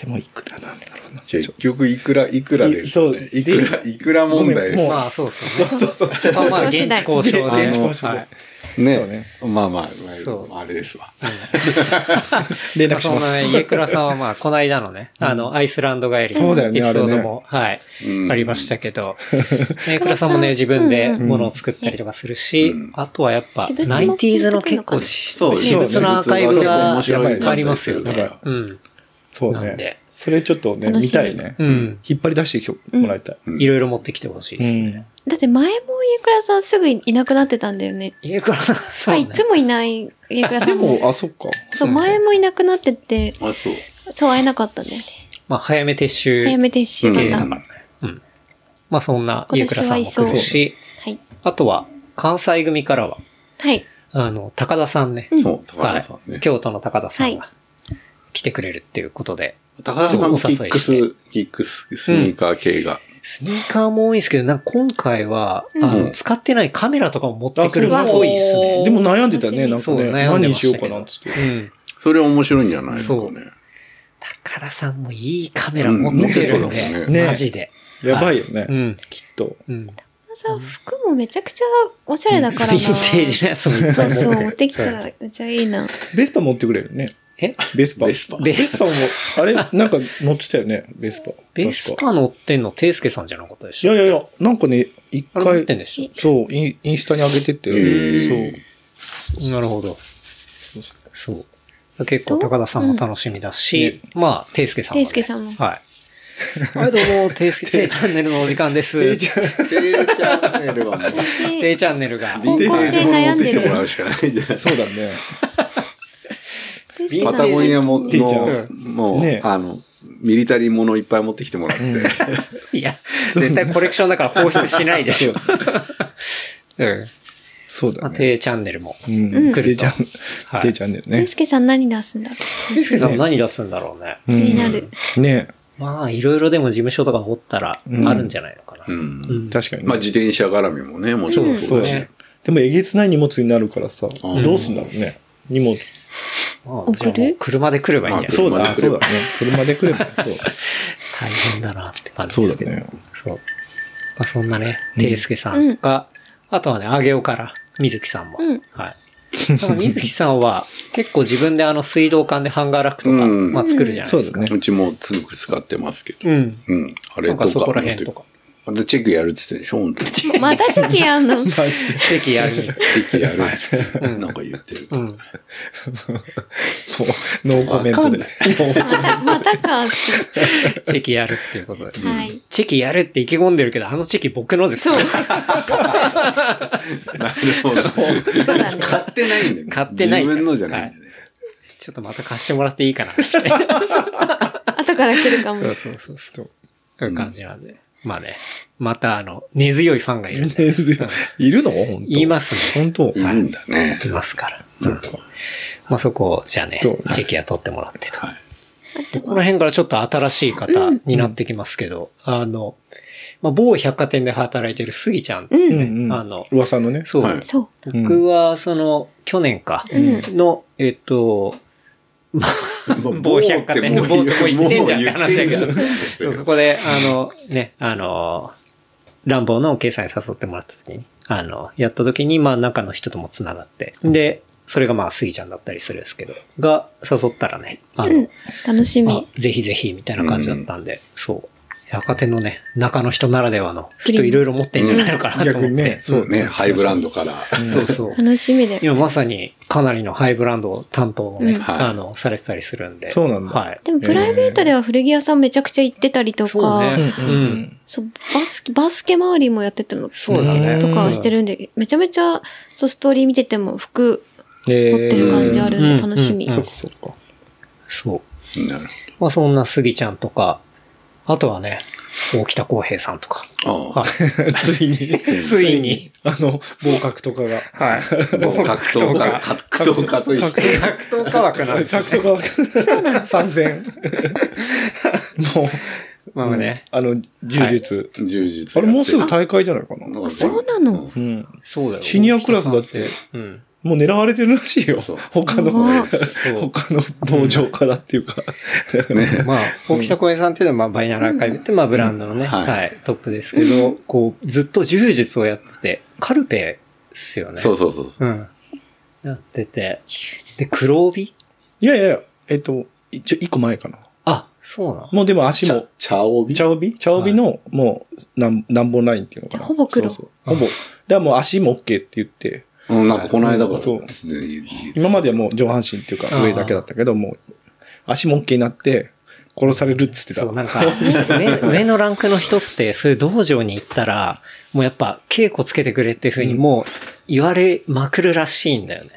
[SPEAKER 2] でもいくらなんだろうな。
[SPEAKER 4] 結局、いくら、いくらですよね。
[SPEAKER 2] い
[SPEAKER 4] いくら、いくら問題で
[SPEAKER 2] ごめんも
[SPEAKER 4] す。
[SPEAKER 5] まあそうそうね。
[SPEAKER 2] そうそうそう。
[SPEAKER 5] まあまあ、現
[SPEAKER 3] 交渉次
[SPEAKER 5] 地
[SPEAKER 3] 第
[SPEAKER 5] 交渉で。
[SPEAKER 2] 現地交渉で
[SPEAKER 5] はい
[SPEAKER 2] そう
[SPEAKER 4] ね
[SPEAKER 2] ね。
[SPEAKER 4] まあまあ
[SPEAKER 5] そう、
[SPEAKER 4] あれですわ。
[SPEAKER 2] 連絡
[SPEAKER 5] まあ
[SPEAKER 2] し
[SPEAKER 5] そん
[SPEAKER 2] ます。
[SPEAKER 5] な家倉さんはまあ、この間のね、あの、アイスランド帰り
[SPEAKER 2] そ
[SPEAKER 5] の
[SPEAKER 2] うだよ
[SPEAKER 5] エピ
[SPEAKER 2] ね
[SPEAKER 5] ソード
[SPEAKER 2] あれ
[SPEAKER 5] も、はい、
[SPEAKER 4] うん
[SPEAKER 5] ありました けど、家倉さんもね、自分で
[SPEAKER 3] うん
[SPEAKER 5] 物を作ったりとかするし
[SPEAKER 4] うん、
[SPEAKER 5] あとはやっぱ
[SPEAKER 3] 私、物も
[SPEAKER 5] ナインティーズの結構、
[SPEAKER 4] そう
[SPEAKER 5] 私物のアーカイブが
[SPEAKER 2] そうね
[SPEAKER 5] ありますよ
[SPEAKER 2] やばい
[SPEAKER 5] ね。うん。
[SPEAKER 2] そう
[SPEAKER 5] なんで
[SPEAKER 2] ね。それちょっとね、
[SPEAKER 3] 楽しみ
[SPEAKER 2] 見たいね。
[SPEAKER 5] うん。
[SPEAKER 2] 引っ張り出してきてもらいたい。
[SPEAKER 4] うん
[SPEAKER 5] いろいろ持ってきてほしいで
[SPEAKER 2] う
[SPEAKER 5] す。
[SPEAKER 2] ん。
[SPEAKER 3] だって前も飯倉さんすぐいなくなってたんだよね。
[SPEAKER 5] 家倉さん、
[SPEAKER 3] あ、
[SPEAKER 5] そう
[SPEAKER 3] い
[SPEAKER 5] ね。
[SPEAKER 3] つもいない飯倉さ
[SPEAKER 2] で
[SPEAKER 3] んも。
[SPEAKER 2] も、あ、そっか。
[SPEAKER 3] そう、前もいなくなってて、
[SPEAKER 4] あ、そう。
[SPEAKER 3] そう会えなかったんだよね。
[SPEAKER 5] まあ、早め撤収。
[SPEAKER 3] 早め撤収パ
[SPEAKER 5] 系
[SPEAKER 3] タ
[SPEAKER 5] だ
[SPEAKER 3] ー
[SPEAKER 5] か
[SPEAKER 3] ン。
[SPEAKER 5] ら
[SPEAKER 3] は
[SPEAKER 5] ねうん。まあ、そんな家倉さんも来るし、
[SPEAKER 3] い。
[SPEAKER 5] あとは、関西組からは、
[SPEAKER 3] はい。
[SPEAKER 5] あの、高田さんね。
[SPEAKER 4] そう、高
[SPEAKER 5] は
[SPEAKER 4] 田
[SPEAKER 5] い
[SPEAKER 4] さんね。
[SPEAKER 5] 京都の高田さん
[SPEAKER 3] は
[SPEAKER 5] が来てくれるっていうことで。
[SPEAKER 4] 高田さんもキックス
[SPEAKER 5] お誘い、
[SPEAKER 4] キックス、スニーカー系が。
[SPEAKER 5] スニーカーも多いんですけど、なんか今回は、
[SPEAKER 3] うん
[SPEAKER 5] あの、使ってないカメラとかも持ってくるっ
[SPEAKER 2] あそれ
[SPEAKER 5] ぽいですね。
[SPEAKER 2] でも悩んでたね、な
[SPEAKER 3] 楽
[SPEAKER 2] ん
[SPEAKER 5] そ
[SPEAKER 2] か
[SPEAKER 5] う、
[SPEAKER 2] ね。
[SPEAKER 5] 悩んで
[SPEAKER 2] 何
[SPEAKER 5] ま
[SPEAKER 2] にしよ
[SPEAKER 5] し
[SPEAKER 2] う
[SPEAKER 5] たけ
[SPEAKER 2] かな
[SPEAKER 5] ど。
[SPEAKER 2] っつって。
[SPEAKER 5] うん。
[SPEAKER 4] それ面白いんじゃないですか
[SPEAKER 5] そう
[SPEAKER 4] ね。
[SPEAKER 5] 高田さんもいいカメラ持ってるん
[SPEAKER 4] うん持ってそうだもん
[SPEAKER 5] で、
[SPEAKER 4] ね
[SPEAKER 5] マジで。
[SPEAKER 2] やばいよね。
[SPEAKER 5] うん。
[SPEAKER 2] きっと。
[SPEAKER 5] うん。
[SPEAKER 3] さ、服もめちゃくちゃおしゃれだ からな。
[SPEAKER 5] ヴィンテージのやつもいっ
[SPEAKER 3] そ
[SPEAKER 5] ぱいう持って
[SPEAKER 3] そう、
[SPEAKER 5] る
[SPEAKER 3] 持ってきたらめっちゃいいな。
[SPEAKER 2] ベスパ持ってくれるね。
[SPEAKER 5] え
[SPEAKER 2] ベスパ。
[SPEAKER 4] ベスパ
[SPEAKER 2] ベスパも、あれ、なんか乗ってたよね、ベスパ。
[SPEAKER 5] ベス
[SPEAKER 2] 確か
[SPEAKER 5] パ乗ってんの、テイスケさんじゃなかったで
[SPEAKER 2] い
[SPEAKER 5] しょ
[SPEAKER 2] やいやいや、なんかね、一
[SPEAKER 5] あれ乗っ
[SPEAKER 2] 回
[SPEAKER 5] て、んでし
[SPEAKER 2] そう、インインスタに上げてて、
[SPEAKER 4] へー
[SPEAKER 5] ょなるほど。
[SPEAKER 2] そう。そう
[SPEAKER 5] そう。結構高田さんも楽しみだし、まあ、ていすけさんも、ね。
[SPEAKER 3] ていすけさんも
[SPEAKER 5] はい。はい、どうも、てい すけ、ていチャンネルのお時間です。ていチ
[SPEAKER 4] チャンネルはもう
[SPEAKER 5] ャンネルが。
[SPEAKER 3] 方向性悩んで
[SPEAKER 4] 持ってきてもら
[SPEAKER 3] る。
[SPEAKER 4] うしかないじゃない
[SPEAKER 2] そうだね。
[SPEAKER 3] ていすけさ
[SPEAKER 4] パ
[SPEAKER 3] ん
[SPEAKER 4] タゴニアも、
[SPEAKER 2] ティーちゃん
[SPEAKER 4] のもう、
[SPEAKER 2] ね
[SPEAKER 4] あの、ミリタリーものいっぱい持ってきてもらって。
[SPEAKER 5] いや、絶対コレクションだから放出しない でしょ。うん。
[SPEAKER 2] そう
[SPEAKER 5] ま
[SPEAKER 2] だ
[SPEAKER 5] あ、
[SPEAKER 2] ね。
[SPEAKER 5] ていチャンネルも。
[SPEAKER 2] うん
[SPEAKER 3] うん
[SPEAKER 2] ていちゃん、
[SPEAKER 5] はい
[SPEAKER 2] ていちゃんだよ
[SPEAKER 3] てい
[SPEAKER 2] ね
[SPEAKER 3] す。けさん何出すんだろう
[SPEAKER 5] ていすけさんも何出すんだろうね。
[SPEAKER 2] 気
[SPEAKER 3] 気になる。。
[SPEAKER 2] ね
[SPEAKER 5] まあ、いろいろでも事務所とか掘ったら、あるんじゃないのかな。
[SPEAKER 4] う。
[SPEAKER 5] うんん
[SPEAKER 2] 確かにね。
[SPEAKER 4] まあ自転車絡みもね、もちろんそ
[SPEAKER 2] そうう
[SPEAKER 4] だし。
[SPEAKER 2] ね。でもえげつない荷物になるからさ、
[SPEAKER 4] うん
[SPEAKER 2] どうすんだろうね。荷物。
[SPEAKER 5] まあ
[SPEAKER 3] 送る
[SPEAKER 5] じゃあもう車で来ればいいんじゃない
[SPEAKER 4] そうだ
[SPEAKER 2] そうだね。車で来れば。そう。
[SPEAKER 5] 大変だなって感じですけど。
[SPEAKER 2] そうだね
[SPEAKER 5] そう。まあ、そんなね、ていすけさんが、あとはね、あげおから、みずきさんも。
[SPEAKER 3] うん
[SPEAKER 5] はい。だからみずきさんは、結構自分であの水道管でハンガーラックとか、
[SPEAKER 4] うん
[SPEAKER 5] まあ作るじゃない
[SPEAKER 2] そ
[SPEAKER 5] で
[SPEAKER 2] う
[SPEAKER 5] すか。
[SPEAKER 2] だね。
[SPEAKER 4] うちもすごく使ってますけど。
[SPEAKER 5] うん。
[SPEAKER 4] うん。あ
[SPEAKER 5] な
[SPEAKER 4] れ
[SPEAKER 5] ん
[SPEAKER 4] と
[SPEAKER 5] かそこ
[SPEAKER 4] から持って
[SPEAKER 5] 辺
[SPEAKER 4] る
[SPEAKER 5] とか。
[SPEAKER 4] またチェックやるっつってんでしょ、本当に。チ
[SPEAKER 3] またチェキや んの。
[SPEAKER 5] チェキやるに。
[SPEAKER 4] ェックやるっつって。なんか言ってる。
[SPEAKER 5] うん。
[SPEAKER 2] もうノーコメントで。
[SPEAKER 3] また、またかっ
[SPEAKER 5] チェキやるっていうことで
[SPEAKER 3] て。。はい。
[SPEAKER 5] チェキやるって意気込んでるけど、あのチェキ僕のです
[SPEAKER 3] そう。
[SPEAKER 4] なるほど。
[SPEAKER 3] そうだね。
[SPEAKER 4] 買ってないんだよね。
[SPEAKER 5] 買ってないんだ
[SPEAKER 4] 自分のじゃないんだよね。
[SPEAKER 5] ちょっとまた貸してもらっていいかな。
[SPEAKER 3] 後から来るかも。
[SPEAKER 2] そうそうそうそう。
[SPEAKER 5] いう感じなんで。まあね。またあの、根強いファンがい るんで。
[SPEAKER 2] いるの本当
[SPEAKER 5] 言いますね。
[SPEAKER 2] 本当
[SPEAKER 4] いるんだね。
[SPEAKER 5] いますから。まあそこを、じゃあね
[SPEAKER 2] そう、
[SPEAKER 5] チェキは取ってもらってと。
[SPEAKER 4] はい。
[SPEAKER 5] でこの辺からちょっと新しい方になってきますけど、あの、まあ、某百貨店で働いてるスギちゃ
[SPEAKER 3] う
[SPEAKER 5] ん。
[SPEAKER 2] うん
[SPEAKER 3] ん。
[SPEAKER 2] うん。
[SPEAKER 5] あの
[SPEAKER 2] 噂のね。
[SPEAKER 5] そう。
[SPEAKER 4] はい
[SPEAKER 3] そう。
[SPEAKER 5] 僕は、その、去年か、
[SPEAKER 3] うん
[SPEAKER 5] の、えっと、某
[SPEAKER 4] 某
[SPEAKER 5] 百貨店の某とこ行ってんじゃんって話だけど
[SPEAKER 4] もう言ってる
[SPEAKER 5] そうそこで、あの、ね、あの、乱暴の掲載誘ってもらった時に、あの、やった時に、まあ中の人とも繋がって、で、それがまあスギちゃんだったりするんですけど、が誘ったらね、あの、
[SPEAKER 3] うん。楽し
[SPEAKER 5] あ
[SPEAKER 3] み。
[SPEAKER 5] ぜひぜひみたいな感じだったんで、そう。百貨店のね、中の人ならではの、
[SPEAKER 3] キリン
[SPEAKER 5] きっといろいろ持ってんじゃないのかなと思って。
[SPEAKER 2] 逆にね。
[SPEAKER 4] そ
[SPEAKER 2] そうう
[SPEAKER 4] ね、ハイブランド から。
[SPEAKER 5] そうそう。
[SPEAKER 3] 楽しみで。
[SPEAKER 5] 今まさにかなりのハイブランドを担当をね、
[SPEAKER 3] うん
[SPEAKER 4] はい
[SPEAKER 5] あの、されてたりするんで。
[SPEAKER 2] そうなんだ
[SPEAKER 5] はい。
[SPEAKER 3] でもプライベートでは古着屋さんめちゃくちゃ行ってたりと
[SPEAKER 5] そう
[SPEAKER 3] か、
[SPEAKER 5] ね。
[SPEAKER 2] うんうん
[SPEAKER 3] そうバスケ、バスケ周りもやってたの
[SPEAKER 5] そうだね。
[SPEAKER 3] とかはしてるんで、めちゃめちゃ、そう、ストーリー見てても服
[SPEAKER 2] え
[SPEAKER 3] 持ってる感じあるんで
[SPEAKER 5] うん
[SPEAKER 3] 楽しみ。
[SPEAKER 5] うん
[SPEAKER 2] そっかそっか。
[SPEAKER 5] そう。
[SPEAKER 4] なる
[SPEAKER 5] まあそんなスギちゃんとか、あとはね、大北康平さんとか。
[SPEAKER 4] ほど。あ
[SPEAKER 5] は
[SPEAKER 4] あ。
[SPEAKER 5] い。
[SPEAKER 2] ついに、
[SPEAKER 5] ついに。
[SPEAKER 2] あの、合格とかが。
[SPEAKER 5] はい。
[SPEAKER 4] もう格闘家、格闘家と一緒。
[SPEAKER 5] 格闘家枠なんです。
[SPEAKER 2] 格闘家が参戦。も
[SPEAKER 5] まあ
[SPEAKER 2] う、
[SPEAKER 5] ね。
[SPEAKER 2] あの、柔術。
[SPEAKER 4] 充実。
[SPEAKER 2] あれもうすぐ大会じゃないかな。
[SPEAKER 4] あ
[SPEAKER 3] そうなの
[SPEAKER 2] うん。
[SPEAKER 5] そうだよ。
[SPEAKER 2] シニアクラスだって
[SPEAKER 5] 大北さんって。うん。
[SPEAKER 2] もう狙われてるらしいよ
[SPEAKER 4] そう。
[SPEAKER 2] 他の
[SPEAKER 3] うわ、
[SPEAKER 5] そう。
[SPEAKER 2] 他の道場からっていうか。
[SPEAKER 5] まあ、大北公園さんっていうのは、まあ、バイナラーカイブって、まあ、ブランドのね、
[SPEAKER 4] うんはい
[SPEAKER 5] はい、トップですけど、こう、ずっと柔術をやってて、カルペですよね。
[SPEAKER 4] そうそうそう。
[SPEAKER 5] うん。やってて。で、黒帯
[SPEAKER 2] いやいやいや、えっと、一応一個前かな。
[SPEAKER 5] あ、そうなの
[SPEAKER 2] もうでも足も、
[SPEAKER 4] 茶帯
[SPEAKER 2] 茶帯茶帯の、もう、なん、何本ラインっていうのかな。
[SPEAKER 3] ほぼ黒
[SPEAKER 2] そうそうほぼ。だからもう足も OK って言って、
[SPEAKER 4] うん、なんかこの間から。
[SPEAKER 2] そう
[SPEAKER 4] すでに
[SPEAKER 2] 今まではもう上半身っていうか
[SPEAKER 5] あー
[SPEAKER 2] 上だけだったけど、もう、足も OK になって、殺されるっつってた
[SPEAKER 5] そ。う、なんか、上上のランクの人って、そういう道場に行ったら、もうやっぱ、稽古つけてくれっていうふうに、もう、言われまくるらしいんだよね。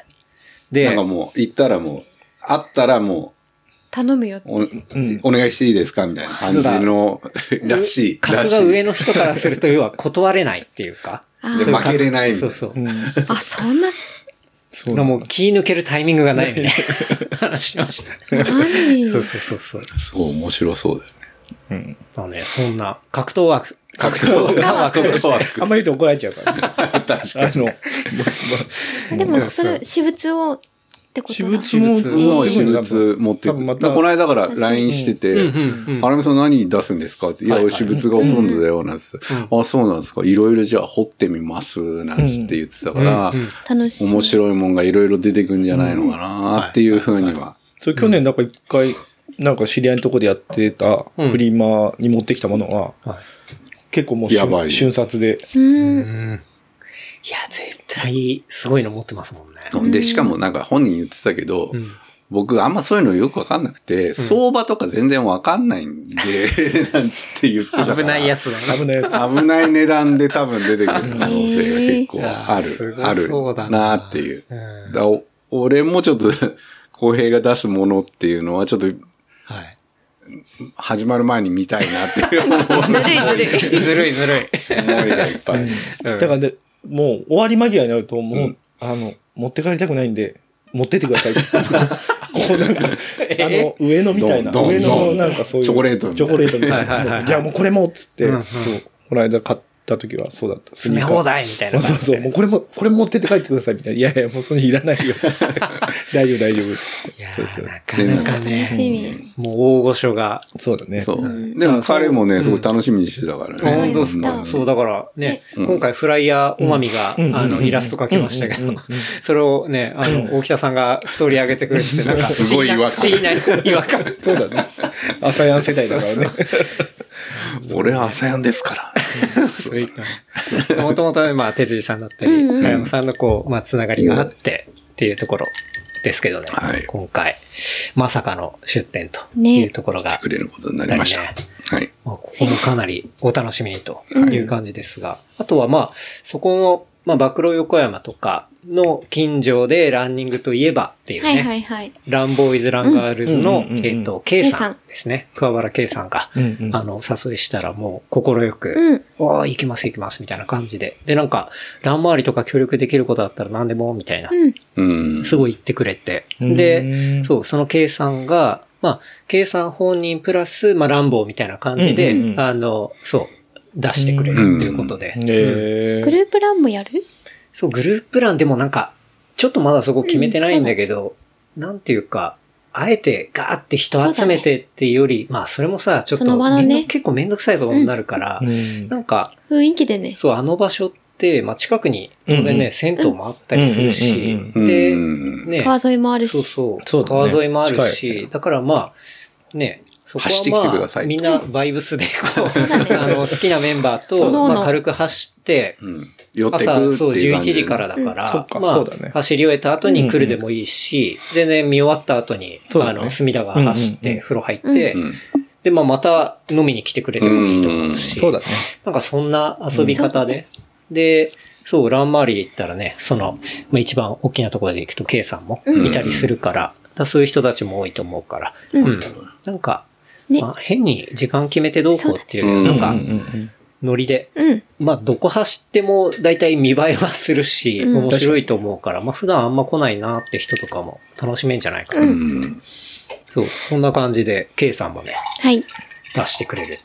[SPEAKER 5] で、
[SPEAKER 4] なんかもう、行ったらもう、会ったらも
[SPEAKER 3] 頼むよ。
[SPEAKER 4] う、お、お願いしていいですかみたいな感じの、らしい。ら
[SPEAKER 5] 格
[SPEAKER 4] し
[SPEAKER 5] が上
[SPEAKER 4] い。
[SPEAKER 5] の人からすると、要は断れないっていうか。
[SPEAKER 3] あ
[SPEAKER 4] で
[SPEAKER 5] そういう
[SPEAKER 4] 負けれないみたい
[SPEAKER 5] そ
[SPEAKER 4] な
[SPEAKER 5] うそう
[SPEAKER 2] う。ん。
[SPEAKER 3] あ、そんな、
[SPEAKER 2] そう
[SPEAKER 5] が
[SPEAKER 2] だ
[SPEAKER 5] もう気抜けるタイミングがないみたい な話してました。
[SPEAKER 3] 何
[SPEAKER 5] そうそうそうそう。
[SPEAKER 4] そう、面白そうだよね。
[SPEAKER 2] うん
[SPEAKER 5] まあね、そんな格闘枠、格闘家枠として
[SPEAKER 4] 格
[SPEAKER 2] あんま言うと怒られちゃうからね。
[SPEAKER 4] 確
[SPEAKER 2] あ
[SPEAKER 4] か
[SPEAKER 2] の、
[SPEAKER 3] でも、それ、私物をってこと
[SPEAKER 2] 私
[SPEAKER 3] だ。
[SPEAKER 2] 物
[SPEAKER 4] 私
[SPEAKER 2] も
[SPEAKER 4] 物の私物持って
[SPEAKER 2] 多
[SPEAKER 4] く
[SPEAKER 2] 分ま
[SPEAKER 4] る。だ
[SPEAKER 2] た
[SPEAKER 4] からこの間だから LINE して
[SPEAKER 5] うん
[SPEAKER 4] て、
[SPEAKER 5] うんうん
[SPEAKER 4] あれもその何出すんですかって、いや、
[SPEAKER 5] はいはい
[SPEAKER 4] 私物がほとんどだよ、なんつって、あ、そうなんですか。いろいろじゃあ掘ってみます、なんつって言ってたから、
[SPEAKER 5] うんうん
[SPEAKER 3] 楽しそう。
[SPEAKER 4] 面白いもんがいろいろ出てくんじゃないのかなっていうふうには。
[SPEAKER 2] それ去年なんか一回、なんか知り合いのとこでやってた
[SPEAKER 5] うん
[SPEAKER 2] フリマに持ってきたものは、
[SPEAKER 5] はい
[SPEAKER 2] 結構もう
[SPEAKER 4] やばい
[SPEAKER 2] 瞬瞬殺で、
[SPEAKER 3] うん。
[SPEAKER 5] うんいや、絶対、すごいの持ってますもんね。
[SPEAKER 4] で、しかもなんか本人言ってたけど、
[SPEAKER 5] うん
[SPEAKER 4] 僕あんまそういうのよくわかんなくて、相場とか全然わかんない んで、なんつって言ってたから。
[SPEAKER 5] 危ないやつだな。
[SPEAKER 2] 危ないやつ。
[SPEAKER 4] 危ない値段で多分出てくる可能性が結構あ
[SPEAKER 5] いやーす
[SPEAKER 4] る、
[SPEAKER 5] ご
[SPEAKER 4] ある
[SPEAKER 5] そうだ
[SPEAKER 4] なっていう。
[SPEAKER 5] うん
[SPEAKER 4] だお俺もちょっと、 公平が出すものっていうのはちょっと
[SPEAKER 5] はい。
[SPEAKER 4] 始まる前に見たいなっていう 思
[SPEAKER 3] ずるいずるい。
[SPEAKER 5] ずるいずるい。
[SPEAKER 4] いがいっぱいあり
[SPEAKER 5] だ
[SPEAKER 2] だからで、もう終わり間際になると、もう、あの、持って帰りたくないんで、持ってってください。こうなんか、あの、上野みたいな、
[SPEAKER 4] どんどん
[SPEAKER 2] 上野
[SPEAKER 4] ど
[SPEAKER 2] の
[SPEAKER 4] ん
[SPEAKER 2] なんかそういう、
[SPEAKER 4] チョコレートみた
[SPEAKER 2] チ
[SPEAKER 4] い
[SPEAKER 2] ョ
[SPEAKER 4] な
[SPEAKER 2] コレートみたい
[SPEAKER 5] はいはいはいは
[SPEAKER 2] な。
[SPEAKER 5] い
[SPEAKER 2] じゃあもうこれもっつって、
[SPEAKER 5] うんうん
[SPEAKER 2] そう、この間買った時はそうだった。
[SPEAKER 5] 詰め放題みたいな
[SPEAKER 2] そう
[SPEAKER 5] 感じ
[SPEAKER 2] そ
[SPEAKER 5] で。
[SPEAKER 2] う、もうこれも、これ持ってって帰ってくださいみたいな。いやいや、もうそれいらないよ。大丈夫、大丈夫。
[SPEAKER 5] いや
[SPEAKER 2] そうですよね
[SPEAKER 5] ーなかなか
[SPEAKER 3] 楽
[SPEAKER 5] ね、
[SPEAKER 3] しみ。
[SPEAKER 5] もう大御所が。
[SPEAKER 2] そうだね。。
[SPEAKER 4] そうう。でも彼もね、すごい楽しみにしてたからね。
[SPEAKER 5] 本当です
[SPEAKER 4] う
[SPEAKER 5] か
[SPEAKER 4] ん
[SPEAKER 5] そう、だからね、
[SPEAKER 4] うん
[SPEAKER 5] 今回フライヤーおまみが、
[SPEAKER 2] うん
[SPEAKER 5] あ
[SPEAKER 2] う
[SPEAKER 5] の、
[SPEAKER 2] ん
[SPEAKER 5] イラスト描きましたけ
[SPEAKER 2] うんう
[SPEAKER 5] ど
[SPEAKER 2] んうん、
[SPEAKER 5] それをね、あの、大北さんがストーリー上げてくれてて、 なんか、
[SPEAKER 4] すごい違和感
[SPEAKER 5] 不思議な不思議な違和感。
[SPEAKER 2] そうだね。アサヤン世代だからね。
[SPEAKER 4] 俺は朝やんですから。
[SPEAKER 5] それ言ってました。もともとね、まあ、哲司さんだったり、
[SPEAKER 3] うんうん
[SPEAKER 5] 加山さんのこう、まあ、つながりがあって、っていうところですけどね、
[SPEAKER 4] はい
[SPEAKER 5] 今回、まさかの出展と
[SPEAKER 3] ね
[SPEAKER 5] いうところ
[SPEAKER 4] 来て
[SPEAKER 5] が、
[SPEAKER 4] くれることになりました。
[SPEAKER 5] ね
[SPEAKER 4] はい。
[SPEAKER 5] まあ、ここもかなりお楽しみにという感じですが、あとはまあ、そこの、まあ、暴露横山とかの近所でランニングといえばっていうね、
[SPEAKER 3] はいはいはい。
[SPEAKER 5] ランボーイズ・ランガールズ
[SPEAKER 2] う
[SPEAKER 5] の
[SPEAKER 2] んうんうんう、ん
[SPEAKER 5] えっと、K さ
[SPEAKER 3] K さ
[SPEAKER 5] ん
[SPEAKER 3] ん
[SPEAKER 5] ですね、桑原 K さんが、
[SPEAKER 2] うんうん
[SPEAKER 5] あの、お誘いしたらもう、心よく、
[SPEAKER 3] うん。
[SPEAKER 5] わあ、行きます行きます、みたいな感じで。で、なんか、乱回りとか協力できることだったら何でも、みたいな。
[SPEAKER 3] うん。
[SPEAKER 4] うん。
[SPEAKER 5] すごい言ってくれて。
[SPEAKER 2] う
[SPEAKER 5] で
[SPEAKER 2] ん、
[SPEAKER 5] そう、その計算が、まあ、計算本人プラス、まあ、乱暴みたいな感じで、
[SPEAKER 2] うんうんうん
[SPEAKER 5] あの、そう、出してくれるっていうことで。うん
[SPEAKER 2] え
[SPEAKER 3] グループランもやる
[SPEAKER 5] そう、グループ欄でもなんか、ちょっとまだそこ決めてないんだけど、なんていうか、あえてガーって人集めてっていうより、まあ、それもさ、ちょっと
[SPEAKER 3] その場のね
[SPEAKER 5] めんど結構めんどくさいことになるから、
[SPEAKER 2] ー。
[SPEAKER 5] なんか、
[SPEAKER 3] 雰囲気でね。
[SPEAKER 5] そう、あの場所って、まあ、近くに、当然ね、
[SPEAKER 2] うんうん
[SPEAKER 5] 銭湯もあったりするし
[SPEAKER 2] うんうん、
[SPEAKER 4] うん
[SPEAKER 5] で、
[SPEAKER 4] うん
[SPEAKER 5] ね、
[SPEAKER 3] 川沿いもある
[SPEAKER 5] そう
[SPEAKER 3] し。
[SPEAKER 5] そう、
[SPEAKER 2] そうだね
[SPEAKER 5] 川沿いもある
[SPEAKER 2] 近
[SPEAKER 5] し、だからまあ、ね、そこ
[SPEAKER 4] 走ってきてく
[SPEAKER 5] はま
[SPEAKER 4] だ
[SPEAKER 5] あ、
[SPEAKER 4] さい
[SPEAKER 5] みんなバイブスでこ
[SPEAKER 3] そうだ
[SPEAKER 5] う、あ
[SPEAKER 3] ね。
[SPEAKER 5] の、好きなメンバー
[SPEAKER 3] そ
[SPEAKER 5] と、
[SPEAKER 3] の
[SPEAKER 5] まあ、軽く走って、
[SPEAKER 4] うん。寄ってく
[SPEAKER 5] 朝、そう、
[SPEAKER 4] っていう
[SPEAKER 5] 11
[SPEAKER 4] 感じで
[SPEAKER 5] 時からだか
[SPEAKER 2] うんそっ
[SPEAKER 5] ら、
[SPEAKER 2] か
[SPEAKER 5] ま
[SPEAKER 2] そ
[SPEAKER 5] あ
[SPEAKER 2] うだね、
[SPEAKER 5] 走り終えた後に来るでもいいし、でね、見終わった後に、
[SPEAKER 2] そうだ
[SPEAKER 5] あ
[SPEAKER 2] ね
[SPEAKER 5] の、隅田川走っ
[SPEAKER 2] うんうんうん
[SPEAKER 5] て、風呂入って
[SPEAKER 4] う、ん。
[SPEAKER 5] で、まあ、また飲みに来てくれてもいいと思うし、
[SPEAKER 2] そうだね。
[SPEAKER 5] なんかそんな遊び方で。で、そう、ランマーリで行ったらね、その、まあ、一番大きなところで行くと K さんも
[SPEAKER 3] うん
[SPEAKER 5] いたりするから、だからそういう人たちも多いと思うから、
[SPEAKER 3] うん
[SPEAKER 5] なんか、
[SPEAKER 3] ね
[SPEAKER 5] まあ、変に時間決めてどうこうっていうより
[SPEAKER 4] そうだね
[SPEAKER 5] な
[SPEAKER 2] うんん
[SPEAKER 5] か、
[SPEAKER 2] うんうん
[SPEAKER 5] ノリで、
[SPEAKER 3] うん。
[SPEAKER 5] まあ、どこ走っても大体見栄えはするし、
[SPEAKER 3] うん
[SPEAKER 5] 面白いと思うから、まあ、普段あんま来ないなって人とかも楽しめんじゃないかな。
[SPEAKER 4] うん。
[SPEAKER 5] そう、そんな感じで K さんもね、
[SPEAKER 3] はい。
[SPEAKER 5] 出してくれるっ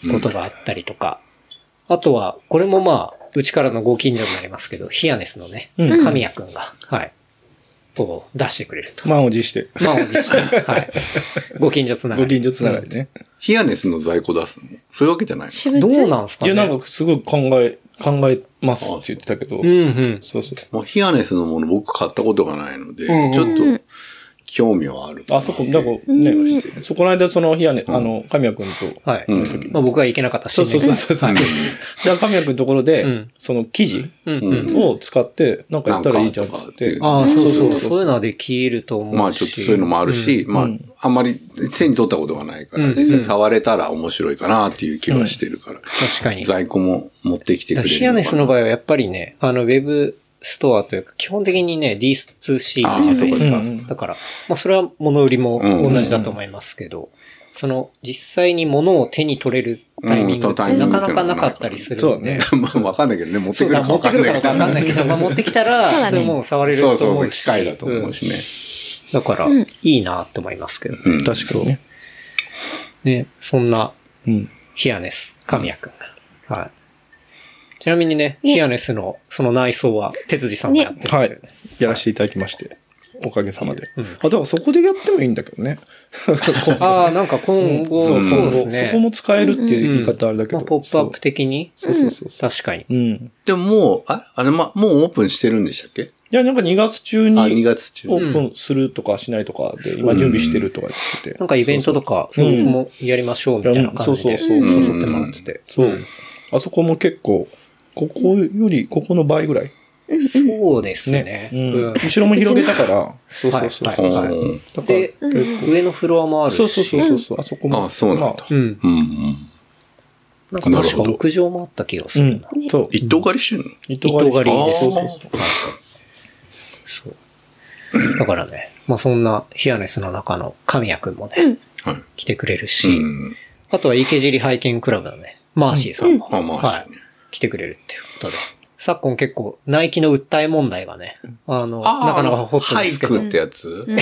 [SPEAKER 5] ていうことがあったりとか、あとは、これもまあ、うちからのご近所になりますけど、ヒアネスのね、
[SPEAKER 2] うん
[SPEAKER 5] 神谷くんが、はい、こう出してくれると。
[SPEAKER 2] 満を持して。
[SPEAKER 5] まあ、おじ いして、はい。ご近所つなが
[SPEAKER 2] ご
[SPEAKER 5] り。
[SPEAKER 2] 近所つながりね。
[SPEAKER 4] ヒアネスの在庫出すのそういうわけじゃないの
[SPEAKER 3] 私
[SPEAKER 5] うん
[SPEAKER 3] 物。
[SPEAKER 5] どうなんすか
[SPEAKER 2] い
[SPEAKER 5] ね
[SPEAKER 2] や、なんかすごい考え、考えますって言ってたけど
[SPEAKER 5] うん。うん。
[SPEAKER 2] そうそう。
[SPEAKER 4] もうヒアネスのもの僕買ったことがないので、
[SPEAKER 5] うんうん
[SPEAKER 4] ちょっと興味はある。
[SPEAKER 2] あそこ、だから
[SPEAKER 3] う
[SPEAKER 2] ね、そこの間、その、日やね、あの、神谷くんと、
[SPEAKER 5] はい。
[SPEAKER 4] うん
[SPEAKER 5] まあ、僕は行けなかったし、
[SPEAKER 2] そうそうそうそう。だ
[SPEAKER 4] うん
[SPEAKER 2] から神谷くんのところ
[SPEAKER 5] う
[SPEAKER 2] で
[SPEAKER 5] ん、
[SPEAKER 2] その記事
[SPEAKER 5] うん
[SPEAKER 4] う
[SPEAKER 5] うん
[SPEAKER 4] ん。
[SPEAKER 2] を使って、なんかやったらいいじゃんっ
[SPEAKER 4] なんか
[SPEAKER 2] つっ
[SPEAKER 4] とかってい
[SPEAKER 2] て
[SPEAKER 4] う。
[SPEAKER 5] ああ、そうそう。
[SPEAKER 2] そう
[SPEAKER 5] そういうのはできると思うし。
[SPEAKER 4] まあちょっとそういうのもあるし、まあ
[SPEAKER 2] うん
[SPEAKER 4] あんまり手に取ったことがないから、
[SPEAKER 5] うん
[SPEAKER 4] 実際触れたら面白いかなっていう気はしてるから、
[SPEAKER 5] 確かに。
[SPEAKER 4] 在庫も持ってきてくれるのかな。
[SPEAKER 5] ヒアネスの場合はやっぱりね、あの、ウェブストアというか、基本的にね、D2C じゃないで
[SPEAKER 4] あー
[SPEAKER 5] す
[SPEAKER 2] そう
[SPEAKER 5] か。
[SPEAKER 2] かそうか
[SPEAKER 5] だから、まあ、それは物売りも
[SPEAKER 4] うん
[SPEAKER 5] 同じだと思いますけど、その、実際に物を手に取れるタイミング
[SPEAKER 4] うんそ
[SPEAKER 5] っ
[SPEAKER 4] うタ
[SPEAKER 5] て
[SPEAKER 4] イミ
[SPEAKER 5] な
[SPEAKER 4] ング
[SPEAKER 5] か
[SPEAKER 4] って
[SPEAKER 5] な
[SPEAKER 4] いうのは
[SPEAKER 5] かなかったりする
[SPEAKER 2] そ
[SPEAKER 5] の
[SPEAKER 2] うだね
[SPEAKER 5] で。。
[SPEAKER 4] まあわかんないけどね、持って
[SPEAKER 5] そう
[SPEAKER 4] くる
[SPEAKER 5] だ、
[SPEAKER 4] か
[SPEAKER 5] 持
[SPEAKER 4] わ
[SPEAKER 5] って
[SPEAKER 4] か
[SPEAKER 5] く
[SPEAKER 4] ん
[SPEAKER 5] る
[SPEAKER 4] ない
[SPEAKER 5] かわ
[SPEAKER 4] か
[SPEAKER 5] かん
[SPEAKER 4] ら。
[SPEAKER 5] ない けど、まあ、持ってきたら、
[SPEAKER 3] そうだ
[SPEAKER 5] そ
[SPEAKER 3] ね
[SPEAKER 5] れもう触れる
[SPEAKER 4] そう
[SPEAKER 5] と
[SPEAKER 4] そう
[SPEAKER 5] 思
[SPEAKER 4] そう、
[SPEAKER 5] うし。
[SPEAKER 4] 機械だと思うしね。
[SPEAKER 5] うんだから、
[SPEAKER 3] うん
[SPEAKER 5] いいなと思いますけど。
[SPEAKER 4] うん。
[SPEAKER 2] 確かにね。
[SPEAKER 5] ね、そんな
[SPEAKER 2] うん。
[SPEAKER 5] ヒアネス、神谷くんが。はい。ちなみにね、
[SPEAKER 3] ね
[SPEAKER 5] ヒアネスのその内装は、哲司さんがやってるんで、
[SPEAKER 2] はい。やらせていただきまして。おかげさまで。
[SPEAKER 5] うん
[SPEAKER 2] あ、だからそこでやってもいいんだけどね。
[SPEAKER 5] ああ、なんか今後、
[SPEAKER 2] そう
[SPEAKER 5] そ
[SPEAKER 2] そうう
[SPEAKER 5] です
[SPEAKER 2] そ
[SPEAKER 5] ね。
[SPEAKER 2] こも使えるっていう言い方あれだけ
[SPEAKER 5] ま
[SPEAKER 2] ど。
[SPEAKER 5] あ、ポップアップ的に
[SPEAKER 2] そうそうそうそう。
[SPEAKER 5] 確かに。
[SPEAKER 2] うん。
[SPEAKER 4] でももう、あ、あれ、ま、もうオープンしてるんでしたっけ
[SPEAKER 2] いや、なんか2月中
[SPEAKER 4] あ、
[SPEAKER 2] に
[SPEAKER 4] 2月中
[SPEAKER 2] オ
[SPEAKER 4] に。
[SPEAKER 2] ープンするとかしないとかで、今準備してるとか言ってて。
[SPEAKER 5] なんかイベントとか、そううもやりましょうみたいな感じで、
[SPEAKER 2] うんそうそう
[SPEAKER 4] そう
[SPEAKER 5] 誘ってもらってて。
[SPEAKER 2] そう。あそこも結構、ここより、ここの倍ぐらい。
[SPEAKER 5] そうですね。
[SPEAKER 2] ね。
[SPEAKER 5] う
[SPEAKER 2] うんん後ろも広げたから。そうそうそう。
[SPEAKER 5] はい
[SPEAKER 2] そう
[SPEAKER 5] は
[SPEAKER 4] あ
[SPEAKER 5] い
[SPEAKER 4] ー
[SPEAKER 2] だから
[SPEAKER 5] で、
[SPEAKER 3] うんうん
[SPEAKER 5] 上のフロアもあるし。
[SPEAKER 2] そうそうそうそうそう。あそこも。
[SPEAKER 4] あそうなんだ
[SPEAKER 2] ま
[SPEAKER 5] うん。
[SPEAKER 4] うんうん。
[SPEAKER 5] なんか
[SPEAKER 4] なる
[SPEAKER 5] 確
[SPEAKER 4] ほ
[SPEAKER 5] か
[SPEAKER 4] ど
[SPEAKER 5] 屋上もあった気がす
[SPEAKER 2] う
[SPEAKER 5] る
[SPEAKER 2] ん
[SPEAKER 5] な。。
[SPEAKER 2] そう。
[SPEAKER 4] 一等狩りしてんの
[SPEAKER 2] 伊
[SPEAKER 5] 糸狩りです
[SPEAKER 2] そうそうそう。
[SPEAKER 5] そう。だからね、まあそんなヒアネスの中の神谷くんもね、
[SPEAKER 4] はい。
[SPEAKER 5] 来てくれる
[SPEAKER 4] う
[SPEAKER 5] し、
[SPEAKER 4] ん。
[SPEAKER 5] あとは池尻拝見クラブのね、マーシーさんも、
[SPEAKER 4] うんあマーシー
[SPEAKER 5] はい、来てくれるっていうことで。 昨今結構、ナイキの訴え問題がね、あの、
[SPEAKER 4] あー
[SPEAKER 5] なかなかホットですけど
[SPEAKER 4] 俳句。ってやつ
[SPEAKER 3] うん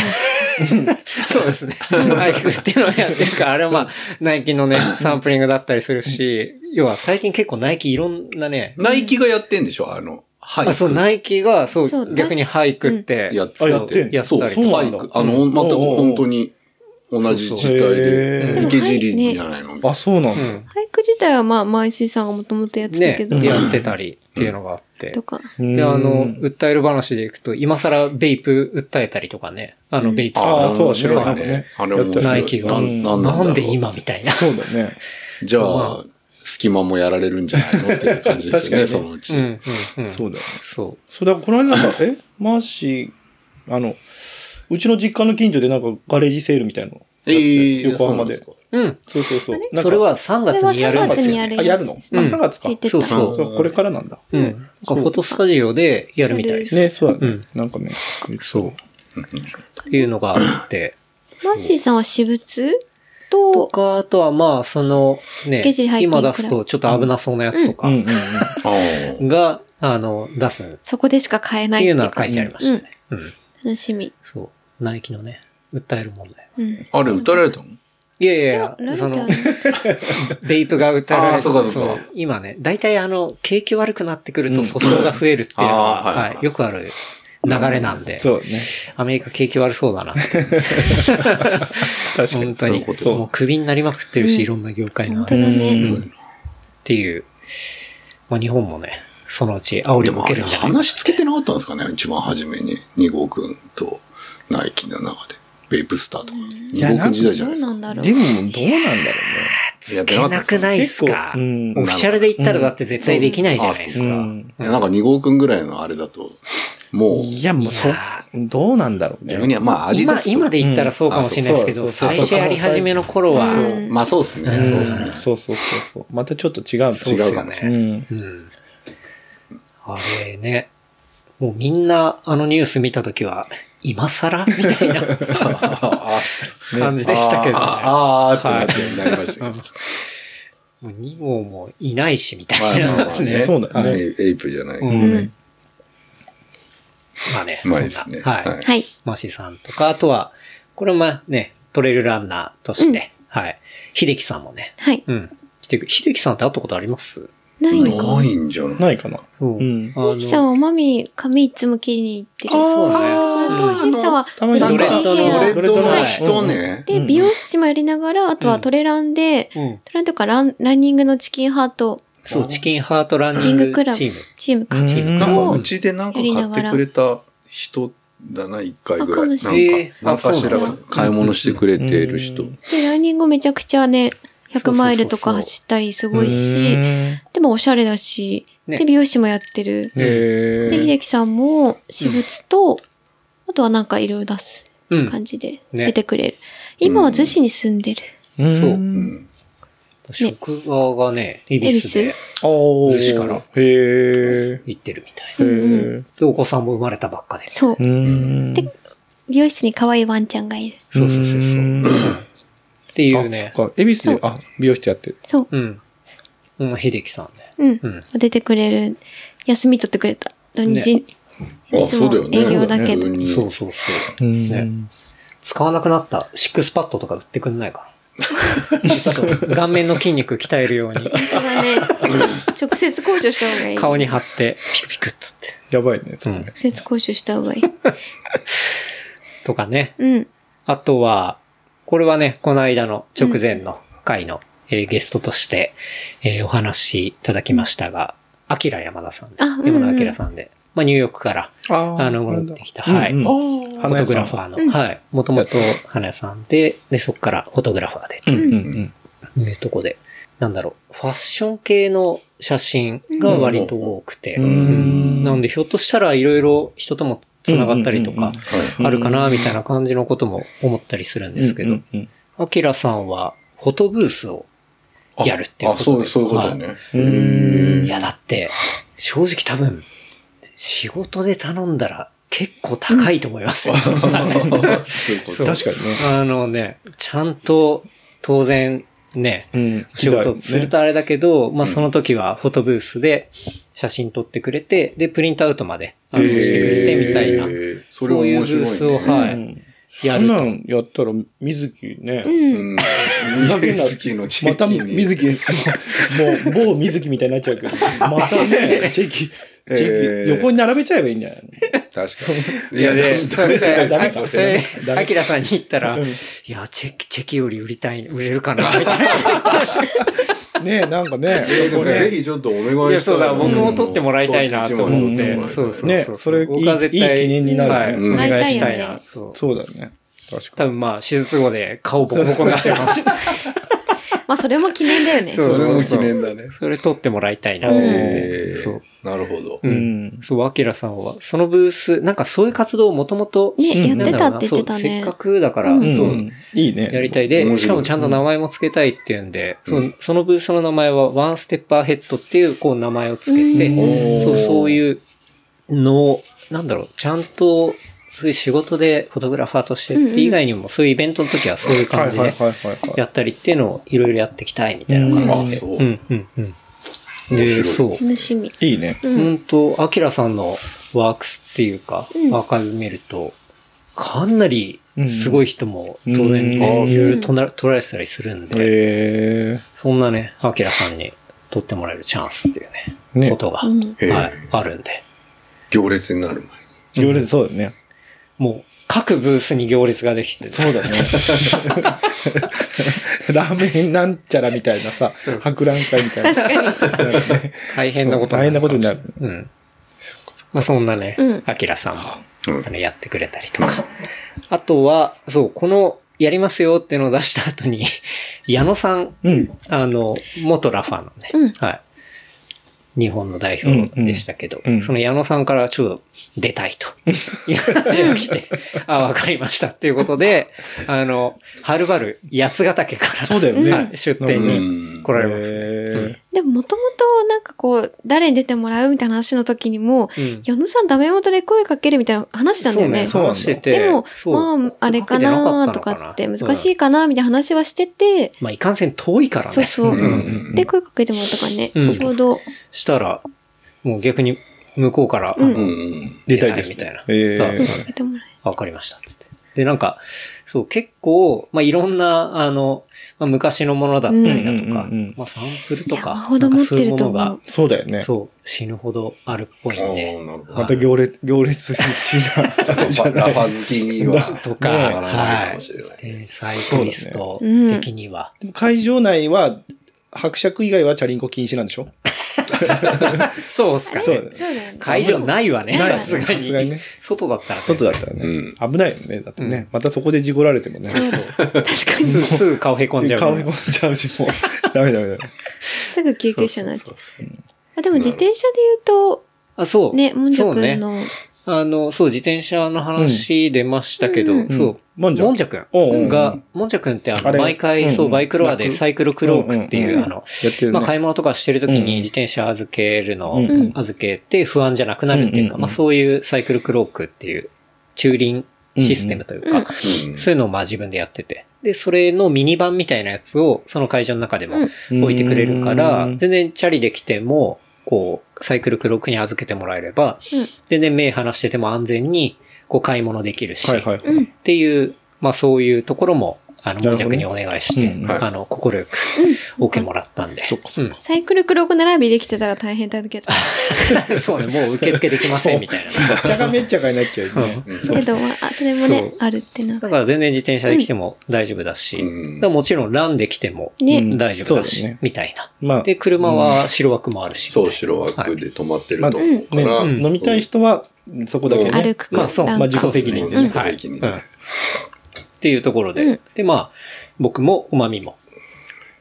[SPEAKER 5] そうですね。俳句っていうのをやってるから、あれはまあ、ナイキのね、サンプリングだったりするし、要は最近結構ナイキいろんなね、
[SPEAKER 4] ナイキがやってんでしょあの、俳句。
[SPEAKER 5] あそう、ナイキが、そ、
[SPEAKER 3] そうう
[SPEAKER 5] 逆に俳句って、
[SPEAKER 4] やっ
[SPEAKER 2] あ、や
[SPEAKER 4] て
[SPEAKER 2] ってん
[SPEAKER 4] て。
[SPEAKER 5] や
[SPEAKER 2] の
[SPEAKER 5] っ
[SPEAKER 4] そう、
[SPEAKER 5] たりとか
[SPEAKER 4] 俳句。あの、
[SPEAKER 2] うん
[SPEAKER 4] また
[SPEAKER 2] うん
[SPEAKER 4] 本当に同じ時代
[SPEAKER 2] そうそう
[SPEAKER 4] で
[SPEAKER 2] へ。ー
[SPEAKER 4] 池尻じゃないの
[SPEAKER 2] あ、そうなんだ。
[SPEAKER 5] うん。
[SPEAKER 3] 俳句自体はまあ、マイシーさんがもともとやってたけ
[SPEAKER 5] ね
[SPEAKER 3] ど、、
[SPEAKER 5] やってたりっていうのがあって。
[SPEAKER 3] とか。
[SPEAKER 2] うん
[SPEAKER 5] で、あの、訴える話でいくと、今更ベイプ訴えたりとかね、あの、ベイプさん
[SPEAKER 2] あ
[SPEAKER 4] あ
[SPEAKER 2] ー
[SPEAKER 4] あ、
[SPEAKER 2] そう
[SPEAKER 4] 面白い
[SPEAKER 2] ね
[SPEAKER 4] ね。あれ面白い。
[SPEAKER 5] ナイキが、
[SPEAKER 4] なんなんだろう
[SPEAKER 5] なんで今みたいな。
[SPEAKER 2] そうだよね。
[SPEAKER 4] じゃあ、隙間もやられるんじゃないのっていう感じ ですよね、
[SPEAKER 2] 確か
[SPEAKER 4] そ
[SPEAKER 2] にね
[SPEAKER 4] のうち。
[SPEAKER 5] うん、うん、うん。
[SPEAKER 2] そうだよね。
[SPEAKER 5] そう。
[SPEAKER 2] そう、だからこの間なんか、えマーシー、あの、うちの実家の近所でなんかガレージセールみたいなのやって
[SPEAKER 4] え
[SPEAKER 2] て。
[SPEAKER 4] ー
[SPEAKER 2] 横浜で。
[SPEAKER 4] そう
[SPEAKER 5] うん。
[SPEAKER 2] そうそうそう。なんか
[SPEAKER 5] それは3月にやる
[SPEAKER 3] それは3
[SPEAKER 5] んで
[SPEAKER 3] 月
[SPEAKER 5] す
[SPEAKER 3] に
[SPEAKER 5] よ
[SPEAKER 3] や。る
[SPEAKER 2] あ、やるのあ、
[SPEAKER 5] うん
[SPEAKER 2] 3月か
[SPEAKER 3] 言っ。て
[SPEAKER 5] そう
[SPEAKER 3] た。
[SPEAKER 5] そう。
[SPEAKER 2] そう、これからなんだ。
[SPEAKER 5] うん。なんかフォトスタジオでやるみたいです。
[SPEAKER 2] ね、そうだね
[SPEAKER 5] うん。
[SPEAKER 2] なんかね。
[SPEAKER 5] そう。
[SPEAKER 4] なんですか
[SPEAKER 5] っていうのがあって。
[SPEAKER 3] マーシーさんは私物
[SPEAKER 5] と
[SPEAKER 3] と、
[SPEAKER 5] か、あとはまあ、そのね
[SPEAKER 3] 池尻、背景
[SPEAKER 5] 今出すとちょっと危なそうなやつと
[SPEAKER 2] うんうん
[SPEAKER 5] か
[SPEAKER 2] うん。
[SPEAKER 4] あー
[SPEAKER 5] が、あの、出すっ
[SPEAKER 3] そこでしか買えな
[SPEAKER 5] て
[SPEAKER 3] いっ
[SPEAKER 5] い
[SPEAKER 3] て
[SPEAKER 5] うのは書
[SPEAKER 3] 感
[SPEAKER 5] い
[SPEAKER 3] じ。
[SPEAKER 5] てありましたね。うん。
[SPEAKER 3] 楽しみ。
[SPEAKER 5] そう。ナイキのね、訴える問題。
[SPEAKER 3] うん。
[SPEAKER 4] あれ、打たれたの
[SPEAKER 5] いやい
[SPEAKER 3] い
[SPEAKER 5] やいや、その、ベイプが歌わ
[SPEAKER 4] あ
[SPEAKER 5] れ
[SPEAKER 4] ー
[SPEAKER 5] る。
[SPEAKER 4] そうかそうか
[SPEAKER 5] 今ね、大体あの、景気悪くなってくると
[SPEAKER 2] うん
[SPEAKER 5] 訴訟が増えるっていうのは、
[SPEAKER 4] あーはいはい
[SPEAKER 5] はい、よくある流れなんで、
[SPEAKER 2] そうだね。
[SPEAKER 5] アメリカ景気悪そうだなって。
[SPEAKER 2] 確かに。
[SPEAKER 5] 本当に。
[SPEAKER 4] そういうこと
[SPEAKER 5] もうクビになりまくってる
[SPEAKER 3] うん
[SPEAKER 5] し、いろんな業界が。
[SPEAKER 3] 本当だね。
[SPEAKER 5] うんっていう。まあ日本もね、そのうち煽り
[SPEAKER 4] で
[SPEAKER 5] を
[SPEAKER 4] も、
[SPEAKER 5] 受
[SPEAKER 4] あ
[SPEAKER 5] け
[SPEAKER 4] れ
[SPEAKER 5] るんじゃないか
[SPEAKER 4] 話つけてなかったんですかね一番初めに。二号くんとナイキの中で。ベイプスターとか。二
[SPEAKER 2] や
[SPEAKER 4] 号くん時代じゃ
[SPEAKER 3] ど
[SPEAKER 4] ないうです
[SPEAKER 3] な
[SPEAKER 4] か。
[SPEAKER 3] んだろう
[SPEAKER 2] で。も、どうなんだろ
[SPEAKER 5] つけなくないですか
[SPEAKER 2] 結構うん
[SPEAKER 5] オフィシャルで言ったらだって絶対できないじゃないです
[SPEAKER 2] う
[SPEAKER 5] か。
[SPEAKER 2] ね。う
[SPEAKER 5] うん
[SPEAKER 2] ん。
[SPEAKER 4] いやなんか二号くんぐらいのあれだと、もう、
[SPEAKER 2] いや、もうそ
[SPEAKER 5] いや、
[SPEAKER 2] どうなんだろうね。
[SPEAKER 4] 逆にはまあ、アディダ
[SPEAKER 5] 今
[SPEAKER 4] ス、と
[SPEAKER 5] 今で言ったらそうかもしれないですけ
[SPEAKER 2] う
[SPEAKER 5] ど、
[SPEAKER 2] んあそうそう
[SPEAKER 5] 最
[SPEAKER 2] そう
[SPEAKER 5] 初やり始めの頃は、
[SPEAKER 4] そう
[SPEAKER 3] うん
[SPEAKER 4] まあそうですね。
[SPEAKER 5] うん
[SPEAKER 4] そ
[SPEAKER 2] う
[SPEAKER 4] うで
[SPEAKER 2] ん
[SPEAKER 4] すね。
[SPEAKER 2] そうそうそうそう。またちょっと違う
[SPEAKER 5] そうっすよ
[SPEAKER 4] 違うかもし
[SPEAKER 2] う
[SPEAKER 5] ね。
[SPEAKER 2] ん。
[SPEAKER 5] うん。あれね、もうみんなあのニュース見たときは、今更みた いな感じでしたけどね。
[SPEAKER 4] あーあーってなってなりました
[SPEAKER 5] うん
[SPEAKER 4] けど。
[SPEAKER 5] もう2号もいないし、みた
[SPEAKER 4] ま
[SPEAKER 5] い
[SPEAKER 4] あまあ
[SPEAKER 5] な
[SPEAKER 4] ま。 あ
[SPEAKER 2] ねそうだよね
[SPEAKER 4] はいエイプじゃない。
[SPEAKER 5] う
[SPEAKER 2] うんん。
[SPEAKER 5] まあね。
[SPEAKER 4] まあいいです
[SPEAKER 5] そ
[SPEAKER 4] ね。
[SPEAKER 5] んなはい。
[SPEAKER 4] はい
[SPEAKER 3] はい。
[SPEAKER 5] マーシーさんとか、あとは、これもまあね、トレイルランナーとして、はい。秀樹さんもね、
[SPEAKER 3] はい。
[SPEAKER 5] うん。来てく秀樹さんって会ったことあります
[SPEAKER 3] ない
[SPEAKER 4] な
[SPEAKER 3] か。
[SPEAKER 4] いんじゃない
[SPEAKER 2] ないかな。
[SPEAKER 5] そう
[SPEAKER 2] うん
[SPEAKER 5] あの
[SPEAKER 3] ゆきさんはおまみ、髪いつも切りに行ってる。
[SPEAKER 5] そうね
[SPEAKER 3] あと、ゆきさんは
[SPEAKER 2] たまに
[SPEAKER 3] バッ
[SPEAKER 5] ド
[SPEAKER 3] ク
[SPEAKER 5] レッドの
[SPEAKER 3] ヘ
[SPEAKER 4] ドレ
[SPEAKER 3] ア
[SPEAKER 4] ッドの人ね。
[SPEAKER 2] う
[SPEAKER 3] で、
[SPEAKER 2] ん
[SPEAKER 3] 美容室もやりながら、あとはトレランで、
[SPEAKER 5] うん。
[SPEAKER 3] トレランとかランランニングのチキンハート
[SPEAKER 5] そう、チキンハートランニングチーム。
[SPEAKER 3] チームか。
[SPEAKER 2] うん
[SPEAKER 5] チーム
[SPEAKER 4] な
[SPEAKER 5] か
[SPEAKER 4] んか
[SPEAKER 3] うん
[SPEAKER 4] うちでなんか買ってくれた人だな、一回ぐら
[SPEAKER 3] あかも
[SPEAKER 4] い。なん
[SPEAKER 3] し
[SPEAKER 4] か
[SPEAKER 3] れ
[SPEAKER 5] ない
[SPEAKER 4] なんかしら
[SPEAKER 5] あそうなん
[SPEAKER 3] だ
[SPEAKER 4] 買い物してくれている人。
[SPEAKER 3] で、ランニングめちゃくちゃね、100マイルとか
[SPEAKER 5] そうそうそうそう
[SPEAKER 3] 走ったりすごいし、
[SPEAKER 2] へ
[SPEAKER 3] でもおしゃれだし、
[SPEAKER 5] ね
[SPEAKER 3] で、美容師もやってる。
[SPEAKER 2] え。
[SPEAKER 3] で、秀樹さんも私物と、あとはなんかいろいろ出す
[SPEAKER 5] うん。
[SPEAKER 3] 感じで
[SPEAKER 5] ね
[SPEAKER 3] 出てくれる。今は逗子に住んでる。
[SPEAKER 2] うん
[SPEAKER 5] そう
[SPEAKER 4] うん
[SPEAKER 5] 職場がね、恵比寿
[SPEAKER 3] 恵
[SPEAKER 5] で
[SPEAKER 3] 比
[SPEAKER 2] ああ。
[SPEAKER 5] 寿司から
[SPEAKER 2] へえ。
[SPEAKER 5] 行ってるみたい
[SPEAKER 2] へ
[SPEAKER 5] な。
[SPEAKER 2] え。
[SPEAKER 5] で、お子さんも生まれたばっかで。
[SPEAKER 3] そう
[SPEAKER 2] う。ん。
[SPEAKER 3] で美容室に可愛いワンちゃんがいる。
[SPEAKER 5] そうそうそうそう。
[SPEAKER 2] ん
[SPEAKER 5] っていうね
[SPEAKER 2] あ。そっか、恵比寿で、あ、美容室やってる。
[SPEAKER 3] そう。
[SPEAKER 5] うん。うん、秀樹さんね。
[SPEAKER 3] うん
[SPEAKER 5] う。ん。
[SPEAKER 3] 出てくれる。休み取ってくれた。土日。
[SPEAKER 4] あ、そうだよね。
[SPEAKER 3] いつも営業だけど
[SPEAKER 4] 普通に
[SPEAKER 5] そうそうそう。
[SPEAKER 2] うん。
[SPEAKER 5] 使わなくなったシックスパッドとか売ってくんないかな。ちょっと顔面の筋肉鍛えるように
[SPEAKER 3] 本当だ ね。直接交渉した方がいい。
[SPEAKER 5] 顔に
[SPEAKER 3] 直
[SPEAKER 5] 貼ってピクピクっつって。
[SPEAKER 2] やばいね。
[SPEAKER 5] うん。
[SPEAKER 3] 接交渉した方がいい。
[SPEAKER 5] とかね。
[SPEAKER 3] うん。
[SPEAKER 5] あとは、これはね、この間の直前の回の、えーゲストとして、えーお話しいただきましたが、アキラ山田さんで
[SPEAKER 3] あうんうん、
[SPEAKER 5] 山田アキラさんで、まあニューヨークから、
[SPEAKER 2] あ
[SPEAKER 5] あの、戻ってきた、はい。
[SPEAKER 2] うんうん
[SPEAKER 5] フ
[SPEAKER 2] フ
[SPEAKER 5] ォトグラファー
[SPEAKER 2] ー。
[SPEAKER 5] の、
[SPEAKER 3] うん
[SPEAKER 5] はい。もともと花屋さんで、で、そこからフォトグラファーで、
[SPEAKER 2] うんうん
[SPEAKER 5] いうとこで、なんだろう、ファッション系の写真が割と多くて、
[SPEAKER 2] うん
[SPEAKER 5] うんなんでひょっとしたらいろいろ人とも繋がったりとか、
[SPEAKER 2] うん
[SPEAKER 5] あるかな、みたいな感じのことも思ったりするん
[SPEAKER 2] うん。
[SPEAKER 5] ですけ
[SPEAKER 2] う
[SPEAKER 5] ど
[SPEAKER 2] ん、うん
[SPEAKER 5] アキラさんはフォトブースをやるっていう
[SPEAKER 4] あ、
[SPEAKER 5] こと
[SPEAKER 4] そ
[SPEAKER 5] で。
[SPEAKER 4] う、そういうことね。
[SPEAKER 2] うん
[SPEAKER 5] はいいや、だって、正直多分、仕事で頼んだら結構高いと思い ますよ。
[SPEAKER 4] そういうこと
[SPEAKER 5] そう
[SPEAKER 2] 確かにね。
[SPEAKER 5] あのね、ちゃんと、当然ね、
[SPEAKER 2] うん
[SPEAKER 5] 仕事するとあれだけど、まあその時はフォトブースで写真撮ってくれて、で、プリントアウトまでアップしてくれてみたいな。
[SPEAKER 4] へーそ
[SPEAKER 5] そ
[SPEAKER 4] れ
[SPEAKER 5] ういう
[SPEAKER 4] 面白い、
[SPEAKER 5] ブー
[SPEAKER 4] ね。
[SPEAKER 5] スを、
[SPEAKER 2] 機材
[SPEAKER 5] は
[SPEAKER 2] ねう
[SPEAKER 5] い、
[SPEAKER 2] ん
[SPEAKER 5] や
[SPEAKER 2] そん
[SPEAKER 5] る
[SPEAKER 2] な
[SPEAKER 5] と。
[SPEAKER 2] んやったら、水木ね
[SPEAKER 3] う、。
[SPEAKER 4] うんん。
[SPEAKER 2] 水
[SPEAKER 4] 水
[SPEAKER 2] 木
[SPEAKER 4] 木の地
[SPEAKER 2] また
[SPEAKER 4] 域に。
[SPEAKER 2] 水木、もう、もう某水木みたいになっちゃうけ ど、またね、チェキ、チェキ、
[SPEAKER 4] えー
[SPEAKER 2] 横に並べちゃえばいいんじゃない
[SPEAKER 4] 確かに。
[SPEAKER 5] い やね、そ
[SPEAKER 2] ダ
[SPEAKER 5] れ
[SPEAKER 2] メ
[SPEAKER 5] さ
[SPEAKER 2] だ
[SPEAKER 5] それ、そ
[SPEAKER 2] ダメ
[SPEAKER 5] れ
[SPEAKER 2] だダメ、だ
[SPEAKER 5] アキラさんに言ったら、
[SPEAKER 2] うん
[SPEAKER 5] いや、チェキ、チェキより売りたい、売れるかな、みたいな。
[SPEAKER 2] のねえ、なんかね、
[SPEAKER 4] え
[SPEAKER 2] 横
[SPEAKER 4] ー
[SPEAKER 2] ね
[SPEAKER 4] ぜひちょっとお願いした
[SPEAKER 5] いや、そうだ、僕も撮ってもらいたいなと思っ
[SPEAKER 2] う
[SPEAKER 5] て
[SPEAKER 2] んう。ん
[SPEAKER 5] そうそう。
[SPEAKER 2] ねそれいい
[SPEAKER 5] 僕は絶対
[SPEAKER 2] いい記念にな
[SPEAKER 5] はい、
[SPEAKER 2] る
[SPEAKER 4] ね
[SPEAKER 5] お
[SPEAKER 4] うん
[SPEAKER 5] 願いしたい
[SPEAKER 3] もらい
[SPEAKER 5] な。そう
[SPEAKER 2] そうだね。確か
[SPEAKER 5] 多分まあ、手術後で顔ボコボコになってます。
[SPEAKER 3] まあ、それも記念だよね。
[SPEAKER 5] そう
[SPEAKER 4] それも記念だね。
[SPEAKER 5] それ撮ってもらいたいなと思っ
[SPEAKER 4] え
[SPEAKER 5] て。
[SPEAKER 4] ー
[SPEAKER 5] そう。
[SPEAKER 4] なるほど
[SPEAKER 5] う。
[SPEAKER 2] に。
[SPEAKER 5] ん。
[SPEAKER 2] ん。
[SPEAKER 5] そう、アキラさんは、そのブース、なんかそういう活動をもともと、
[SPEAKER 3] ね、や
[SPEAKER 2] うん
[SPEAKER 3] ってたって言ってた
[SPEAKER 5] せ
[SPEAKER 3] ね
[SPEAKER 5] っか。くだから、
[SPEAKER 3] う
[SPEAKER 5] そ
[SPEAKER 2] うん。
[SPEAKER 5] うん
[SPEAKER 2] いいね。
[SPEAKER 5] やりたい。
[SPEAKER 4] 面白
[SPEAKER 5] で、
[SPEAKER 4] い
[SPEAKER 5] しかもちゃんと名前も付けたいっていうんで、
[SPEAKER 4] うん
[SPEAKER 5] そのそのブースの名前はワンステッパーヘッドっていう、こう名前を付け
[SPEAKER 3] うん
[SPEAKER 5] て、そう、そう
[SPEAKER 4] う。
[SPEAKER 5] いうのを、なんだろう、ちゃんと、そういう仕事でフォトグラファーとしてって以外にも、そういうイベントの時はそう
[SPEAKER 2] は
[SPEAKER 5] いう
[SPEAKER 2] い
[SPEAKER 5] 感
[SPEAKER 2] は
[SPEAKER 5] じ
[SPEAKER 2] いはい
[SPEAKER 5] で
[SPEAKER 2] はいはい。
[SPEAKER 5] やったりっていうのをいろいろやっていきたいみたいな感
[SPEAKER 4] あ、
[SPEAKER 5] じで。
[SPEAKER 4] そうう。
[SPEAKER 5] ん、うん、うん。
[SPEAKER 4] 面白
[SPEAKER 5] で、
[SPEAKER 4] い
[SPEAKER 5] そう。
[SPEAKER 3] 趣味。
[SPEAKER 2] いいね。
[SPEAKER 3] う。
[SPEAKER 5] うんんと、アキラさんのワークスっていうか、
[SPEAKER 3] うん
[SPEAKER 5] アーカイブ見ると、かなりすごい人も当然
[SPEAKER 2] うん
[SPEAKER 5] ね、いろいろとな取られてたりするんで、
[SPEAKER 2] え
[SPEAKER 5] そんなね、アキラさんに取ってもらえるチャンスっていうね、
[SPEAKER 2] え。ね
[SPEAKER 5] こ。とが、
[SPEAKER 3] うん
[SPEAKER 4] へえ
[SPEAKER 5] はい、あるんで、
[SPEAKER 4] 行列になる
[SPEAKER 2] 行列そうだね。
[SPEAKER 5] もう各ブースに行列ができて、
[SPEAKER 2] そうだね。 ラーメンなんちゃらみたいなさ、博覧会みたいな。
[SPEAKER 3] 確 かに。
[SPEAKER 5] 大変なこと
[SPEAKER 2] 大変なことになる。
[SPEAKER 5] うん。まあそんなね
[SPEAKER 3] うん、
[SPEAKER 5] アキラさんも、
[SPEAKER 4] 前。う
[SPEAKER 5] あ
[SPEAKER 4] ん。
[SPEAKER 5] の、やってくれたりとか。あとは、そう、この、やりますよっていうのを出した後に、矢野さん、
[SPEAKER 2] うん。
[SPEAKER 5] あの、元ラファーのね、
[SPEAKER 3] うん
[SPEAKER 5] はい。日本の代表でしたけど、
[SPEAKER 2] うんうん
[SPEAKER 5] その矢野さんからちょっと出たいと。いう話が 来て、あ、わかりました。っていうことで、あの、はるばる八ヶ岳から、
[SPEAKER 2] そうだよね
[SPEAKER 5] はい出店に来られますね。
[SPEAKER 2] え
[SPEAKER 3] でも、もともと、なんかこう、誰に出てもらうみたいな話の時にも、
[SPEAKER 5] うん
[SPEAKER 3] 矢野さんダメ元で声かけるみたいな話したんだよね。
[SPEAKER 5] そうね、話してて。
[SPEAKER 3] でも、
[SPEAKER 5] そう
[SPEAKER 3] まあ、あれかなとかって、難しいかなみたいな話はしてて、
[SPEAKER 5] まあ、いかんせん遠いからね。
[SPEAKER 3] そうそう
[SPEAKER 5] うんうん
[SPEAKER 3] で、声かけてもらったからね、
[SPEAKER 5] うん
[SPEAKER 3] ちょうど、
[SPEAKER 5] したら、もう逆に向こうから、
[SPEAKER 3] うん
[SPEAKER 4] うんうん。
[SPEAKER 2] 出たいです
[SPEAKER 5] みたいな。
[SPEAKER 2] え
[SPEAKER 5] あ
[SPEAKER 2] え
[SPEAKER 3] 声かけてもらえ
[SPEAKER 5] わかりました、つって。で、なんか、そう、結構、まあ、いろんな、あの、まあ、昔のものだったりだとか、
[SPEAKER 2] うんうんうんうん
[SPEAKER 5] まあ、サンプル
[SPEAKER 3] い
[SPEAKER 5] と
[SPEAKER 3] や、
[SPEAKER 5] か、
[SPEAKER 3] ほど持ってると
[SPEAKER 5] なん
[SPEAKER 3] 思
[SPEAKER 5] か
[SPEAKER 3] う。
[SPEAKER 2] そうだよね。
[SPEAKER 5] そういうものが、そう、死ぬほどあるっぽい
[SPEAKER 4] ああ、
[SPEAKER 5] ん
[SPEAKER 4] な
[SPEAKER 5] で、
[SPEAKER 4] るほど。
[SPEAKER 2] また行列、行列必死な。
[SPEAKER 4] ラ ファ好きには。
[SPEAKER 5] とか、
[SPEAKER 2] ね
[SPEAKER 4] え
[SPEAKER 5] は
[SPEAKER 4] か
[SPEAKER 5] い
[SPEAKER 4] もしれない。
[SPEAKER 5] 天才クリスト
[SPEAKER 3] そうだね
[SPEAKER 5] 的には、
[SPEAKER 2] 会場内は、伯爵以外はチャリンコ禁止なんでしょ
[SPEAKER 5] そうっすか
[SPEAKER 2] そうだ。ね。
[SPEAKER 5] ね
[SPEAKER 3] そうだよね。
[SPEAKER 5] 会場ないわね、
[SPEAKER 2] ない
[SPEAKER 5] さす
[SPEAKER 2] さ
[SPEAKER 5] が
[SPEAKER 2] すがに
[SPEAKER 5] に
[SPEAKER 2] ね。
[SPEAKER 5] 外だったらね、
[SPEAKER 2] 外だったら
[SPEAKER 4] う
[SPEAKER 2] ね。
[SPEAKER 4] ん。
[SPEAKER 2] 危ないよね。だってね。またそこで事故られてもね。
[SPEAKER 3] 確か
[SPEAKER 5] すぐ
[SPEAKER 3] に。
[SPEAKER 5] すぐ顔へこんじゃう。
[SPEAKER 2] 顔へこんじゃうし、もう。ダメダメダメ。
[SPEAKER 3] すぐ救急車になっちゃ
[SPEAKER 5] そうう。
[SPEAKER 3] あでも自転車で言うと、
[SPEAKER 5] あ、そう。
[SPEAKER 3] ね、もんじゃ
[SPEAKER 5] そう
[SPEAKER 3] くん
[SPEAKER 5] ね
[SPEAKER 3] の、
[SPEAKER 5] あの、そう、自転車の話出ましたけど、
[SPEAKER 3] うん
[SPEAKER 5] そう、
[SPEAKER 2] うんもんじゃくん
[SPEAKER 5] もんじゃくん
[SPEAKER 2] おうおう
[SPEAKER 5] が、もんじゃくんってあの
[SPEAKER 2] あれ
[SPEAKER 5] 毎回、そうう、
[SPEAKER 2] ん
[SPEAKER 5] バイクロアで
[SPEAKER 2] 楽
[SPEAKER 5] サイクルクロークってい
[SPEAKER 2] う
[SPEAKER 5] う、
[SPEAKER 2] んうん
[SPEAKER 5] あの、
[SPEAKER 2] やってる
[SPEAKER 5] まあ、
[SPEAKER 2] ね。
[SPEAKER 5] 買い物とかしてる時
[SPEAKER 2] うんうん
[SPEAKER 5] に自転車預けるの、
[SPEAKER 2] うん
[SPEAKER 3] うん
[SPEAKER 5] 預けて不安じゃなくなるっていうか、
[SPEAKER 2] うんうんうん
[SPEAKER 5] まあ、そういうサイクルクロークっていう、駐輪システムというか、
[SPEAKER 3] うん
[SPEAKER 5] そういうのをまあ自分でやってて。で、それのミニ版みたいなやつを、その会場の中でも
[SPEAKER 2] うん
[SPEAKER 5] 置いてくれるから、
[SPEAKER 2] うん
[SPEAKER 5] 全然チャリで来ても、こう、サイクルクロックに預けてもらえれば、
[SPEAKER 3] うん
[SPEAKER 5] 全然目離してても安全に、こう、買い物できるし、
[SPEAKER 2] はいはい。
[SPEAKER 3] うん、
[SPEAKER 5] っていう、まあそういうところも、あの、
[SPEAKER 2] なる
[SPEAKER 5] 文
[SPEAKER 2] ほどね
[SPEAKER 5] 脈にお願いして、
[SPEAKER 2] うん
[SPEAKER 4] はい
[SPEAKER 5] あの、心よく、オケもらったんで。
[SPEAKER 2] そっかそっか。
[SPEAKER 3] サイクル黒子並びできてたら大変だけど。
[SPEAKER 5] うんそうね、もう受付できません、みたい
[SPEAKER 2] めっちゃがめっちゃがになっちゃうよ
[SPEAKER 5] な。う
[SPEAKER 2] ね。
[SPEAKER 3] け
[SPEAKER 5] ん
[SPEAKER 3] ど、まあ、それもね
[SPEAKER 5] そう、
[SPEAKER 3] あるってな
[SPEAKER 5] だ。から全然自転車で来ても大丈夫だし、
[SPEAKER 4] うん
[SPEAKER 5] だからもちろんランで来ても
[SPEAKER 3] ね
[SPEAKER 2] うん
[SPEAKER 5] 大丈夫だし、
[SPEAKER 2] そうだよね
[SPEAKER 5] みたいな。
[SPEAKER 2] まあ、
[SPEAKER 5] で、車は白枠もあるし。
[SPEAKER 4] そう、
[SPEAKER 5] みたいな
[SPEAKER 4] 白枠で止まってる
[SPEAKER 2] まあ、
[SPEAKER 4] と
[SPEAKER 2] ね
[SPEAKER 4] 思うから、
[SPEAKER 5] うん
[SPEAKER 2] 飲みたい人は、そこだけね。
[SPEAKER 3] うん歩くか
[SPEAKER 2] まあ、そう。まあ、自己責任でね。
[SPEAKER 4] うん
[SPEAKER 5] はい。
[SPEAKER 4] 責任
[SPEAKER 5] う
[SPEAKER 4] で
[SPEAKER 5] んっていうところで、
[SPEAKER 3] うん
[SPEAKER 5] で、まあ、僕もおまみも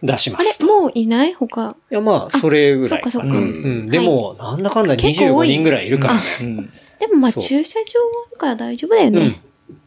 [SPEAKER 5] 出し
[SPEAKER 3] あ
[SPEAKER 5] ま
[SPEAKER 3] れ
[SPEAKER 5] すと。い
[SPEAKER 3] もういない他。
[SPEAKER 5] や、まあ、それぐ
[SPEAKER 3] そ
[SPEAKER 5] ら
[SPEAKER 3] っ
[SPEAKER 5] い
[SPEAKER 3] かそっ
[SPEAKER 5] か
[SPEAKER 3] か。
[SPEAKER 5] な。
[SPEAKER 2] う
[SPEAKER 5] うんん、でも、なんだかんだ
[SPEAKER 3] 結構多
[SPEAKER 5] 25
[SPEAKER 3] い
[SPEAKER 5] 人ぐらいいるからね。
[SPEAKER 2] うん。
[SPEAKER 3] でもまあ
[SPEAKER 5] そう
[SPEAKER 3] 駐車場あるから大丈夫だよ
[SPEAKER 5] う
[SPEAKER 3] ね。
[SPEAKER 5] ん。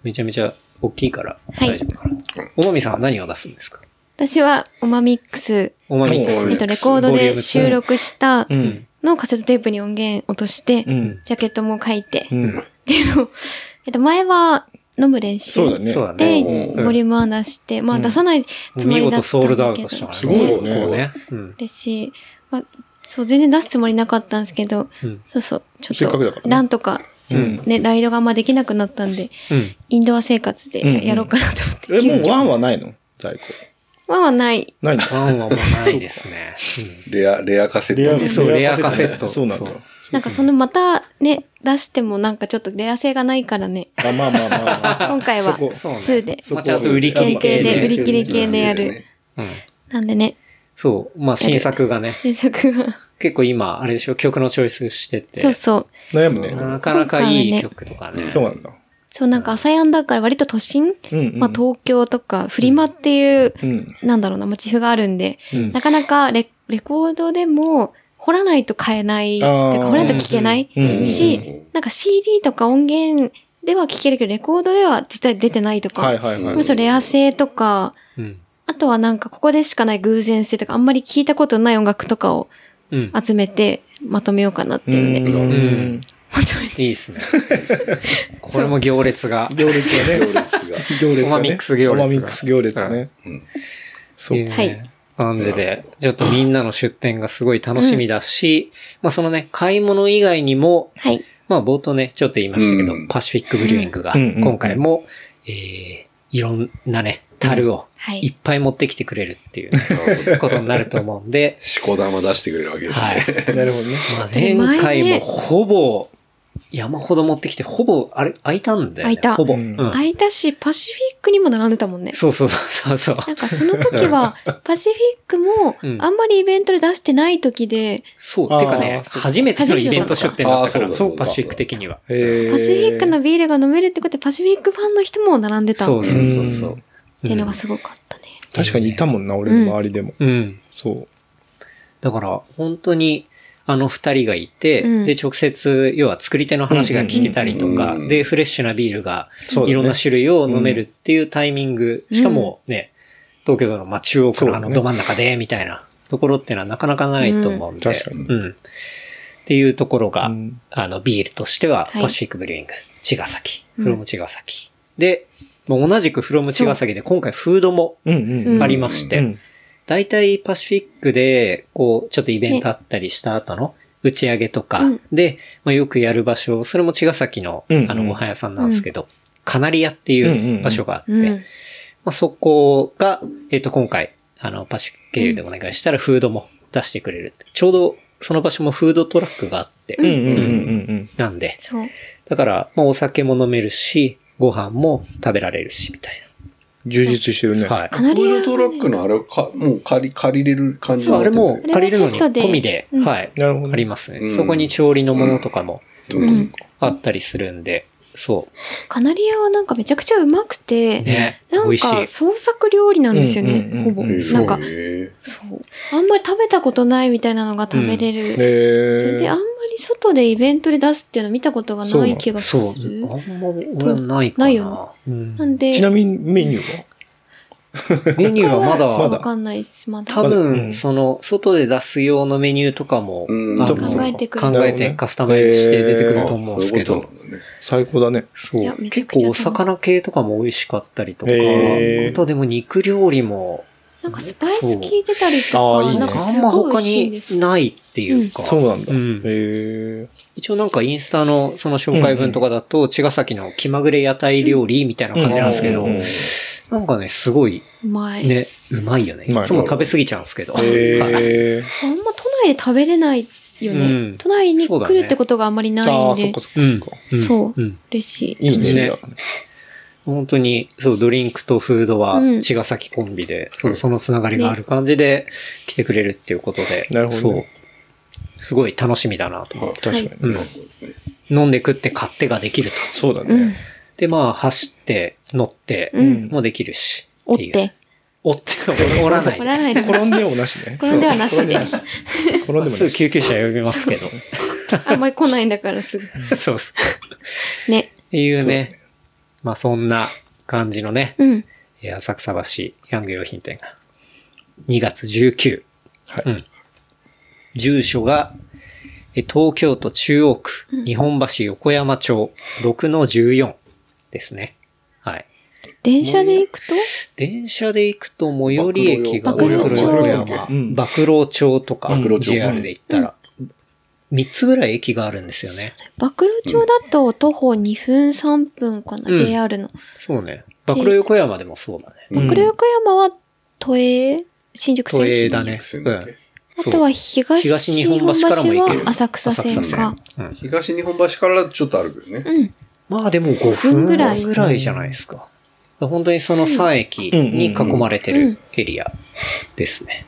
[SPEAKER 5] めちゃめちゃ大きいから、
[SPEAKER 3] はい
[SPEAKER 5] 大丈夫かな。おまみさんは何を出すんですか
[SPEAKER 3] 私はオマミックス、
[SPEAKER 5] おまみ
[SPEAKER 2] おま
[SPEAKER 3] えっと、レコードで収録した
[SPEAKER 2] うん。
[SPEAKER 3] のをカセットテープに音源落として、
[SPEAKER 2] うん。
[SPEAKER 3] ジャケットも書いて、
[SPEAKER 2] う
[SPEAKER 3] っ
[SPEAKER 2] ん。
[SPEAKER 3] ていうのを、 えっと、前は飲む練習
[SPEAKER 2] そうだね。
[SPEAKER 5] そうだ
[SPEAKER 3] で、
[SPEAKER 5] ね。
[SPEAKER 4] うん
[SPEAKER 3] ボリュームは出して、まあ出さないつも
[SPEAKER 5] 見
[SPEAKER 3] りだ
[SPEAKER 5] 事
[SPEAKER 3] っ
[SPEAKER 5] ソ
[SPEAKER 3] た
[SPEAKER 5] ー
[SPEAKER 3] ん
[SPEAKER 5] ルドア
[SPEAKER 3] だ
[SPEAKER 5] ウ
[SPEAKER 3] けど
[SPEAKER 5] トし、たからね
[SPEAKER 2] すごいよね
[SPEAKER 5] そうね。うん。
[SPEAKER 3] 嬉しい。まあ、そう、全然出すつもりなかったんですけど、
[SPEAKER 5] うん
[SPEAKER 3] そうそう、ち
[SPEAKER 2] せ
[SPEAKER 3] ょ
[SPEAKER 2] っ
[SPEAKER 3] っ
[SPEAKER 2] かくだから
[SPEAKER 3] と、
[SPEAKER 2] ね
[SPEAKER 3] ランとか、
[SPEAKER 2] うん。
[SPEAKER 3] ね、ライドがあんまできなくなったんで、
[SPEAKER 5] うん。
[SPEAKER 3] インドア生活
[SPEAKER 2] うんうん
[SPEAKER 3] でやろうかなと思って。
[SPEAKER 2] え、もう
[SPEAKER 3] 急遽
[SPEAKER 2] ワンはないの在庫。
[SPEAKER 3] ワンはない。
[SPEAKER 2] ないの
[SPEAKER 5] ワンはもうないですね。
[SPEAKER 4] レア、レアカセット
[SPEAKER 5] ア
[SPEAKER 4] ね。
[SPEAKER 5] そうレアカセット
[SPEAKER 2] そうなんだよ。
[SPEAKER 3] なんかそのまたね、出してもなんかちょっとレア性がないからね。
[SPEAKER 2] あ、まあまあまあまあ。
[SPEAKER 3] 今回は
[SPEAKER 2] そこ
[SPEAKER 5] そうね
[SPEAKER 3] 2で。
[SPEAKER 2] そ
[SPEAKER 5] まあちゃんと売り切
[SPEAKER 3] 限
[SPEAKER 5] り
[SPEAKER 3] 定
[SPEAKER 5] 系
[SPEAKER 3] で、
[SPEAKER 5] で
[SPEAKER 3] 売り切り系でや
[SPEAKER 4] そうです
[SPEAKER 3] る
[SPEAKER 4] ね。
[SPEAKER 5] うん。
[SPEAKER 3] なんでね、
[SPEAKER 5] そう。まあ、新作がね、
[SPEAKER 3] 新作が。
[SPEAKER 5] 結構今、あれでしょ、曲のチョイスしてて。
[SPEAKER 3] そうそう。
[SPEAKER 2] 悩むね。
[SPEAKER 5] なかなかいい曲とかね。
[SPEAKER 2] そうなんだ。
[SPEAKER 3] そうなんか朝やんだから割と都心、
[SPEAKER 2] うんうん。
[SPEAKER 3] まあ東京とか、フリマっていう、
[SPEAKER 2] うん。
[SPEAKER 3] なんだろうな、モチーフがあるんで、
[SPEAKER 2] うん
[SPEAKER 3] なかなかレレコードでも、掘らないと買えない、て
[SPEAKER 2] あー
[SPEAKER 3] か掘らないと聞けない
[SPEAKER 2] うんうん
[SPEAKER 3] し、なんか CD とか音源では聞けるけど、レコードでは実際出てないとか、
[SPEAKER 2] はいはいはい
[SPEAKER 3] む。しろレア性とか、
[SPEAKER 5] うん。
[SPEAKER 3] あとはなんかここでしかない偶然性とか、あんまり聞いたことない音楽とかを
[SPEAKER 5] うん。
[SPEAKER 3] 集めてまとめようかなって
[SPEAKER 2] う
[SPEAKER 3] いうんね。ま
[SPEAKER 5] うん
[SPEAKER 3] とめて。
[SPEAKER 5] いいですね。これも行 列が。
[SPEAKER 2] 行列だね。
[SPEAKER 4] 行列
[SPEAKER 2] 行列だね。
[SPEAKER 5] オマミックス行列
[SPEAKER 2] オマミックス行列ね。
[SPEAKER 5] そうう。
[SPEAKER 3] はい
[SPEAKER 5] 感じで、ちょっとみんなの出店がすごい楽しみだし、まあそのね、買い物以外にも、
[SPEAKER 3] はい。
[SPEAKER 5] まあ冒頭ね、ちょっと言いましたけど、
[SPEAKER 4] うん、
[SPEAKER 5] パシフィックブリューイングが、
[SPEAKER 2] うんうん
[SPEAKER 5] 今回も、えー、いろんなね、樽を
[SPEAKER 3] はい
[SPEAKER 5] いっぱい持ってきてくれるっていうことになると思うんで
[SPEAKER 4] しこ玉出してくれるわけです
[SPEAKER 5] はい
[SPEAKER 4] ね。。
[SPEAKER 2] なるほどね。
[SPEAKER 5] まあ
[SPEAKER 3] れ
[SPEAKER 5] 前
[SPEAKER 3] 前ね
[SPEAKER 5] 回もほぼ、山ほど持ってきて、ほぼ、あれ、開いたんだよ
[SPEAKER 3] 開
[SPEAKER 5] ね。
[SPEAKER 3] いた
[SPEAKER 5] ほぼ。
[SPEAKER 2] うん
[SPEAKER 5] うん
[SPEAKER 3] 空いたし、パシフィックにも並んでたもんね。
[SPEAKER 5] そうそうそうそう。
[SPEAKER 3] なんかその時は、パシフィックも
[SPEAKER 5] う、ん
[SPEAKER 3] あんまりイベントで出してない時で、
[SPEAKER 5] そ
[SPEAKER 2] あー
[SPEAKER 5] う。てかね、
[SPEAKER 2] そう
[SPEAKER 5] 初めてのイベント出店だったか
[SPEAKER 4] あーそう
[SPEAKER 5] ら、
[SPEAKER 4] だ
[SPEAKER 5] そ
[SPEAKER 4] そう
[SPEAKER 5] う、
[SPEAKER 4] だ
[SPEAKER 5] パシフィック的には。
[SPEAKER 2] パシフ
[SPEAKER 3] パシフィックのビールが飲めるってことで、パシフィックファンの人も並んでた
[SPEAKER 5] そう
[SPEAKER 3] っ
[SPEAKER 5] そうそうそうう。
[SPEAKER 3] ていうのがすごかったね。
[SPEAKER 2] 確かにいたもんな、俺の周りでも。
[SPEAKER 5] うん。
[SPEAKER 2] そう。
[SPEAKER 5] だから、本当に、あの二人がいて、
[SPEAKER 3] うん
[SPEAKER 5] で、直接、要は作り手の話が聞けたりとか、
[SPEAKER 4] うん
[SPEAKER 5] で、フレッシュなビールが
[SPEAKER 2] そうだ、ね
[SPEAKER 5] いろんな種類を飲めるっていうタイミング、しかもね、東京都のまあ中央区
[SPEAKER 2] そう
[SPEAKER 5] の
[SPEAKER 2] だ
[SPEAKER 5] あ
[SPEAKER 2] ね
[SPEAKER 5] のど真ん中で、みたいなところっていうのはなかなかないと思うんで、
[SPEAKER 2] うん確かに
[SPEAKER 5] うん。っていうところが、
[SPEAKER 2] うん
[SPEAKER 5] あの、ビールとしては、
[SPEAKER 3] はい
[SPEAKER 5] パシフィックブリューイング、茅ヶ崎、フロム茅ヶ崎。で、まあ同じくフロム茅ヶ崎で、今回フードも
[SPEAKER 2] うんうんうん。
[SPEAKER 5] ありまして、
[SPEAKER 2] うん
[SPEAKER 5] 大体パシフィックで、こう、ちょっとイベントあったりした後の打ち上げとか
[SPEAKER 3] うん
[SPEAKER 5] で、まあ、よくやる場所、それも茅ヶ崎の、
[SPEAKER 2] うんうん
[SPEAKER 5] あの、ご飯屋さんなんですけど、カナリアっていう場所があって、
[SPEAKER 3] うん。
[SPEAKER 5] まあ、そこが、えっ、と、今回、あの、パシフィック経由でお願いしたらフードも出してくれるって。ちょうど、その場所もフードトラックがあって、
[SPEAKER 2] うんうんうんうん
[SPEAKER 5] なんで、
[SPEAKER 3] そう。
[SPEAKER 5] だから、まあ、お酒も飲めるし、ご飯も食べられるし、みたい
[SPEAKER 2] うん。充実してるね。
[SPEAKER 5] な。はい。
[SPEAKER 3] かなり
[SPEAKER 4] フードトラックのあれをか、もう借り、借りれる感じに
[SPEAKER 5] そう、
[SPEAKER 4] なって
[SPEAKER 5] あれ
[SPEAKER 4] る
[SPEAKER 5] も借りるのに
[SPEAKER 3] あれはセットで
[SPEAKER 5] 込みで、
[SPEAKER 3] うん
[SPEAKER 5] はい。
[SPEAKER 2] なるほどね
[SPEAKER 5] あります
[SPEAKER 4] う
[SPEAKER 5] ね。
[SPEAKER 4] ん
[SPEAKER 5] そこに調理のものとかも
[SPEAKER 3] うん
[SPEAKER 5] あったりするんで、そ
[SPEAKER 3] カナリアはなんかめちゃくちゃうまくて、
[SPEAKER 5] う。ね。美
[SPEAKER 3] なん
[SPEAKER 5] 味し
[SPEAKER 3] か
[SPEAKER 5] い。
[SPEAKER 3] 創作料理なんですよ
[SPEAKER 2] うんうん
[SPEAKER 3] ね、
[SPEAKER 2] う
[SPEAKER 3] ほ
[SPEAKER 2] ん
[SPEAKER 3] ぼ。
[SPEAKER 2] う
[SPEAKER 3] なんか、
[SPEAKER 4] へ
[SPEAKER 3] そう。あんまり食べたことないみたいなのが食べれる。それ
[SPEAKER 2] え
[SPEAKER 3] であんまり外でイベントで出すっていうの見たことがない気がす
[SPEAKER 5] そう。
[SPEAKER 3] る。
[SPEAKER 5] あんま俺はないかな。
[SPEAKER 3] ないよ
[SPEAKER 5] うん
[SPEAKER 3] なんで、
[SPEAKER 2] ちなみにメニューは
[SPEAKER 5] メニューはま
[SPEAKER 3] 他
[SPEAKER 2] ま
[SPEAKER 5] だ、
[SPEAKER 2] だ
[SPEAKER 3] わかんないです、まだ。
[SPEAKER 5] 多
[SPEAKER 2] う
[SPEAKER 5] 分、
[SPEAKER 2] ん
[SPEAKER 5] その、外で出す用のメニューとかも、
[SPEAKER 4] うん
[SPEAKER 5] あの
[SPEAKER 2] 考え
[SPEAKER 3] てくれ
[SPEAKER 5] 考
[SPEAKER 3] る
[SPEAKER 5] えてカスタマイズして出てくると思うんですけ
[SPEAKER 4] あそういうこ、
[SPEAKER 5] ど
[SPEAKER 4] となんだね
[SPEAKER 2] 最高だね。
[SPEAKER 5] そ
[SPEAKER 3] いや
[SPEAKER 5] う。
[SPEAKER 3] めちゃ
[SPEAKER 5] 結
[SPEAKER 3] くちゃ
[SPEAKER 5] 構お魚系とかも美味しかったりとか、
[SPEAKER 2] へー
[SPEAKER 5] あとでも肉料理も、
[SPEAKER 3] なんかスパイス効いてたりとか、
[SPEAKER 2] そうあーいいね
[SPEAKER 3] なんか
[SPEAKER 5] あん
[SPEAKER 3] す
[SPEAKER 5] ま
[SPEAKER 3] ごい美
[SPEAKER 5] 他
[SPEAKER 3] 味しいんで
[SPEAKER 5] に
[SPEAKER 3] す。
[SPEAKER 5] ないっていうか、
[SPEAKER 2] そうなんだ。
[SPEAKER 5] う
[SPEAKER 2] へ
[SPEAKER 5] ん
[SPEAKER 2] え。
[SPEAKER 5] 一応なんかインスタのその紹介文とかだと、茅ヶ崎の気まぐれ屋台料理みたいな感じなんですけど、
[SPEAKER 2] うんうんうん
[SPEAKER 5] なんかね、すごい、
[SPEAKER 3] うまい。
[SPEAKER 5] ね、うまいよね。
[SPEAKER 2] う
[SPEAKER 5] い
[SPEAKER 2] まい
[SPEAKER 5] つも食べ過ぎちゃうんですけど。
[SPEAKER 2] え
[SPEAKER 3] あんま都内で食べれないよね。
[SPEAKER 5] うん
[SPEAKER 3] 都内に
[SPEAKER 5] そうだ
[SPEAKER 3] 来
[SPEAKER 5] ね
[SPEAKER 3] るってことがあんまりな
[SPEAKER 2] ー、あ
[SPEAKER 3] いん
[SPEAKER 2] あ、そ
[SPEAKER 3] で
[SPEAKER 2] っか、そっかそっか。
[SPEAKER 5] うん
[SPEAKER 3] そう
[SPEAKER 5] うん。
[SPEAKER 3] 嬉しい。
[SPEAKER 2] いいね。
[SPEAKER 5] ね
[SPEAKER 2] じゃあ
[SPEAKER 5] 本当に、そう、ドリンクとフードは
[SPEAKER 3] う、ん
[SPEAKER 5] 茅ヶ崎コンビで、そうそのつながりがある感じで来てくれるっていうことで、
[SPEAKER 2] なるほどね
[SPEAKER 5] そう。すごい楽しみだなと思って。
[SPEAKER 2] 確かに。
[SPEAKER 5] うん。飲んで食って買ってができると。
[SPEAKER 2] そうだ
[SPEAKER 3] うん
[SPEAKER 2] ね。。
[SPEAKER 5] で、まあ、走って、乗って
[SPEAKER 3] う、ん。
[SPEAKER 5] もできるし。
[SPEAKER 3] 折って。
[SPEAKER 5] 折って、 折らない。
[SPEAKER 3] 折らないで
[SPEAKER 2] 転んでもなしね。
[SPEAKER 3] 転んではなしで。
[SPEAKER 2] 転んでもな
[SPEAKER 5] すぐ
[SPEAKER 2] し。
[SPEAKER 5] 救急車呼びますけど。
[SPEAKER 3] あんまり来ないんだからすぐ。
[SPEAKER 5] そうそう。
[SPEAKER 3] ね。
[SPEAKER 5] っていうね。まあそんな感じのね、
[SPEAKER 3] うん。
[SPEAKER 5] えー浅草橋ヤング用品店が2月19。
[SPEAKER 2] はい
[SPEAKER 5] うん。住所が、えー東京都中央区、日本橋横山町6-14ですね。はい。
[SPEAKER 3] 電車で行くと
[SPEAKER 5] 電車で行くと最寄り駅が
[SPEAKER 3] 馬喰町
[SPEAKER 5] 馬喰
[SPEAKER 2] うん
[SPEAKER 5] 馬喰町とか
[SPEAKER 4] 馬喰、町
[SPEAKER 5] JR で行ったら、3つぐらい駅があるんですよね。
[SPEAKER 3] 馬喰町だと徒歩2分3分かな、
[SPEAKER 5] うん
[SPEAKER 3] JR の。
[SPEAKER 5] そうね。馬喰横山でもそうだね。
[SPEAKER 4] うん
[SPEAKER 3] これ横山は都営、新宿
[SPEAKER 5] 都
[SPEAKER 3] 線。
[SPEAKER 5] 営だね。
[SPEAKER 4] 新宿線だっけ
[SPEAKER 3] あとは東
[SPEAKER 5] 東
[SPEAKER 3] 日
[SPEAKER 5] 日
[SPEAKER 3] 本
[SPEAKER 5] 本
[SPEAKER 3] 橋
[SPEAKER 5] 橋からも行け
[SPEAKER 3] は
[SPEAKER 5] る
[SPEAKER 3] 浅草線か。
[SPEAKER 5] うんうん
[SPEAKER 4] 東日本橋からちょっとあるけどね。
[SPEAKER 3] うん。
[SPEAKER 5] まあでも5
[SPEAKER 3] 分
[SPEAKER 5] 分
[SPEAKER 3] ぐ
[SPEAKER 5] ぐ
[SPEAKER 3] ら
[SPEAKER 5] ら
[SPEAKER 3] い
[SPEAKER 5] いぐらいじゃないですか。本当にその3駅に囲まれてるエリアですね。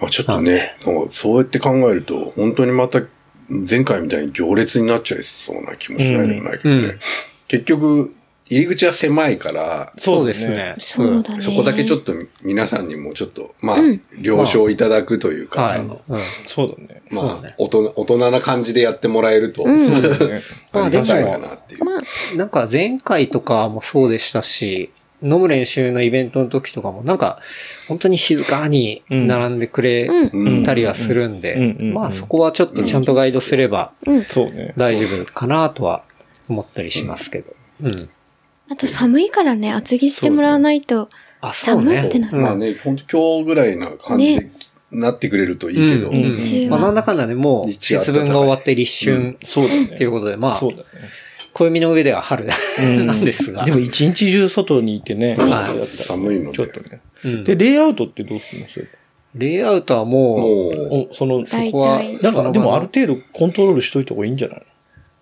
[SPEAKER 4] まあ、ちょっとね、なんかそうやって考えると、本当にまた前回みたいに行列になっちゃいそうな気もしないでもないけどね。
[SPEAKER 5] うんうん
[SPEAKER 4] 結局、入り口は狭いから、
[SPEAKER 5] そうですね。
[SPEAKER 3] そうだね。
[SPEAKER 4] そこだけちょっと皆さんにもちょっと、まあ、了承いただくという
[SPEAKER 5] うん。
[SPEAKER 4] か、
[SPEAKER 5] はい。
[SPEAKER 4] あ
[SPEAKER 5] う
[SPEAKER 4] の
[SPEAKER 5] ん
[SPEAKER 2] そうだね。
[SPEAKER 5] そう
[SPEAKER 4] ま
[SPEAKER 5] だ
[SPEAKER 4] あ
[SPEAKER 5] ね、
[SPEAKER 4] 大人、大人な感じでやってもらえると、
[SPEAKER 3] うん
[SPEAKER 4] そうだね
[SPEAKER 2] そうだね
[SPEAKER 5] ま
[SPEAKER 4] あ
[SPEAKER 5] あ
[SPEAKER 4] り
[SPEAKER 5] で
[SPEAKER 4] が
[SPEAKER 5] も
[SPEAKER 4] たいかなっていう。
[SPEAKER 3] まあ、
[SPEAKER 5] なんか前回とかもそうでしたし、飲む練習のイベントの時とかも、なんか本当に静かに並んでくれ
[SPEAKER 3] う
[SPEAKER 4] うん
[SPEAKER 5] たりはするんで
[SPEAKER 2] うんうんうんう、ん
[SPEAKER 5] まあそこはちょっとちゃんとガイドすれば
[SPEAKER 3] うん。
[SPEAKER 2] そうね。
[SPEAKER 5] 大丈夫かなとは思ったりしますけど。うん。
[SPEAKER 3] あと寒いからね、厚着してもらわないと。
[SPEAKER 5] あ、そうね。
[SPEAKER 3] 寒いってなる
[SPEAKER 5] うん
[SPEAKER 4] まあね、本当今日ぐらいな感じで
[SPEAKER 3] ね
[SPEAKER 4] なってくれるといいけど、
[SPEAKER 2] うん
[SPEAKER 3] 日中
[SPEAKER 5] まあ、
[SPEAKER 3] は。
[SPEAKER 5] なんだかんだね、もう、
[SPEAKER 4] 日中
[SPEAKER 5] 節分が終わって立春
[SPEAKER 2] そうだね。
[SPEAKER 5] っていうことで、まあ
[SPEAKER 2] そ、うだね。
[SPEAKER 5] 暦の上では春 なんですが。
[SPEAKER 2] でも一日中外にいてね、
[SPEAKER 5] はい
[SPEAKER 2] やったら
[SPEAKER 4] 寒いので
[SPEAKER 2] ちょっとね。
[SPEAKER 5] うん
[SPEAKER 2] で、レイアウトってどうするのそれ
[SPEAKER 5] レイアウトはも
[SPEAKER 4] もう、
[SPEAKER 2] おその、
[SPEAKER 3] 大
[SPEAKER 5] こは
[SPEAKER 3] 体。
[SPEAKER 2] なん
[SPEAKER 5] そ
[SPEAKER 2] か
[SPEAKER 5] の場
[SPEAKER 2] でも
[SPEAKER 5] の
[SPEAKER 2] ある程度コントロールしといた方がいいんじゃないの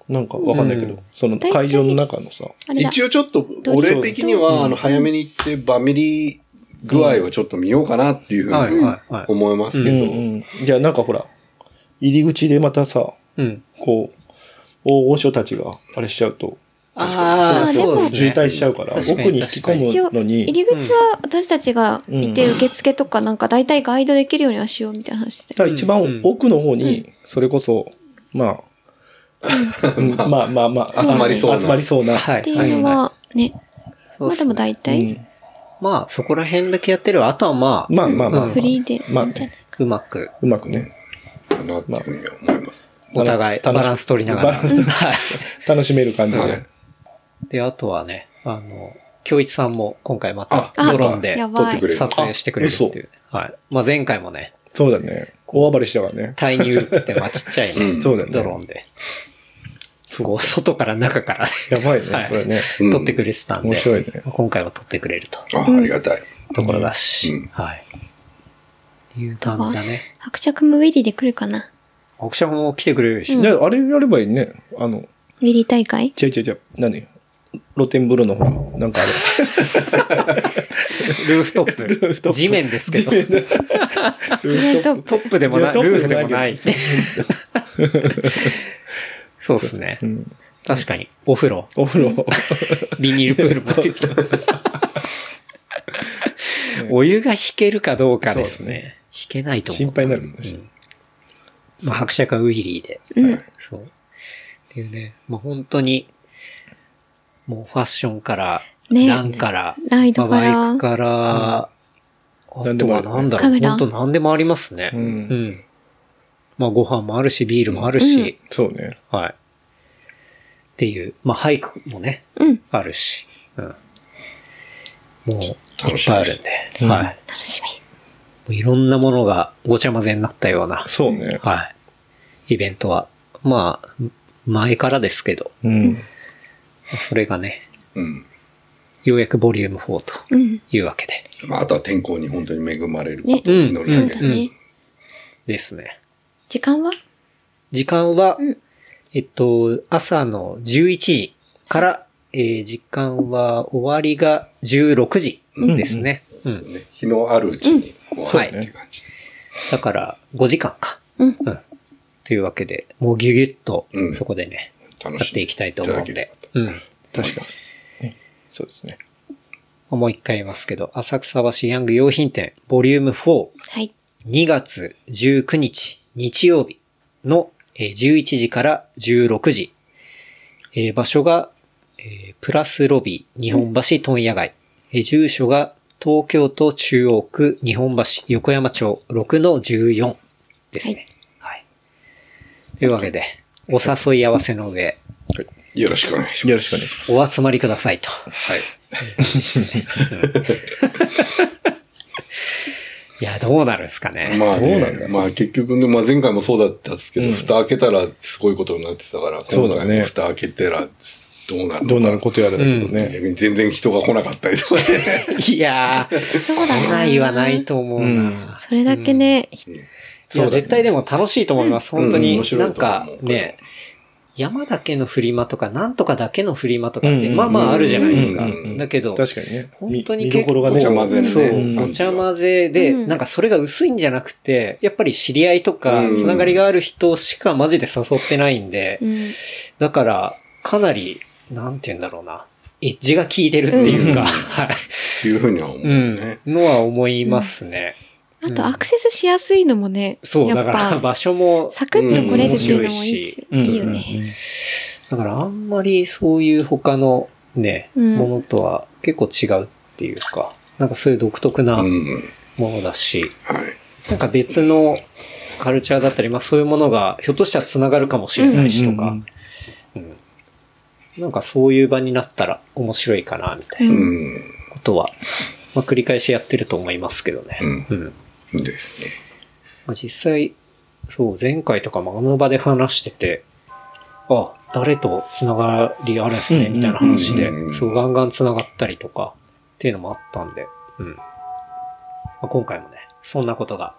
[SPEAKER 2] なんかわかんないけ
[SPEAKER 5] うん
[SPEAKER 2] ど、その
[SPEAKER 3] 大体
[SPEAKER 2] 会場の中のさ、
[SPEAKER 3] あれだ。
[SPEAKER 4] 一応ちょっと、俺的に
[SPEAKER 2] うん
[SPEAKER 4] は、あの、早めに行って、バミリ具合をちょっと見ようかなっていうふ
[SPEAKER 5] は
[SPEAKER 4] う
[SPEAKER 5] い
[SPEAKER 4] に
[SPEAKER 5] はいはい
[SPEAKER 4] 思います
[SPEAKER 2] う
[SPEAKER 4] け
[SPEAKER 2] ん
[SPEAKER 4] ど、
[SPEAKER 2] うんじゃあなんかほら、入り口でまたさ、
[SPEAKER 5] う、うん。
[SPEAKER 2] こう、大御所たちがあれしちゃうと、
[SPEAKER 5] あ
[SPEAKER 3] ー
[SPEAKER 5] そう
[SPEAKER 3] そう
[SPEAKER 5] で
[SPEAKER 3] ですす
[SPEAKER 5] ね。
[SPEAKER 2] 渋滞しちゃうから、
[SPEAKER 5] 確かに
[SPEAKER 2] 奥に引き込
[SPEAKER 3] 一応、
[SPEAKER 2] むの
[SPEAKER 3] 入
[SPEAKER 2] に、
[SPEAKER 3] り口は私たちがいて、
[SPEAKER 2] うん
[SPEAKER 3] 受付とかなんか大体ガイドできるようにはしようみたいな話して
[SPEAKER 2] だか
[SPEAKER 3] た。
[SPEAKER 2] ら一番奥の方に、それこそ、まあ、 うんまあまあまあ、
[SPEAKER 4] 集まりそうな
[SPEAKER 2] 集まりそうな。
[SPEAKER 5] はい。
[SPEAKER 3] っていうの
[SPEAKER 5] はい
[SPEAKER 3] は、ね。
[SPEAKER 5] そ
[SPEAKER 3] ま
[SPEAKER 5] うっ
[SPEAKER 3] あ
[SPEAKER 5] す
[SPEAKER 3] で
[SPEAKER 5] ね
[SPEAKER 3] も大体、
[SPEAKER 5] まあ、そこら辺だけやってれば、あとはま
[SPEAKER 2] うんまあまあまあ
[SPEAKER 5] うん
[SPEAKER 3] フ。リーで。
[SPEAKER 2] まあ
[SPEAKER 3] じゃあ
[SPEAKER 5] あ、うまく、
[SPEAKER 2] うまくね、
[SPEAKER 4] かなっていうふうには思います。
[SPEAKER 5] お互い
[SPEAKER 2] 楽
[SPEAKER 5] バ
[SPEAKER 2] し
[SPEAKER 5] ランス取りながら。
[SPEAKER 2] バランス取
[SPEAKER 5] はい。
[SPEAKER 2] 楽しめる感じ
[SPEAKER 4] は
[SPEAKER 2] で
[SPEAKER 4] い。
[SPEAKER 5] で、あとはね、あの、京一さんも今回また
[SPEAKER 3] あ
[SPEAKER 5] ドローンで
[SPEAKER 3] やば
[SPEAKER 4] 撮って
[SPEAKER 3] い
[SPEAKER 4] く。れる
[SPEAKER 5] 撮影してくれるっていう。はい。まあ、前回もね、
[SPEAKER 2] そうだね。大暴れしたからね。
[SPEAKER 5] タイニューって言って、まあ、ちっちゃいね、
[SPEAKER 4] うん
[SPEAKER 2] そうだよね
[SPEAKER 5] ドローンで。こう、外から中からね、
[SPEAKER 2] やばい
[SPEAKER 5] は
[SPEAKER 2] ね
[SPEAKER 5] い、
[SPEAKER 2] それね。
[SPEAKER 4] うん
[SPEAKER 5] 撮ってくれてたんで、
[SPEAKER 2] 面白いね
[SPEAKER 5] 今回は撮ってくれると、
[SPEAKER 4] あありがたい。
[SPEAKER 5] ところだし、
[SPEAKER 4] うん
[SPEAKER 5] はい。っていう感じだね。
[SPEAKER 3] 伯爵もウィリーで来るかな。
[SPEAKER 5] 奥社も来てくれるでしょ、
[SPEAKER 2] じゃあ、あれやればいいね。あの、
[SPEAKER 3] ウィリー大会
[SPEAKER 2] 違う違う違う、何露天風呂のほら、なんかあれ。
[SPEAKER 5] ルーフト ップ。
[SPEAKER 2] ーフトップ
[SPEAKER 5] 地面ですけど。
[SPEAKER 3] それと、
[SPEAKER 5] トップでもない、
[SPEAKER 2] トッ
[SPEAKER 5] ルー
[SPEAKER 2] プ
[SPEAKER 5] フ
[SPEAKER 2] で
[SPEAKER 5] で
[SPEAKER 2] も
[SPEAKER 5] も
[SPEAKER 2] な
[SPEAKER 5] ないい。 そうですね
[SPEAKER 2] う。ん
[SPEAKER 5] 確かに。お風呂。
[SPEAKER 2] お風呂。
[SPEAKER 5] ビニールプール持ってきた。 お湯が引けるかどうかです
[SPEAKER 2] そうだ
[SPEAKER 5] ね。引けないと思う。
[SPEAKER 2] 心配になるかもしれない
[SPEAKER 5] うんまあ、伯爵はウィリーで。
[SPEAKER 3] うん。
[SPEAKER 5] そう。っていうね。まあ、本当に、もうファッションから、
[SPEAKER 3] ね
[SPEAKER 5] ランから、
[SPEAKER 3] ライドか
[SPEAKER 5] まあバ
[SPEAKER 3] ら
[SPEAKER 5] イク、から、あ
[SPEAKER 2] 何で
[SPEAKER 5] と
[SPEAKER 2] もあ
[SPEAKER 5] は
[SPEAKER 2] る
[SPEAKER 5] なんだ
[SPEAKER 3] カ
[SPEAKER 5] ろう。
[SPEAKER 3] メラ
[SPEAKER 5] 本当何でもありますね。
[SPEAKER 2] う
[SPEAKER 5] うんん。まあ、ご飯もあるし、ビールもあるし、
[SPEAKER 2] そうね。
[SPEAKER 5] はい。っていう、まあ、俳句もね、
[SPEAKER 3] うん。
[SPEAKER 5] あるし、うん。もう、いっ
[SPEAKER 4] 楽し
[SPEAKER 5] ぱ
[SPEAKER 4] み
[SPEAKER 5] いあ
[SPEAKER 4] で
[SPEAKER 5] るん
[SPEAKER 4] す
[SPEAKER 5] で、
[SPEAKER 2] うん
[SPEAKER 5] はい。も
[SPEAKER 3] 楽しみ。
[SPEAKER 5] ういろんなものがごちゃ混ぜになったような、
[SPEAKER 2] そうね。
[SPEAKER 5] はい。イベントは、まあ、前からですけど、
[SPEAKER 2] うん。
[SPEAKER 5] それがね、
[SPEAKER 4] うん。
[SPEAKER 5] ようやくボリューム4と
[SPEAKER 3] うん。
[SPEAKER 5] いうわけで。
[SPEAKER 4] まあ、あとは天候に本当に恵まれること
[SPEAKER 5] ね
[SPEAKER 4] を祈
[SPEAKER 5] う
[SPEAKER 4] る
[SPEAKER 3] そう
[SPEAKER 4] だ
[SPEAKER 5] ん
[SPEAKER 3] だ
[SPEAKER 4] け。
[SPEAKER 3] ね。
[SPEAKER 5] ですね。
[SPEAKER 3] 時間は
[SPEAKER 5] 時間は、
[SPEAKER 3] うん
[SPEAKER 5] えっと、朝の11時から、えー時間は終わりが16時ですね。うん
[SPEAKER 4] ね日のあるうちに終わるっていう感じで。
[SPEAKER 5] だから、5時間か。
[SPEAKER 3] うん。
[SPEAKER 5] うん。というわけで、もうギュギュッと
[SPEAKER 4] う、ん
[SPEAKER 5] そこでね、
[SPEAKER 4] 楽
[SPEAKER 5] やっ
[SPEAKER 4] して
[SPEAKER 5] いきたいと思うん
[SPEAKER 4] いただ
[SPEAKER 5] で
[SPEAKER 4] け。
[SPEAKER 5] うん。
[SPEAKER 2] 確かに。ねそうですね。
[SPEAKER 5] もう一回言いますけど、浅草橋ヤング用品店、ボリューム4、
[SPEAKER 3] はい。
[SPEAKER 5] 2月19日日曜日のえー11時から16時。えー場所が、えープラスロビー日本橋問屋街。えー住所が東京都中央区日本橋横山町6-14ですね。はい。というわけで、お誘い合わせの上、
[SPEAKER 4] よろしくお願いします。
[SPEAKER 2] よろしくお願いします。
[SPEAKER 5] お集まりくださいと。
[SPEAKER 4] はい。
[SPEAKER 5] いや、どうなるんですかね。
[SPEAKER 4] まあ、ね、
[SPEAKER 2] どうなんだ
[SPEAKER 4] まあ結局ね、まあ前回もそうだったんですけど、
[SPEAKER 2] うん
[SPEAKER 4] 蓋開けたらすごいことになってたから、
[SPEAKER 2] そうだね
[SPEAKER 4] 今回も蓋開けたらどうなるのか
[SPEAKER 2] どうなることやらだけどね。
[SPEAKER 4] 逆に全然人が来なかったりとかね。
[SPEAKER 5] いやー、
[SPEAKER 3] そうだな。
[SPEAKER 5] 来ないはない。と思うな。
[SPEAKER 2] うん
[SPEAKER 3] それだけね、
[SPEAKER 5] いや、絶対でも楽しいと思います。本当
[SPEAKER 4] うん
[SPEAKER 5] に
[SPEAKER 4] 面。白
[SPEAKER 5] ないん
[SPEAKER 4] と思う
[SPEAKER 5] かね、山だけのフリマとか、なんとかだけのフリマとかっ
[SPEAKER 2] うんう
[SPEAKER 5] て、
[SPEAKER 2] ん
[SPEAKER 5] まあまああるじゃないですか
[SPEAKER 4] うんうんう。ん
[SPEAKER 5] だけど、
[SPEAKER 2] 確かにね。
[SPEAKER 5] 本当に
[SPEAKER 2] 見
[SPEAKER 5] 結構、
[SPEAKER 2] 見どころがね
[SPEAKER 4] お茶混ぜのね
[SPEAKER 5] そう、
[SPEAKER 2] 感
[SPEAKER 5] お
[SPEAKER 4] じは
[SPEAKER 5] 茶混ぜで、
[SPEAKER 3] うん
[SPEAKER 5] なんかそれが薄いんじゃなくて、やっぱり知り合いとか
[SPEAKER 4] う、ん
[SPEAKER 5] つながりがある人しかマジで誘ってないんで
[SPEAKER 3] う、ん。
[SPEAKER 5] だから、かなり、なんて言うんだろうな、エッジが効いてるっていう
[SPEAKER 4] う
[SPEAKER 5] か、
[SPEAKER 4] ん
[SPEAKER 5] はい。
[SPEAKER 4] っていうふうには思う
[SPEAKER 5] う
[SPEAKER 4] ね
[SPEAKER 5] ん。。のは思いますね。
[SPEAKER 3] あと、アクセスしやすいのもね。
[SPEAKER 5] そう、
[SPEAKER 3] や
[SPEAKER 5] だ
[SPEAKER 3] っ
[SPEAKER 5] から
[SPEAKER 3] ぱ、
[SPEAKER 5] 場所も、
[SPEAKER 3] サクッと来れるっていうのもいいっす
[SPEAKER 2] うん
[SPEAKER 3] いいよね。。
[SPEAKER 5] だからあんまりそういう他のね、
[SPEAKER 3] うん
[SPEAKER 5] ものとは結構違うっていうか、なんかそういう独特な
[SPEAKER 4] う
[SPEAKER 5] も
[SPEAKER 4] ん。
[SPEAKER 5] のだし、
[SPEAKER 4] はい。
[SPEAKER 5] なんか別のカルチャーだったり、まあそういうものがひょっとしたら繋がるかもしれないしとか、うんなんかそういう場になったら面白いかな、みたいな
[SPEAKER 4] うん。
[SPEAKER 5] ことは、まあ繰り返しやってると思いますけどね。
[SPEAKER 4] うん
[SPEAKER 5] うん
[SPEAKER 4] ですね。
[SPEAKER 5] まあ、実際、そう、前回とかもあの場で話してて、あ、誰とつながりあるんですね、
[SPEAKER 2] うん
[SPEAKER 5] みたいな話で
[SPEAKER 4] うんうんう、ん
[SPEAKER 5] そう、ガンガンつながったりとか、っていうのもあったんで、うん。まあ、今回もね、そんなことが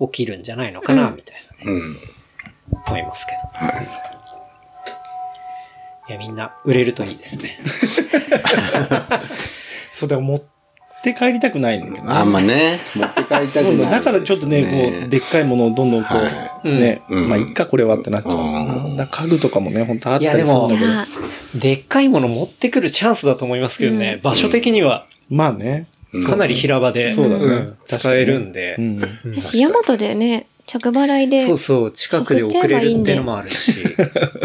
[SPEAKER 5] 起きるんじゃないのかな、みたい
[SPEAKER 4] うん。
[SPEAKER 5] な、思いますけど。
[SPEAKER 4] はい。
[SPEAKER 5] いや、みんな売れるといいですね。
[SPEAKER 2] そう、だから持って帰りたくないんだけどね。
[SPEAKER 4] あんまね、持って帰りた
[SPEAKER 2] そ
[SPEAKER 4] く
[SPEAKER 2] う
[SPEAKER 4] な
[SPEAKER 2] だ
[SPEAKER 4] い。
[SPEAKER 2] だからちょっとね、こう、でっかいものをどんどんこ
[SPEAKER 4] は
[SPEAKER 2] う、
[SPEAKER 5] い
[SPEAKER 2] ね、
[SPEAKER 4] うん
[SPEAKER 2] まあ、いっか、これはってなっちゃ
[SPEAKER 4] う
[SPEAKER 2] う。
[SPEAKER 4] ん
[SPEAKER 2] だから家具とかもね、本当あったりす
[SPEAKER 5] い
[SPEAKER 2] るん
[SPEAKER 5] やでも
[SPEAKER 2] だけ
[SPEAKER 3] い
[SPEAKER 2] ど。
[SPEAKER 3] や
[SPEAKER 5] でっかいもの持ってくるチャンスだと思いますけどね、
[SPEAKER 3] うん
[SPEAKER 5] 場所的には
[SPEAKER 2] まあね。
[SPEAKER 4] うん
[SPEAKER 5] かなり平場で、
[SPEAKER 2] そうだね
[SPEAKER 5] ん
[SPEAKER 2] 確かにね
[SPEAKER 5] 使えるんで、
[SPEAKER 2] うん。
[SPEAKER 5] うん
[SPEAKER 3] 私、ヤマトでね、着払いで
[SPEAKER 5] そう、そう、近くで遅れるっていうのもあるし。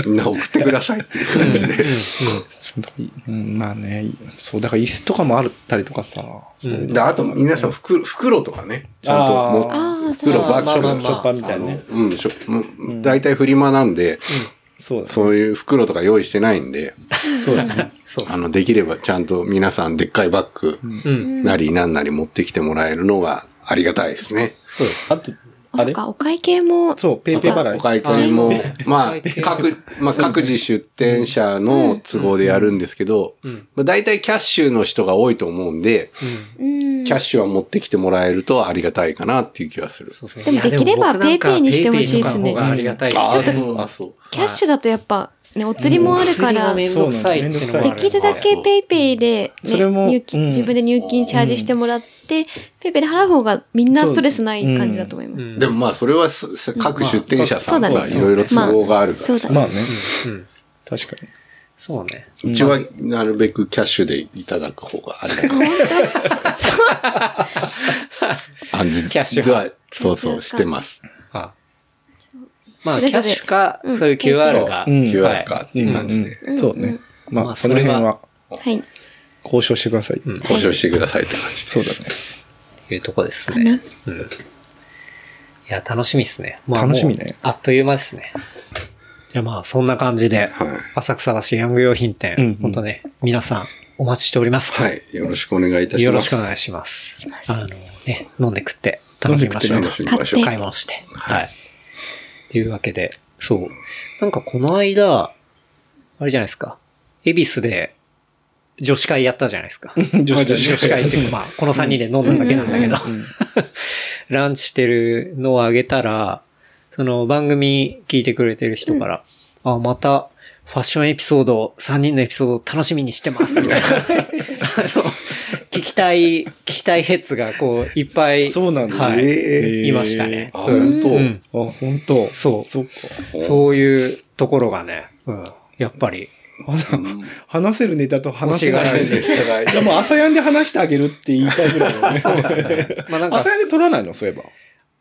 [SPEAKER 4] みんな送ってくださいっていう感じで。
[SPEAKER 2] そうだうんまあね、そう、だから椅子とかもあったりとかさ。そう
[SPEAKER 5] うん
[SPEAKER 4] で、あと皆さん袋、袋とかね、ちゃんと持って
[SPEAKER 2] あー
[SPEAKER 3] ああ、
[SPEAKER 4] 袋
[SPEAKER 5] ま
[SPEAKER 4] バ
[SPEAKER 5] あ
[SPEAKER 4] ッ
[SPEAKER 5] まあ
[SPEAKER 4] グ
[SPEAKER 5] まあ
[SPEAKER 4] と
[SPEAKER 5] ま
[SPEAKER 4] か
[SPEAKER 5] あ
[SPEAKER 2] 食パンみた
[SPEAKER 4] あ
[SPEAKER 2] いなね
[SPEAKER 4] の。うん、しょ、もう大体フリマなんで、
[SPEAKER 2] そうだね。
[SPEAKER 4] そういう袋とか用意してないんで、
[SPEAKER 2] そうだね。
[SPEAKER 5] そう
[SPEAKER 4] あの、できればちゃんと皆さんでっかいバッグ
[SPEAKER 5] うん。
[SPEAKER 4] なりなんなり持ってきてもらえるのがありがたいですね。
[SPEAKER 2] そうです。あと、あ
[SPEAKER 3] あそっ
[SPEAKER 2] れ
[SPEAKER 3] か、お会計も、
[SPEAKER 2] そう、ペイペイ払
[SPEAKER 4] お
[SPEAKER 2] い。
[SPEAKER 4] 会計も、まあ
[SPEAKER 5] 会計、
[SPEAKER 4] 各、まあ、各自出店者の都合でやるんですけど、
[SPEAKER 5] うん。
[SPEAKER 4] まあ、大体キャッシュの人が多いと思うんで、
[SPEAKER 3] うん。
[SPEAKER 4] キャッシュは持ってきてもらえるとありがたいかなっていう気がする。
[SPEAKER 5] そうですね。
[SPEAKER 3] でもできれば
[SPEAKER 5] いやでも僕なんか
[SPEAKER 3] ペイペイにしてほしいですね
[SPEAKER 5] ペイペイの方がありがたい。
[SPEAKER 4] あ
[SPEAKER 5] ちょ
[SPEAKER 4] あ、
[SPEAKER 5] っと
[SPEAKER 4] そう、あ、そう。
[SPEAKER 3] キャッシュだとやっぱ、ね、お釣りもあるから、
[SPEAKER 5] め
[SPEAKER 3] で
[SPEAKER 5] んどくさいっていうのもある
[SPEAKER 3] きるだけペイペイで、
[SPEAKER 2] それ
[SPEAKER 3] ね、
[SPEAKER 2] も
[SPEAKER 3] 入金
[SPEAKER 2] うん
[SPEAKER 3] 自分で入金チャージしてもらって、ペイペイで払う方がみんなストレスない感じだと思います。
[SPEAKER 5] ん
[SPEAKER 4] でもまあ、それはそそ各出店者さん
[SPEAKER 3] まあ
[SPEAKER 4] さ、
[SPEAKER 3] そう
[SPEAKER 4] いろいろ都合があるから。
[SPEAKER 3] そうだね。
[SPEAKER 2] まあね、
[SPEAKER 5] うん。
[SPEAKER 2] 確かに。
[SPEAKER 5] そうね。
[SPEAKER 4] うちはなるべくキャッシュでいただく方がありがたい。 感じ
[SPEAKER 5] キャッシュ
[SPEAKER 4] では、そう
[SPEAKER 3] キャッシュ
[SPEAKER 4] そ
[SPEAKER 3] か
[SPEAKER 4] う、してます。
[SPEAKER 5] あまあ、
[SPEAKER 3] そ
[SPEAKER 5] キ
[SPEAKER 3] れ
[SPEAKER 5] ャ
[SPEAKER 3] ぞ
[SPEAKER 5] ッ
[SPEAKER 3] れ
[SPEAKER 5] シュか、
[SPEAKER 3] うん
[SPEAKER 5] そういう
[SPEAKER 4] そう
[SPEAKER 5] QR が。
[SPEAKER 2] うん
[SPEAKER 5] は
[SPEAKER 4] QR
[SPEAKER 5] い
[SPEAKER 4] かっていう感じで。
[SPEAKER 2] うんうんそうね。まあ、
[SPEAKER 5] まあ
[SPEAKER 2] その辺
[SPEAKER 5] それ
[SPEAKER 2] は
[SPEAKER 3] はい。
[SPEAKER 2] 交渉してください。
[SPEAKER 5] うん
[SPEAKER 4] 交渉してくださいって感じで。
[SPEAKER 2] そうだね。
[SPEAKER 5] というとこです
[SPEAKER 3] かな
[SPEAKER 5] ね。うん。いや、楽しみですね。まあ、
[SPEAKER 2] 楽しみね
[SPEAKER 5] もうあっという間ですね。じゃあまあ、そんな感じで、
[SPEAKER 4] はい。
[SPEAKER 5] 浅草橋ヤング用品店、
[SPEAKER 2] うんうん
[SPEAKER 5] 本当ね、皆さんお待ちしております。
[SPEAKER 4] はい。よろしくお願いいたします。
[SPEAKER 5] よろしくお願いします。あのね、飲んで食って楽しみましょう
[SPEAKER 4] 楽。しみましょう。
[SPEAKER 5] 買い物して。はい。というわけで、そう。なんかこの間、あれじゃないですか。恵比寿で、女子会やったじゃないですか。
[SPEAKER 2] 女
[SPEAKER 5] まあ女子会っていうか、まあ、この3人で飲んだだけなんだけど、
[SPEAKER 2] うん
[SPEAKER 5] ランチしてるのをあげたら、その番組聞いてくれてる人から、あ、また、ファッションエピソード、3人のエピソード楽しみにしてます、 みたいな。あの、聞きたい、聞きたいヘッズが、こう、いっぱい、
[SPEAKER 2] そうなんだ。
[SPEAKER 5] はい
[SPEAKER 2] えー
[SPEAKER 5] いましたね
[SPEAKER 2] あ、
[SPEAKER 5] う
[SPEAKER 2] 本
[SPEAKER 5] ん
[SPEAKER 2] 当。
[SPEAKER 5] うん
[SPEAKER 2] あ、本当。
[SPEAKER 5] そう
[SPEAKER 2] そっか。
[SPEAKER 5] そういうところがね、うん、やっぱり、
[SPEAKER 2] 話せるネタと話せない
[SPEAKER 5] 欲しがられ
[SPEAKER 2] ネタが。じゃあもう朝やんで話してあげるって言いたいぐらいのね。
[SPEAKER 5] まあなんか
[SPEAKER 2] 朝、やんで撮らないのそういえば。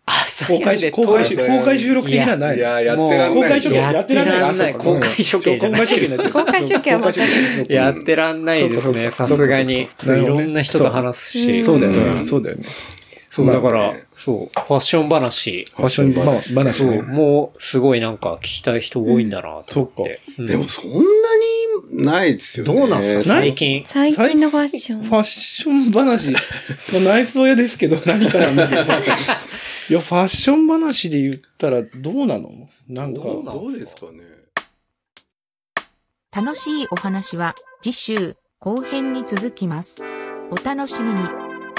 [SPEAKER 5] 朝
[SPEAKER 2] 公開し、公開し、
[SPEAKER 5] 公
[SPEAKER 2] 公開収録的なない。
[SPEAKER 6] いややってらんない
[SPEAKER 2] 公開処刑やってらんない。
[SPEAKER 5] やってらんない
[SPEAKER 2] あそうか
[SPEAKER 5] 公開処刑じゃ
[SPEAKER 2] 公
[SPEAKER 5] ない
[SPEAKER 2] 開処刑になっちゃう
[SPEAKER 3] 公開処刑はま
[SPEAKER 2] 公
[SPEAKER 3] た
[SPEAKER 2] 開処刑
[SPEAKER 5] やってらんないですね、
[SPEAKER 2] そ
[SPEAKER 5] さ
[SPEAKER 2] うかそうか
[SPEAKER 5] すがに。
[SPEAKER 2] そうかそうか
[SPEAKER 5] いろんな人と話すし。
[SPEAKER 2] そうだよ
[SPEAKER 4] う
[SPEAKER 2] ね。
[SPEAKER 4] ん
[SPEAKER 2] そうだよね。
[SPEAKER 5] そう、
[SPEAKER 2] まあ
[SPEAKER 5] だから、そう、ファッション話。
[SPEAKER 2] ファッション話話
[SPEAKER 5] そう、
[SPEAKER 2] ね。
[SPEAKER 5] もう、すごいなんか聞きたい人多いんだな、と思って。うん
[SPEAKER 4] でも、そんなにないですよね。
[SPEAKER 5] どうなんですか、
[SPEAKER 2] ない
[SPEAKER 5] 最近。
[SPEAKER 3] 最近のファッショ
[SPEAKER 2] フ
[SPEAKER 3] ン。
[SPEAKER 2] ァッション話。まあ、内装屋ですけど、何から見てもいや、ファッション話で言ったらどうなのなんか、
[SPEAKER 4] どうどうですかね。
[SPEAKER 7] 楽しいお話は次週後編に続きます。お楽しみに。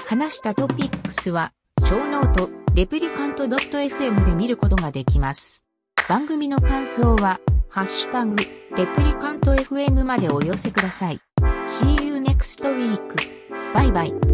[SPEAKER 7] 話したトピックスは、小ノート、レプリカント .fm で見ることができます。番組の感想は、ハッシュタグ、レプリカント fm までお寄せください。See you next week. バイバイ。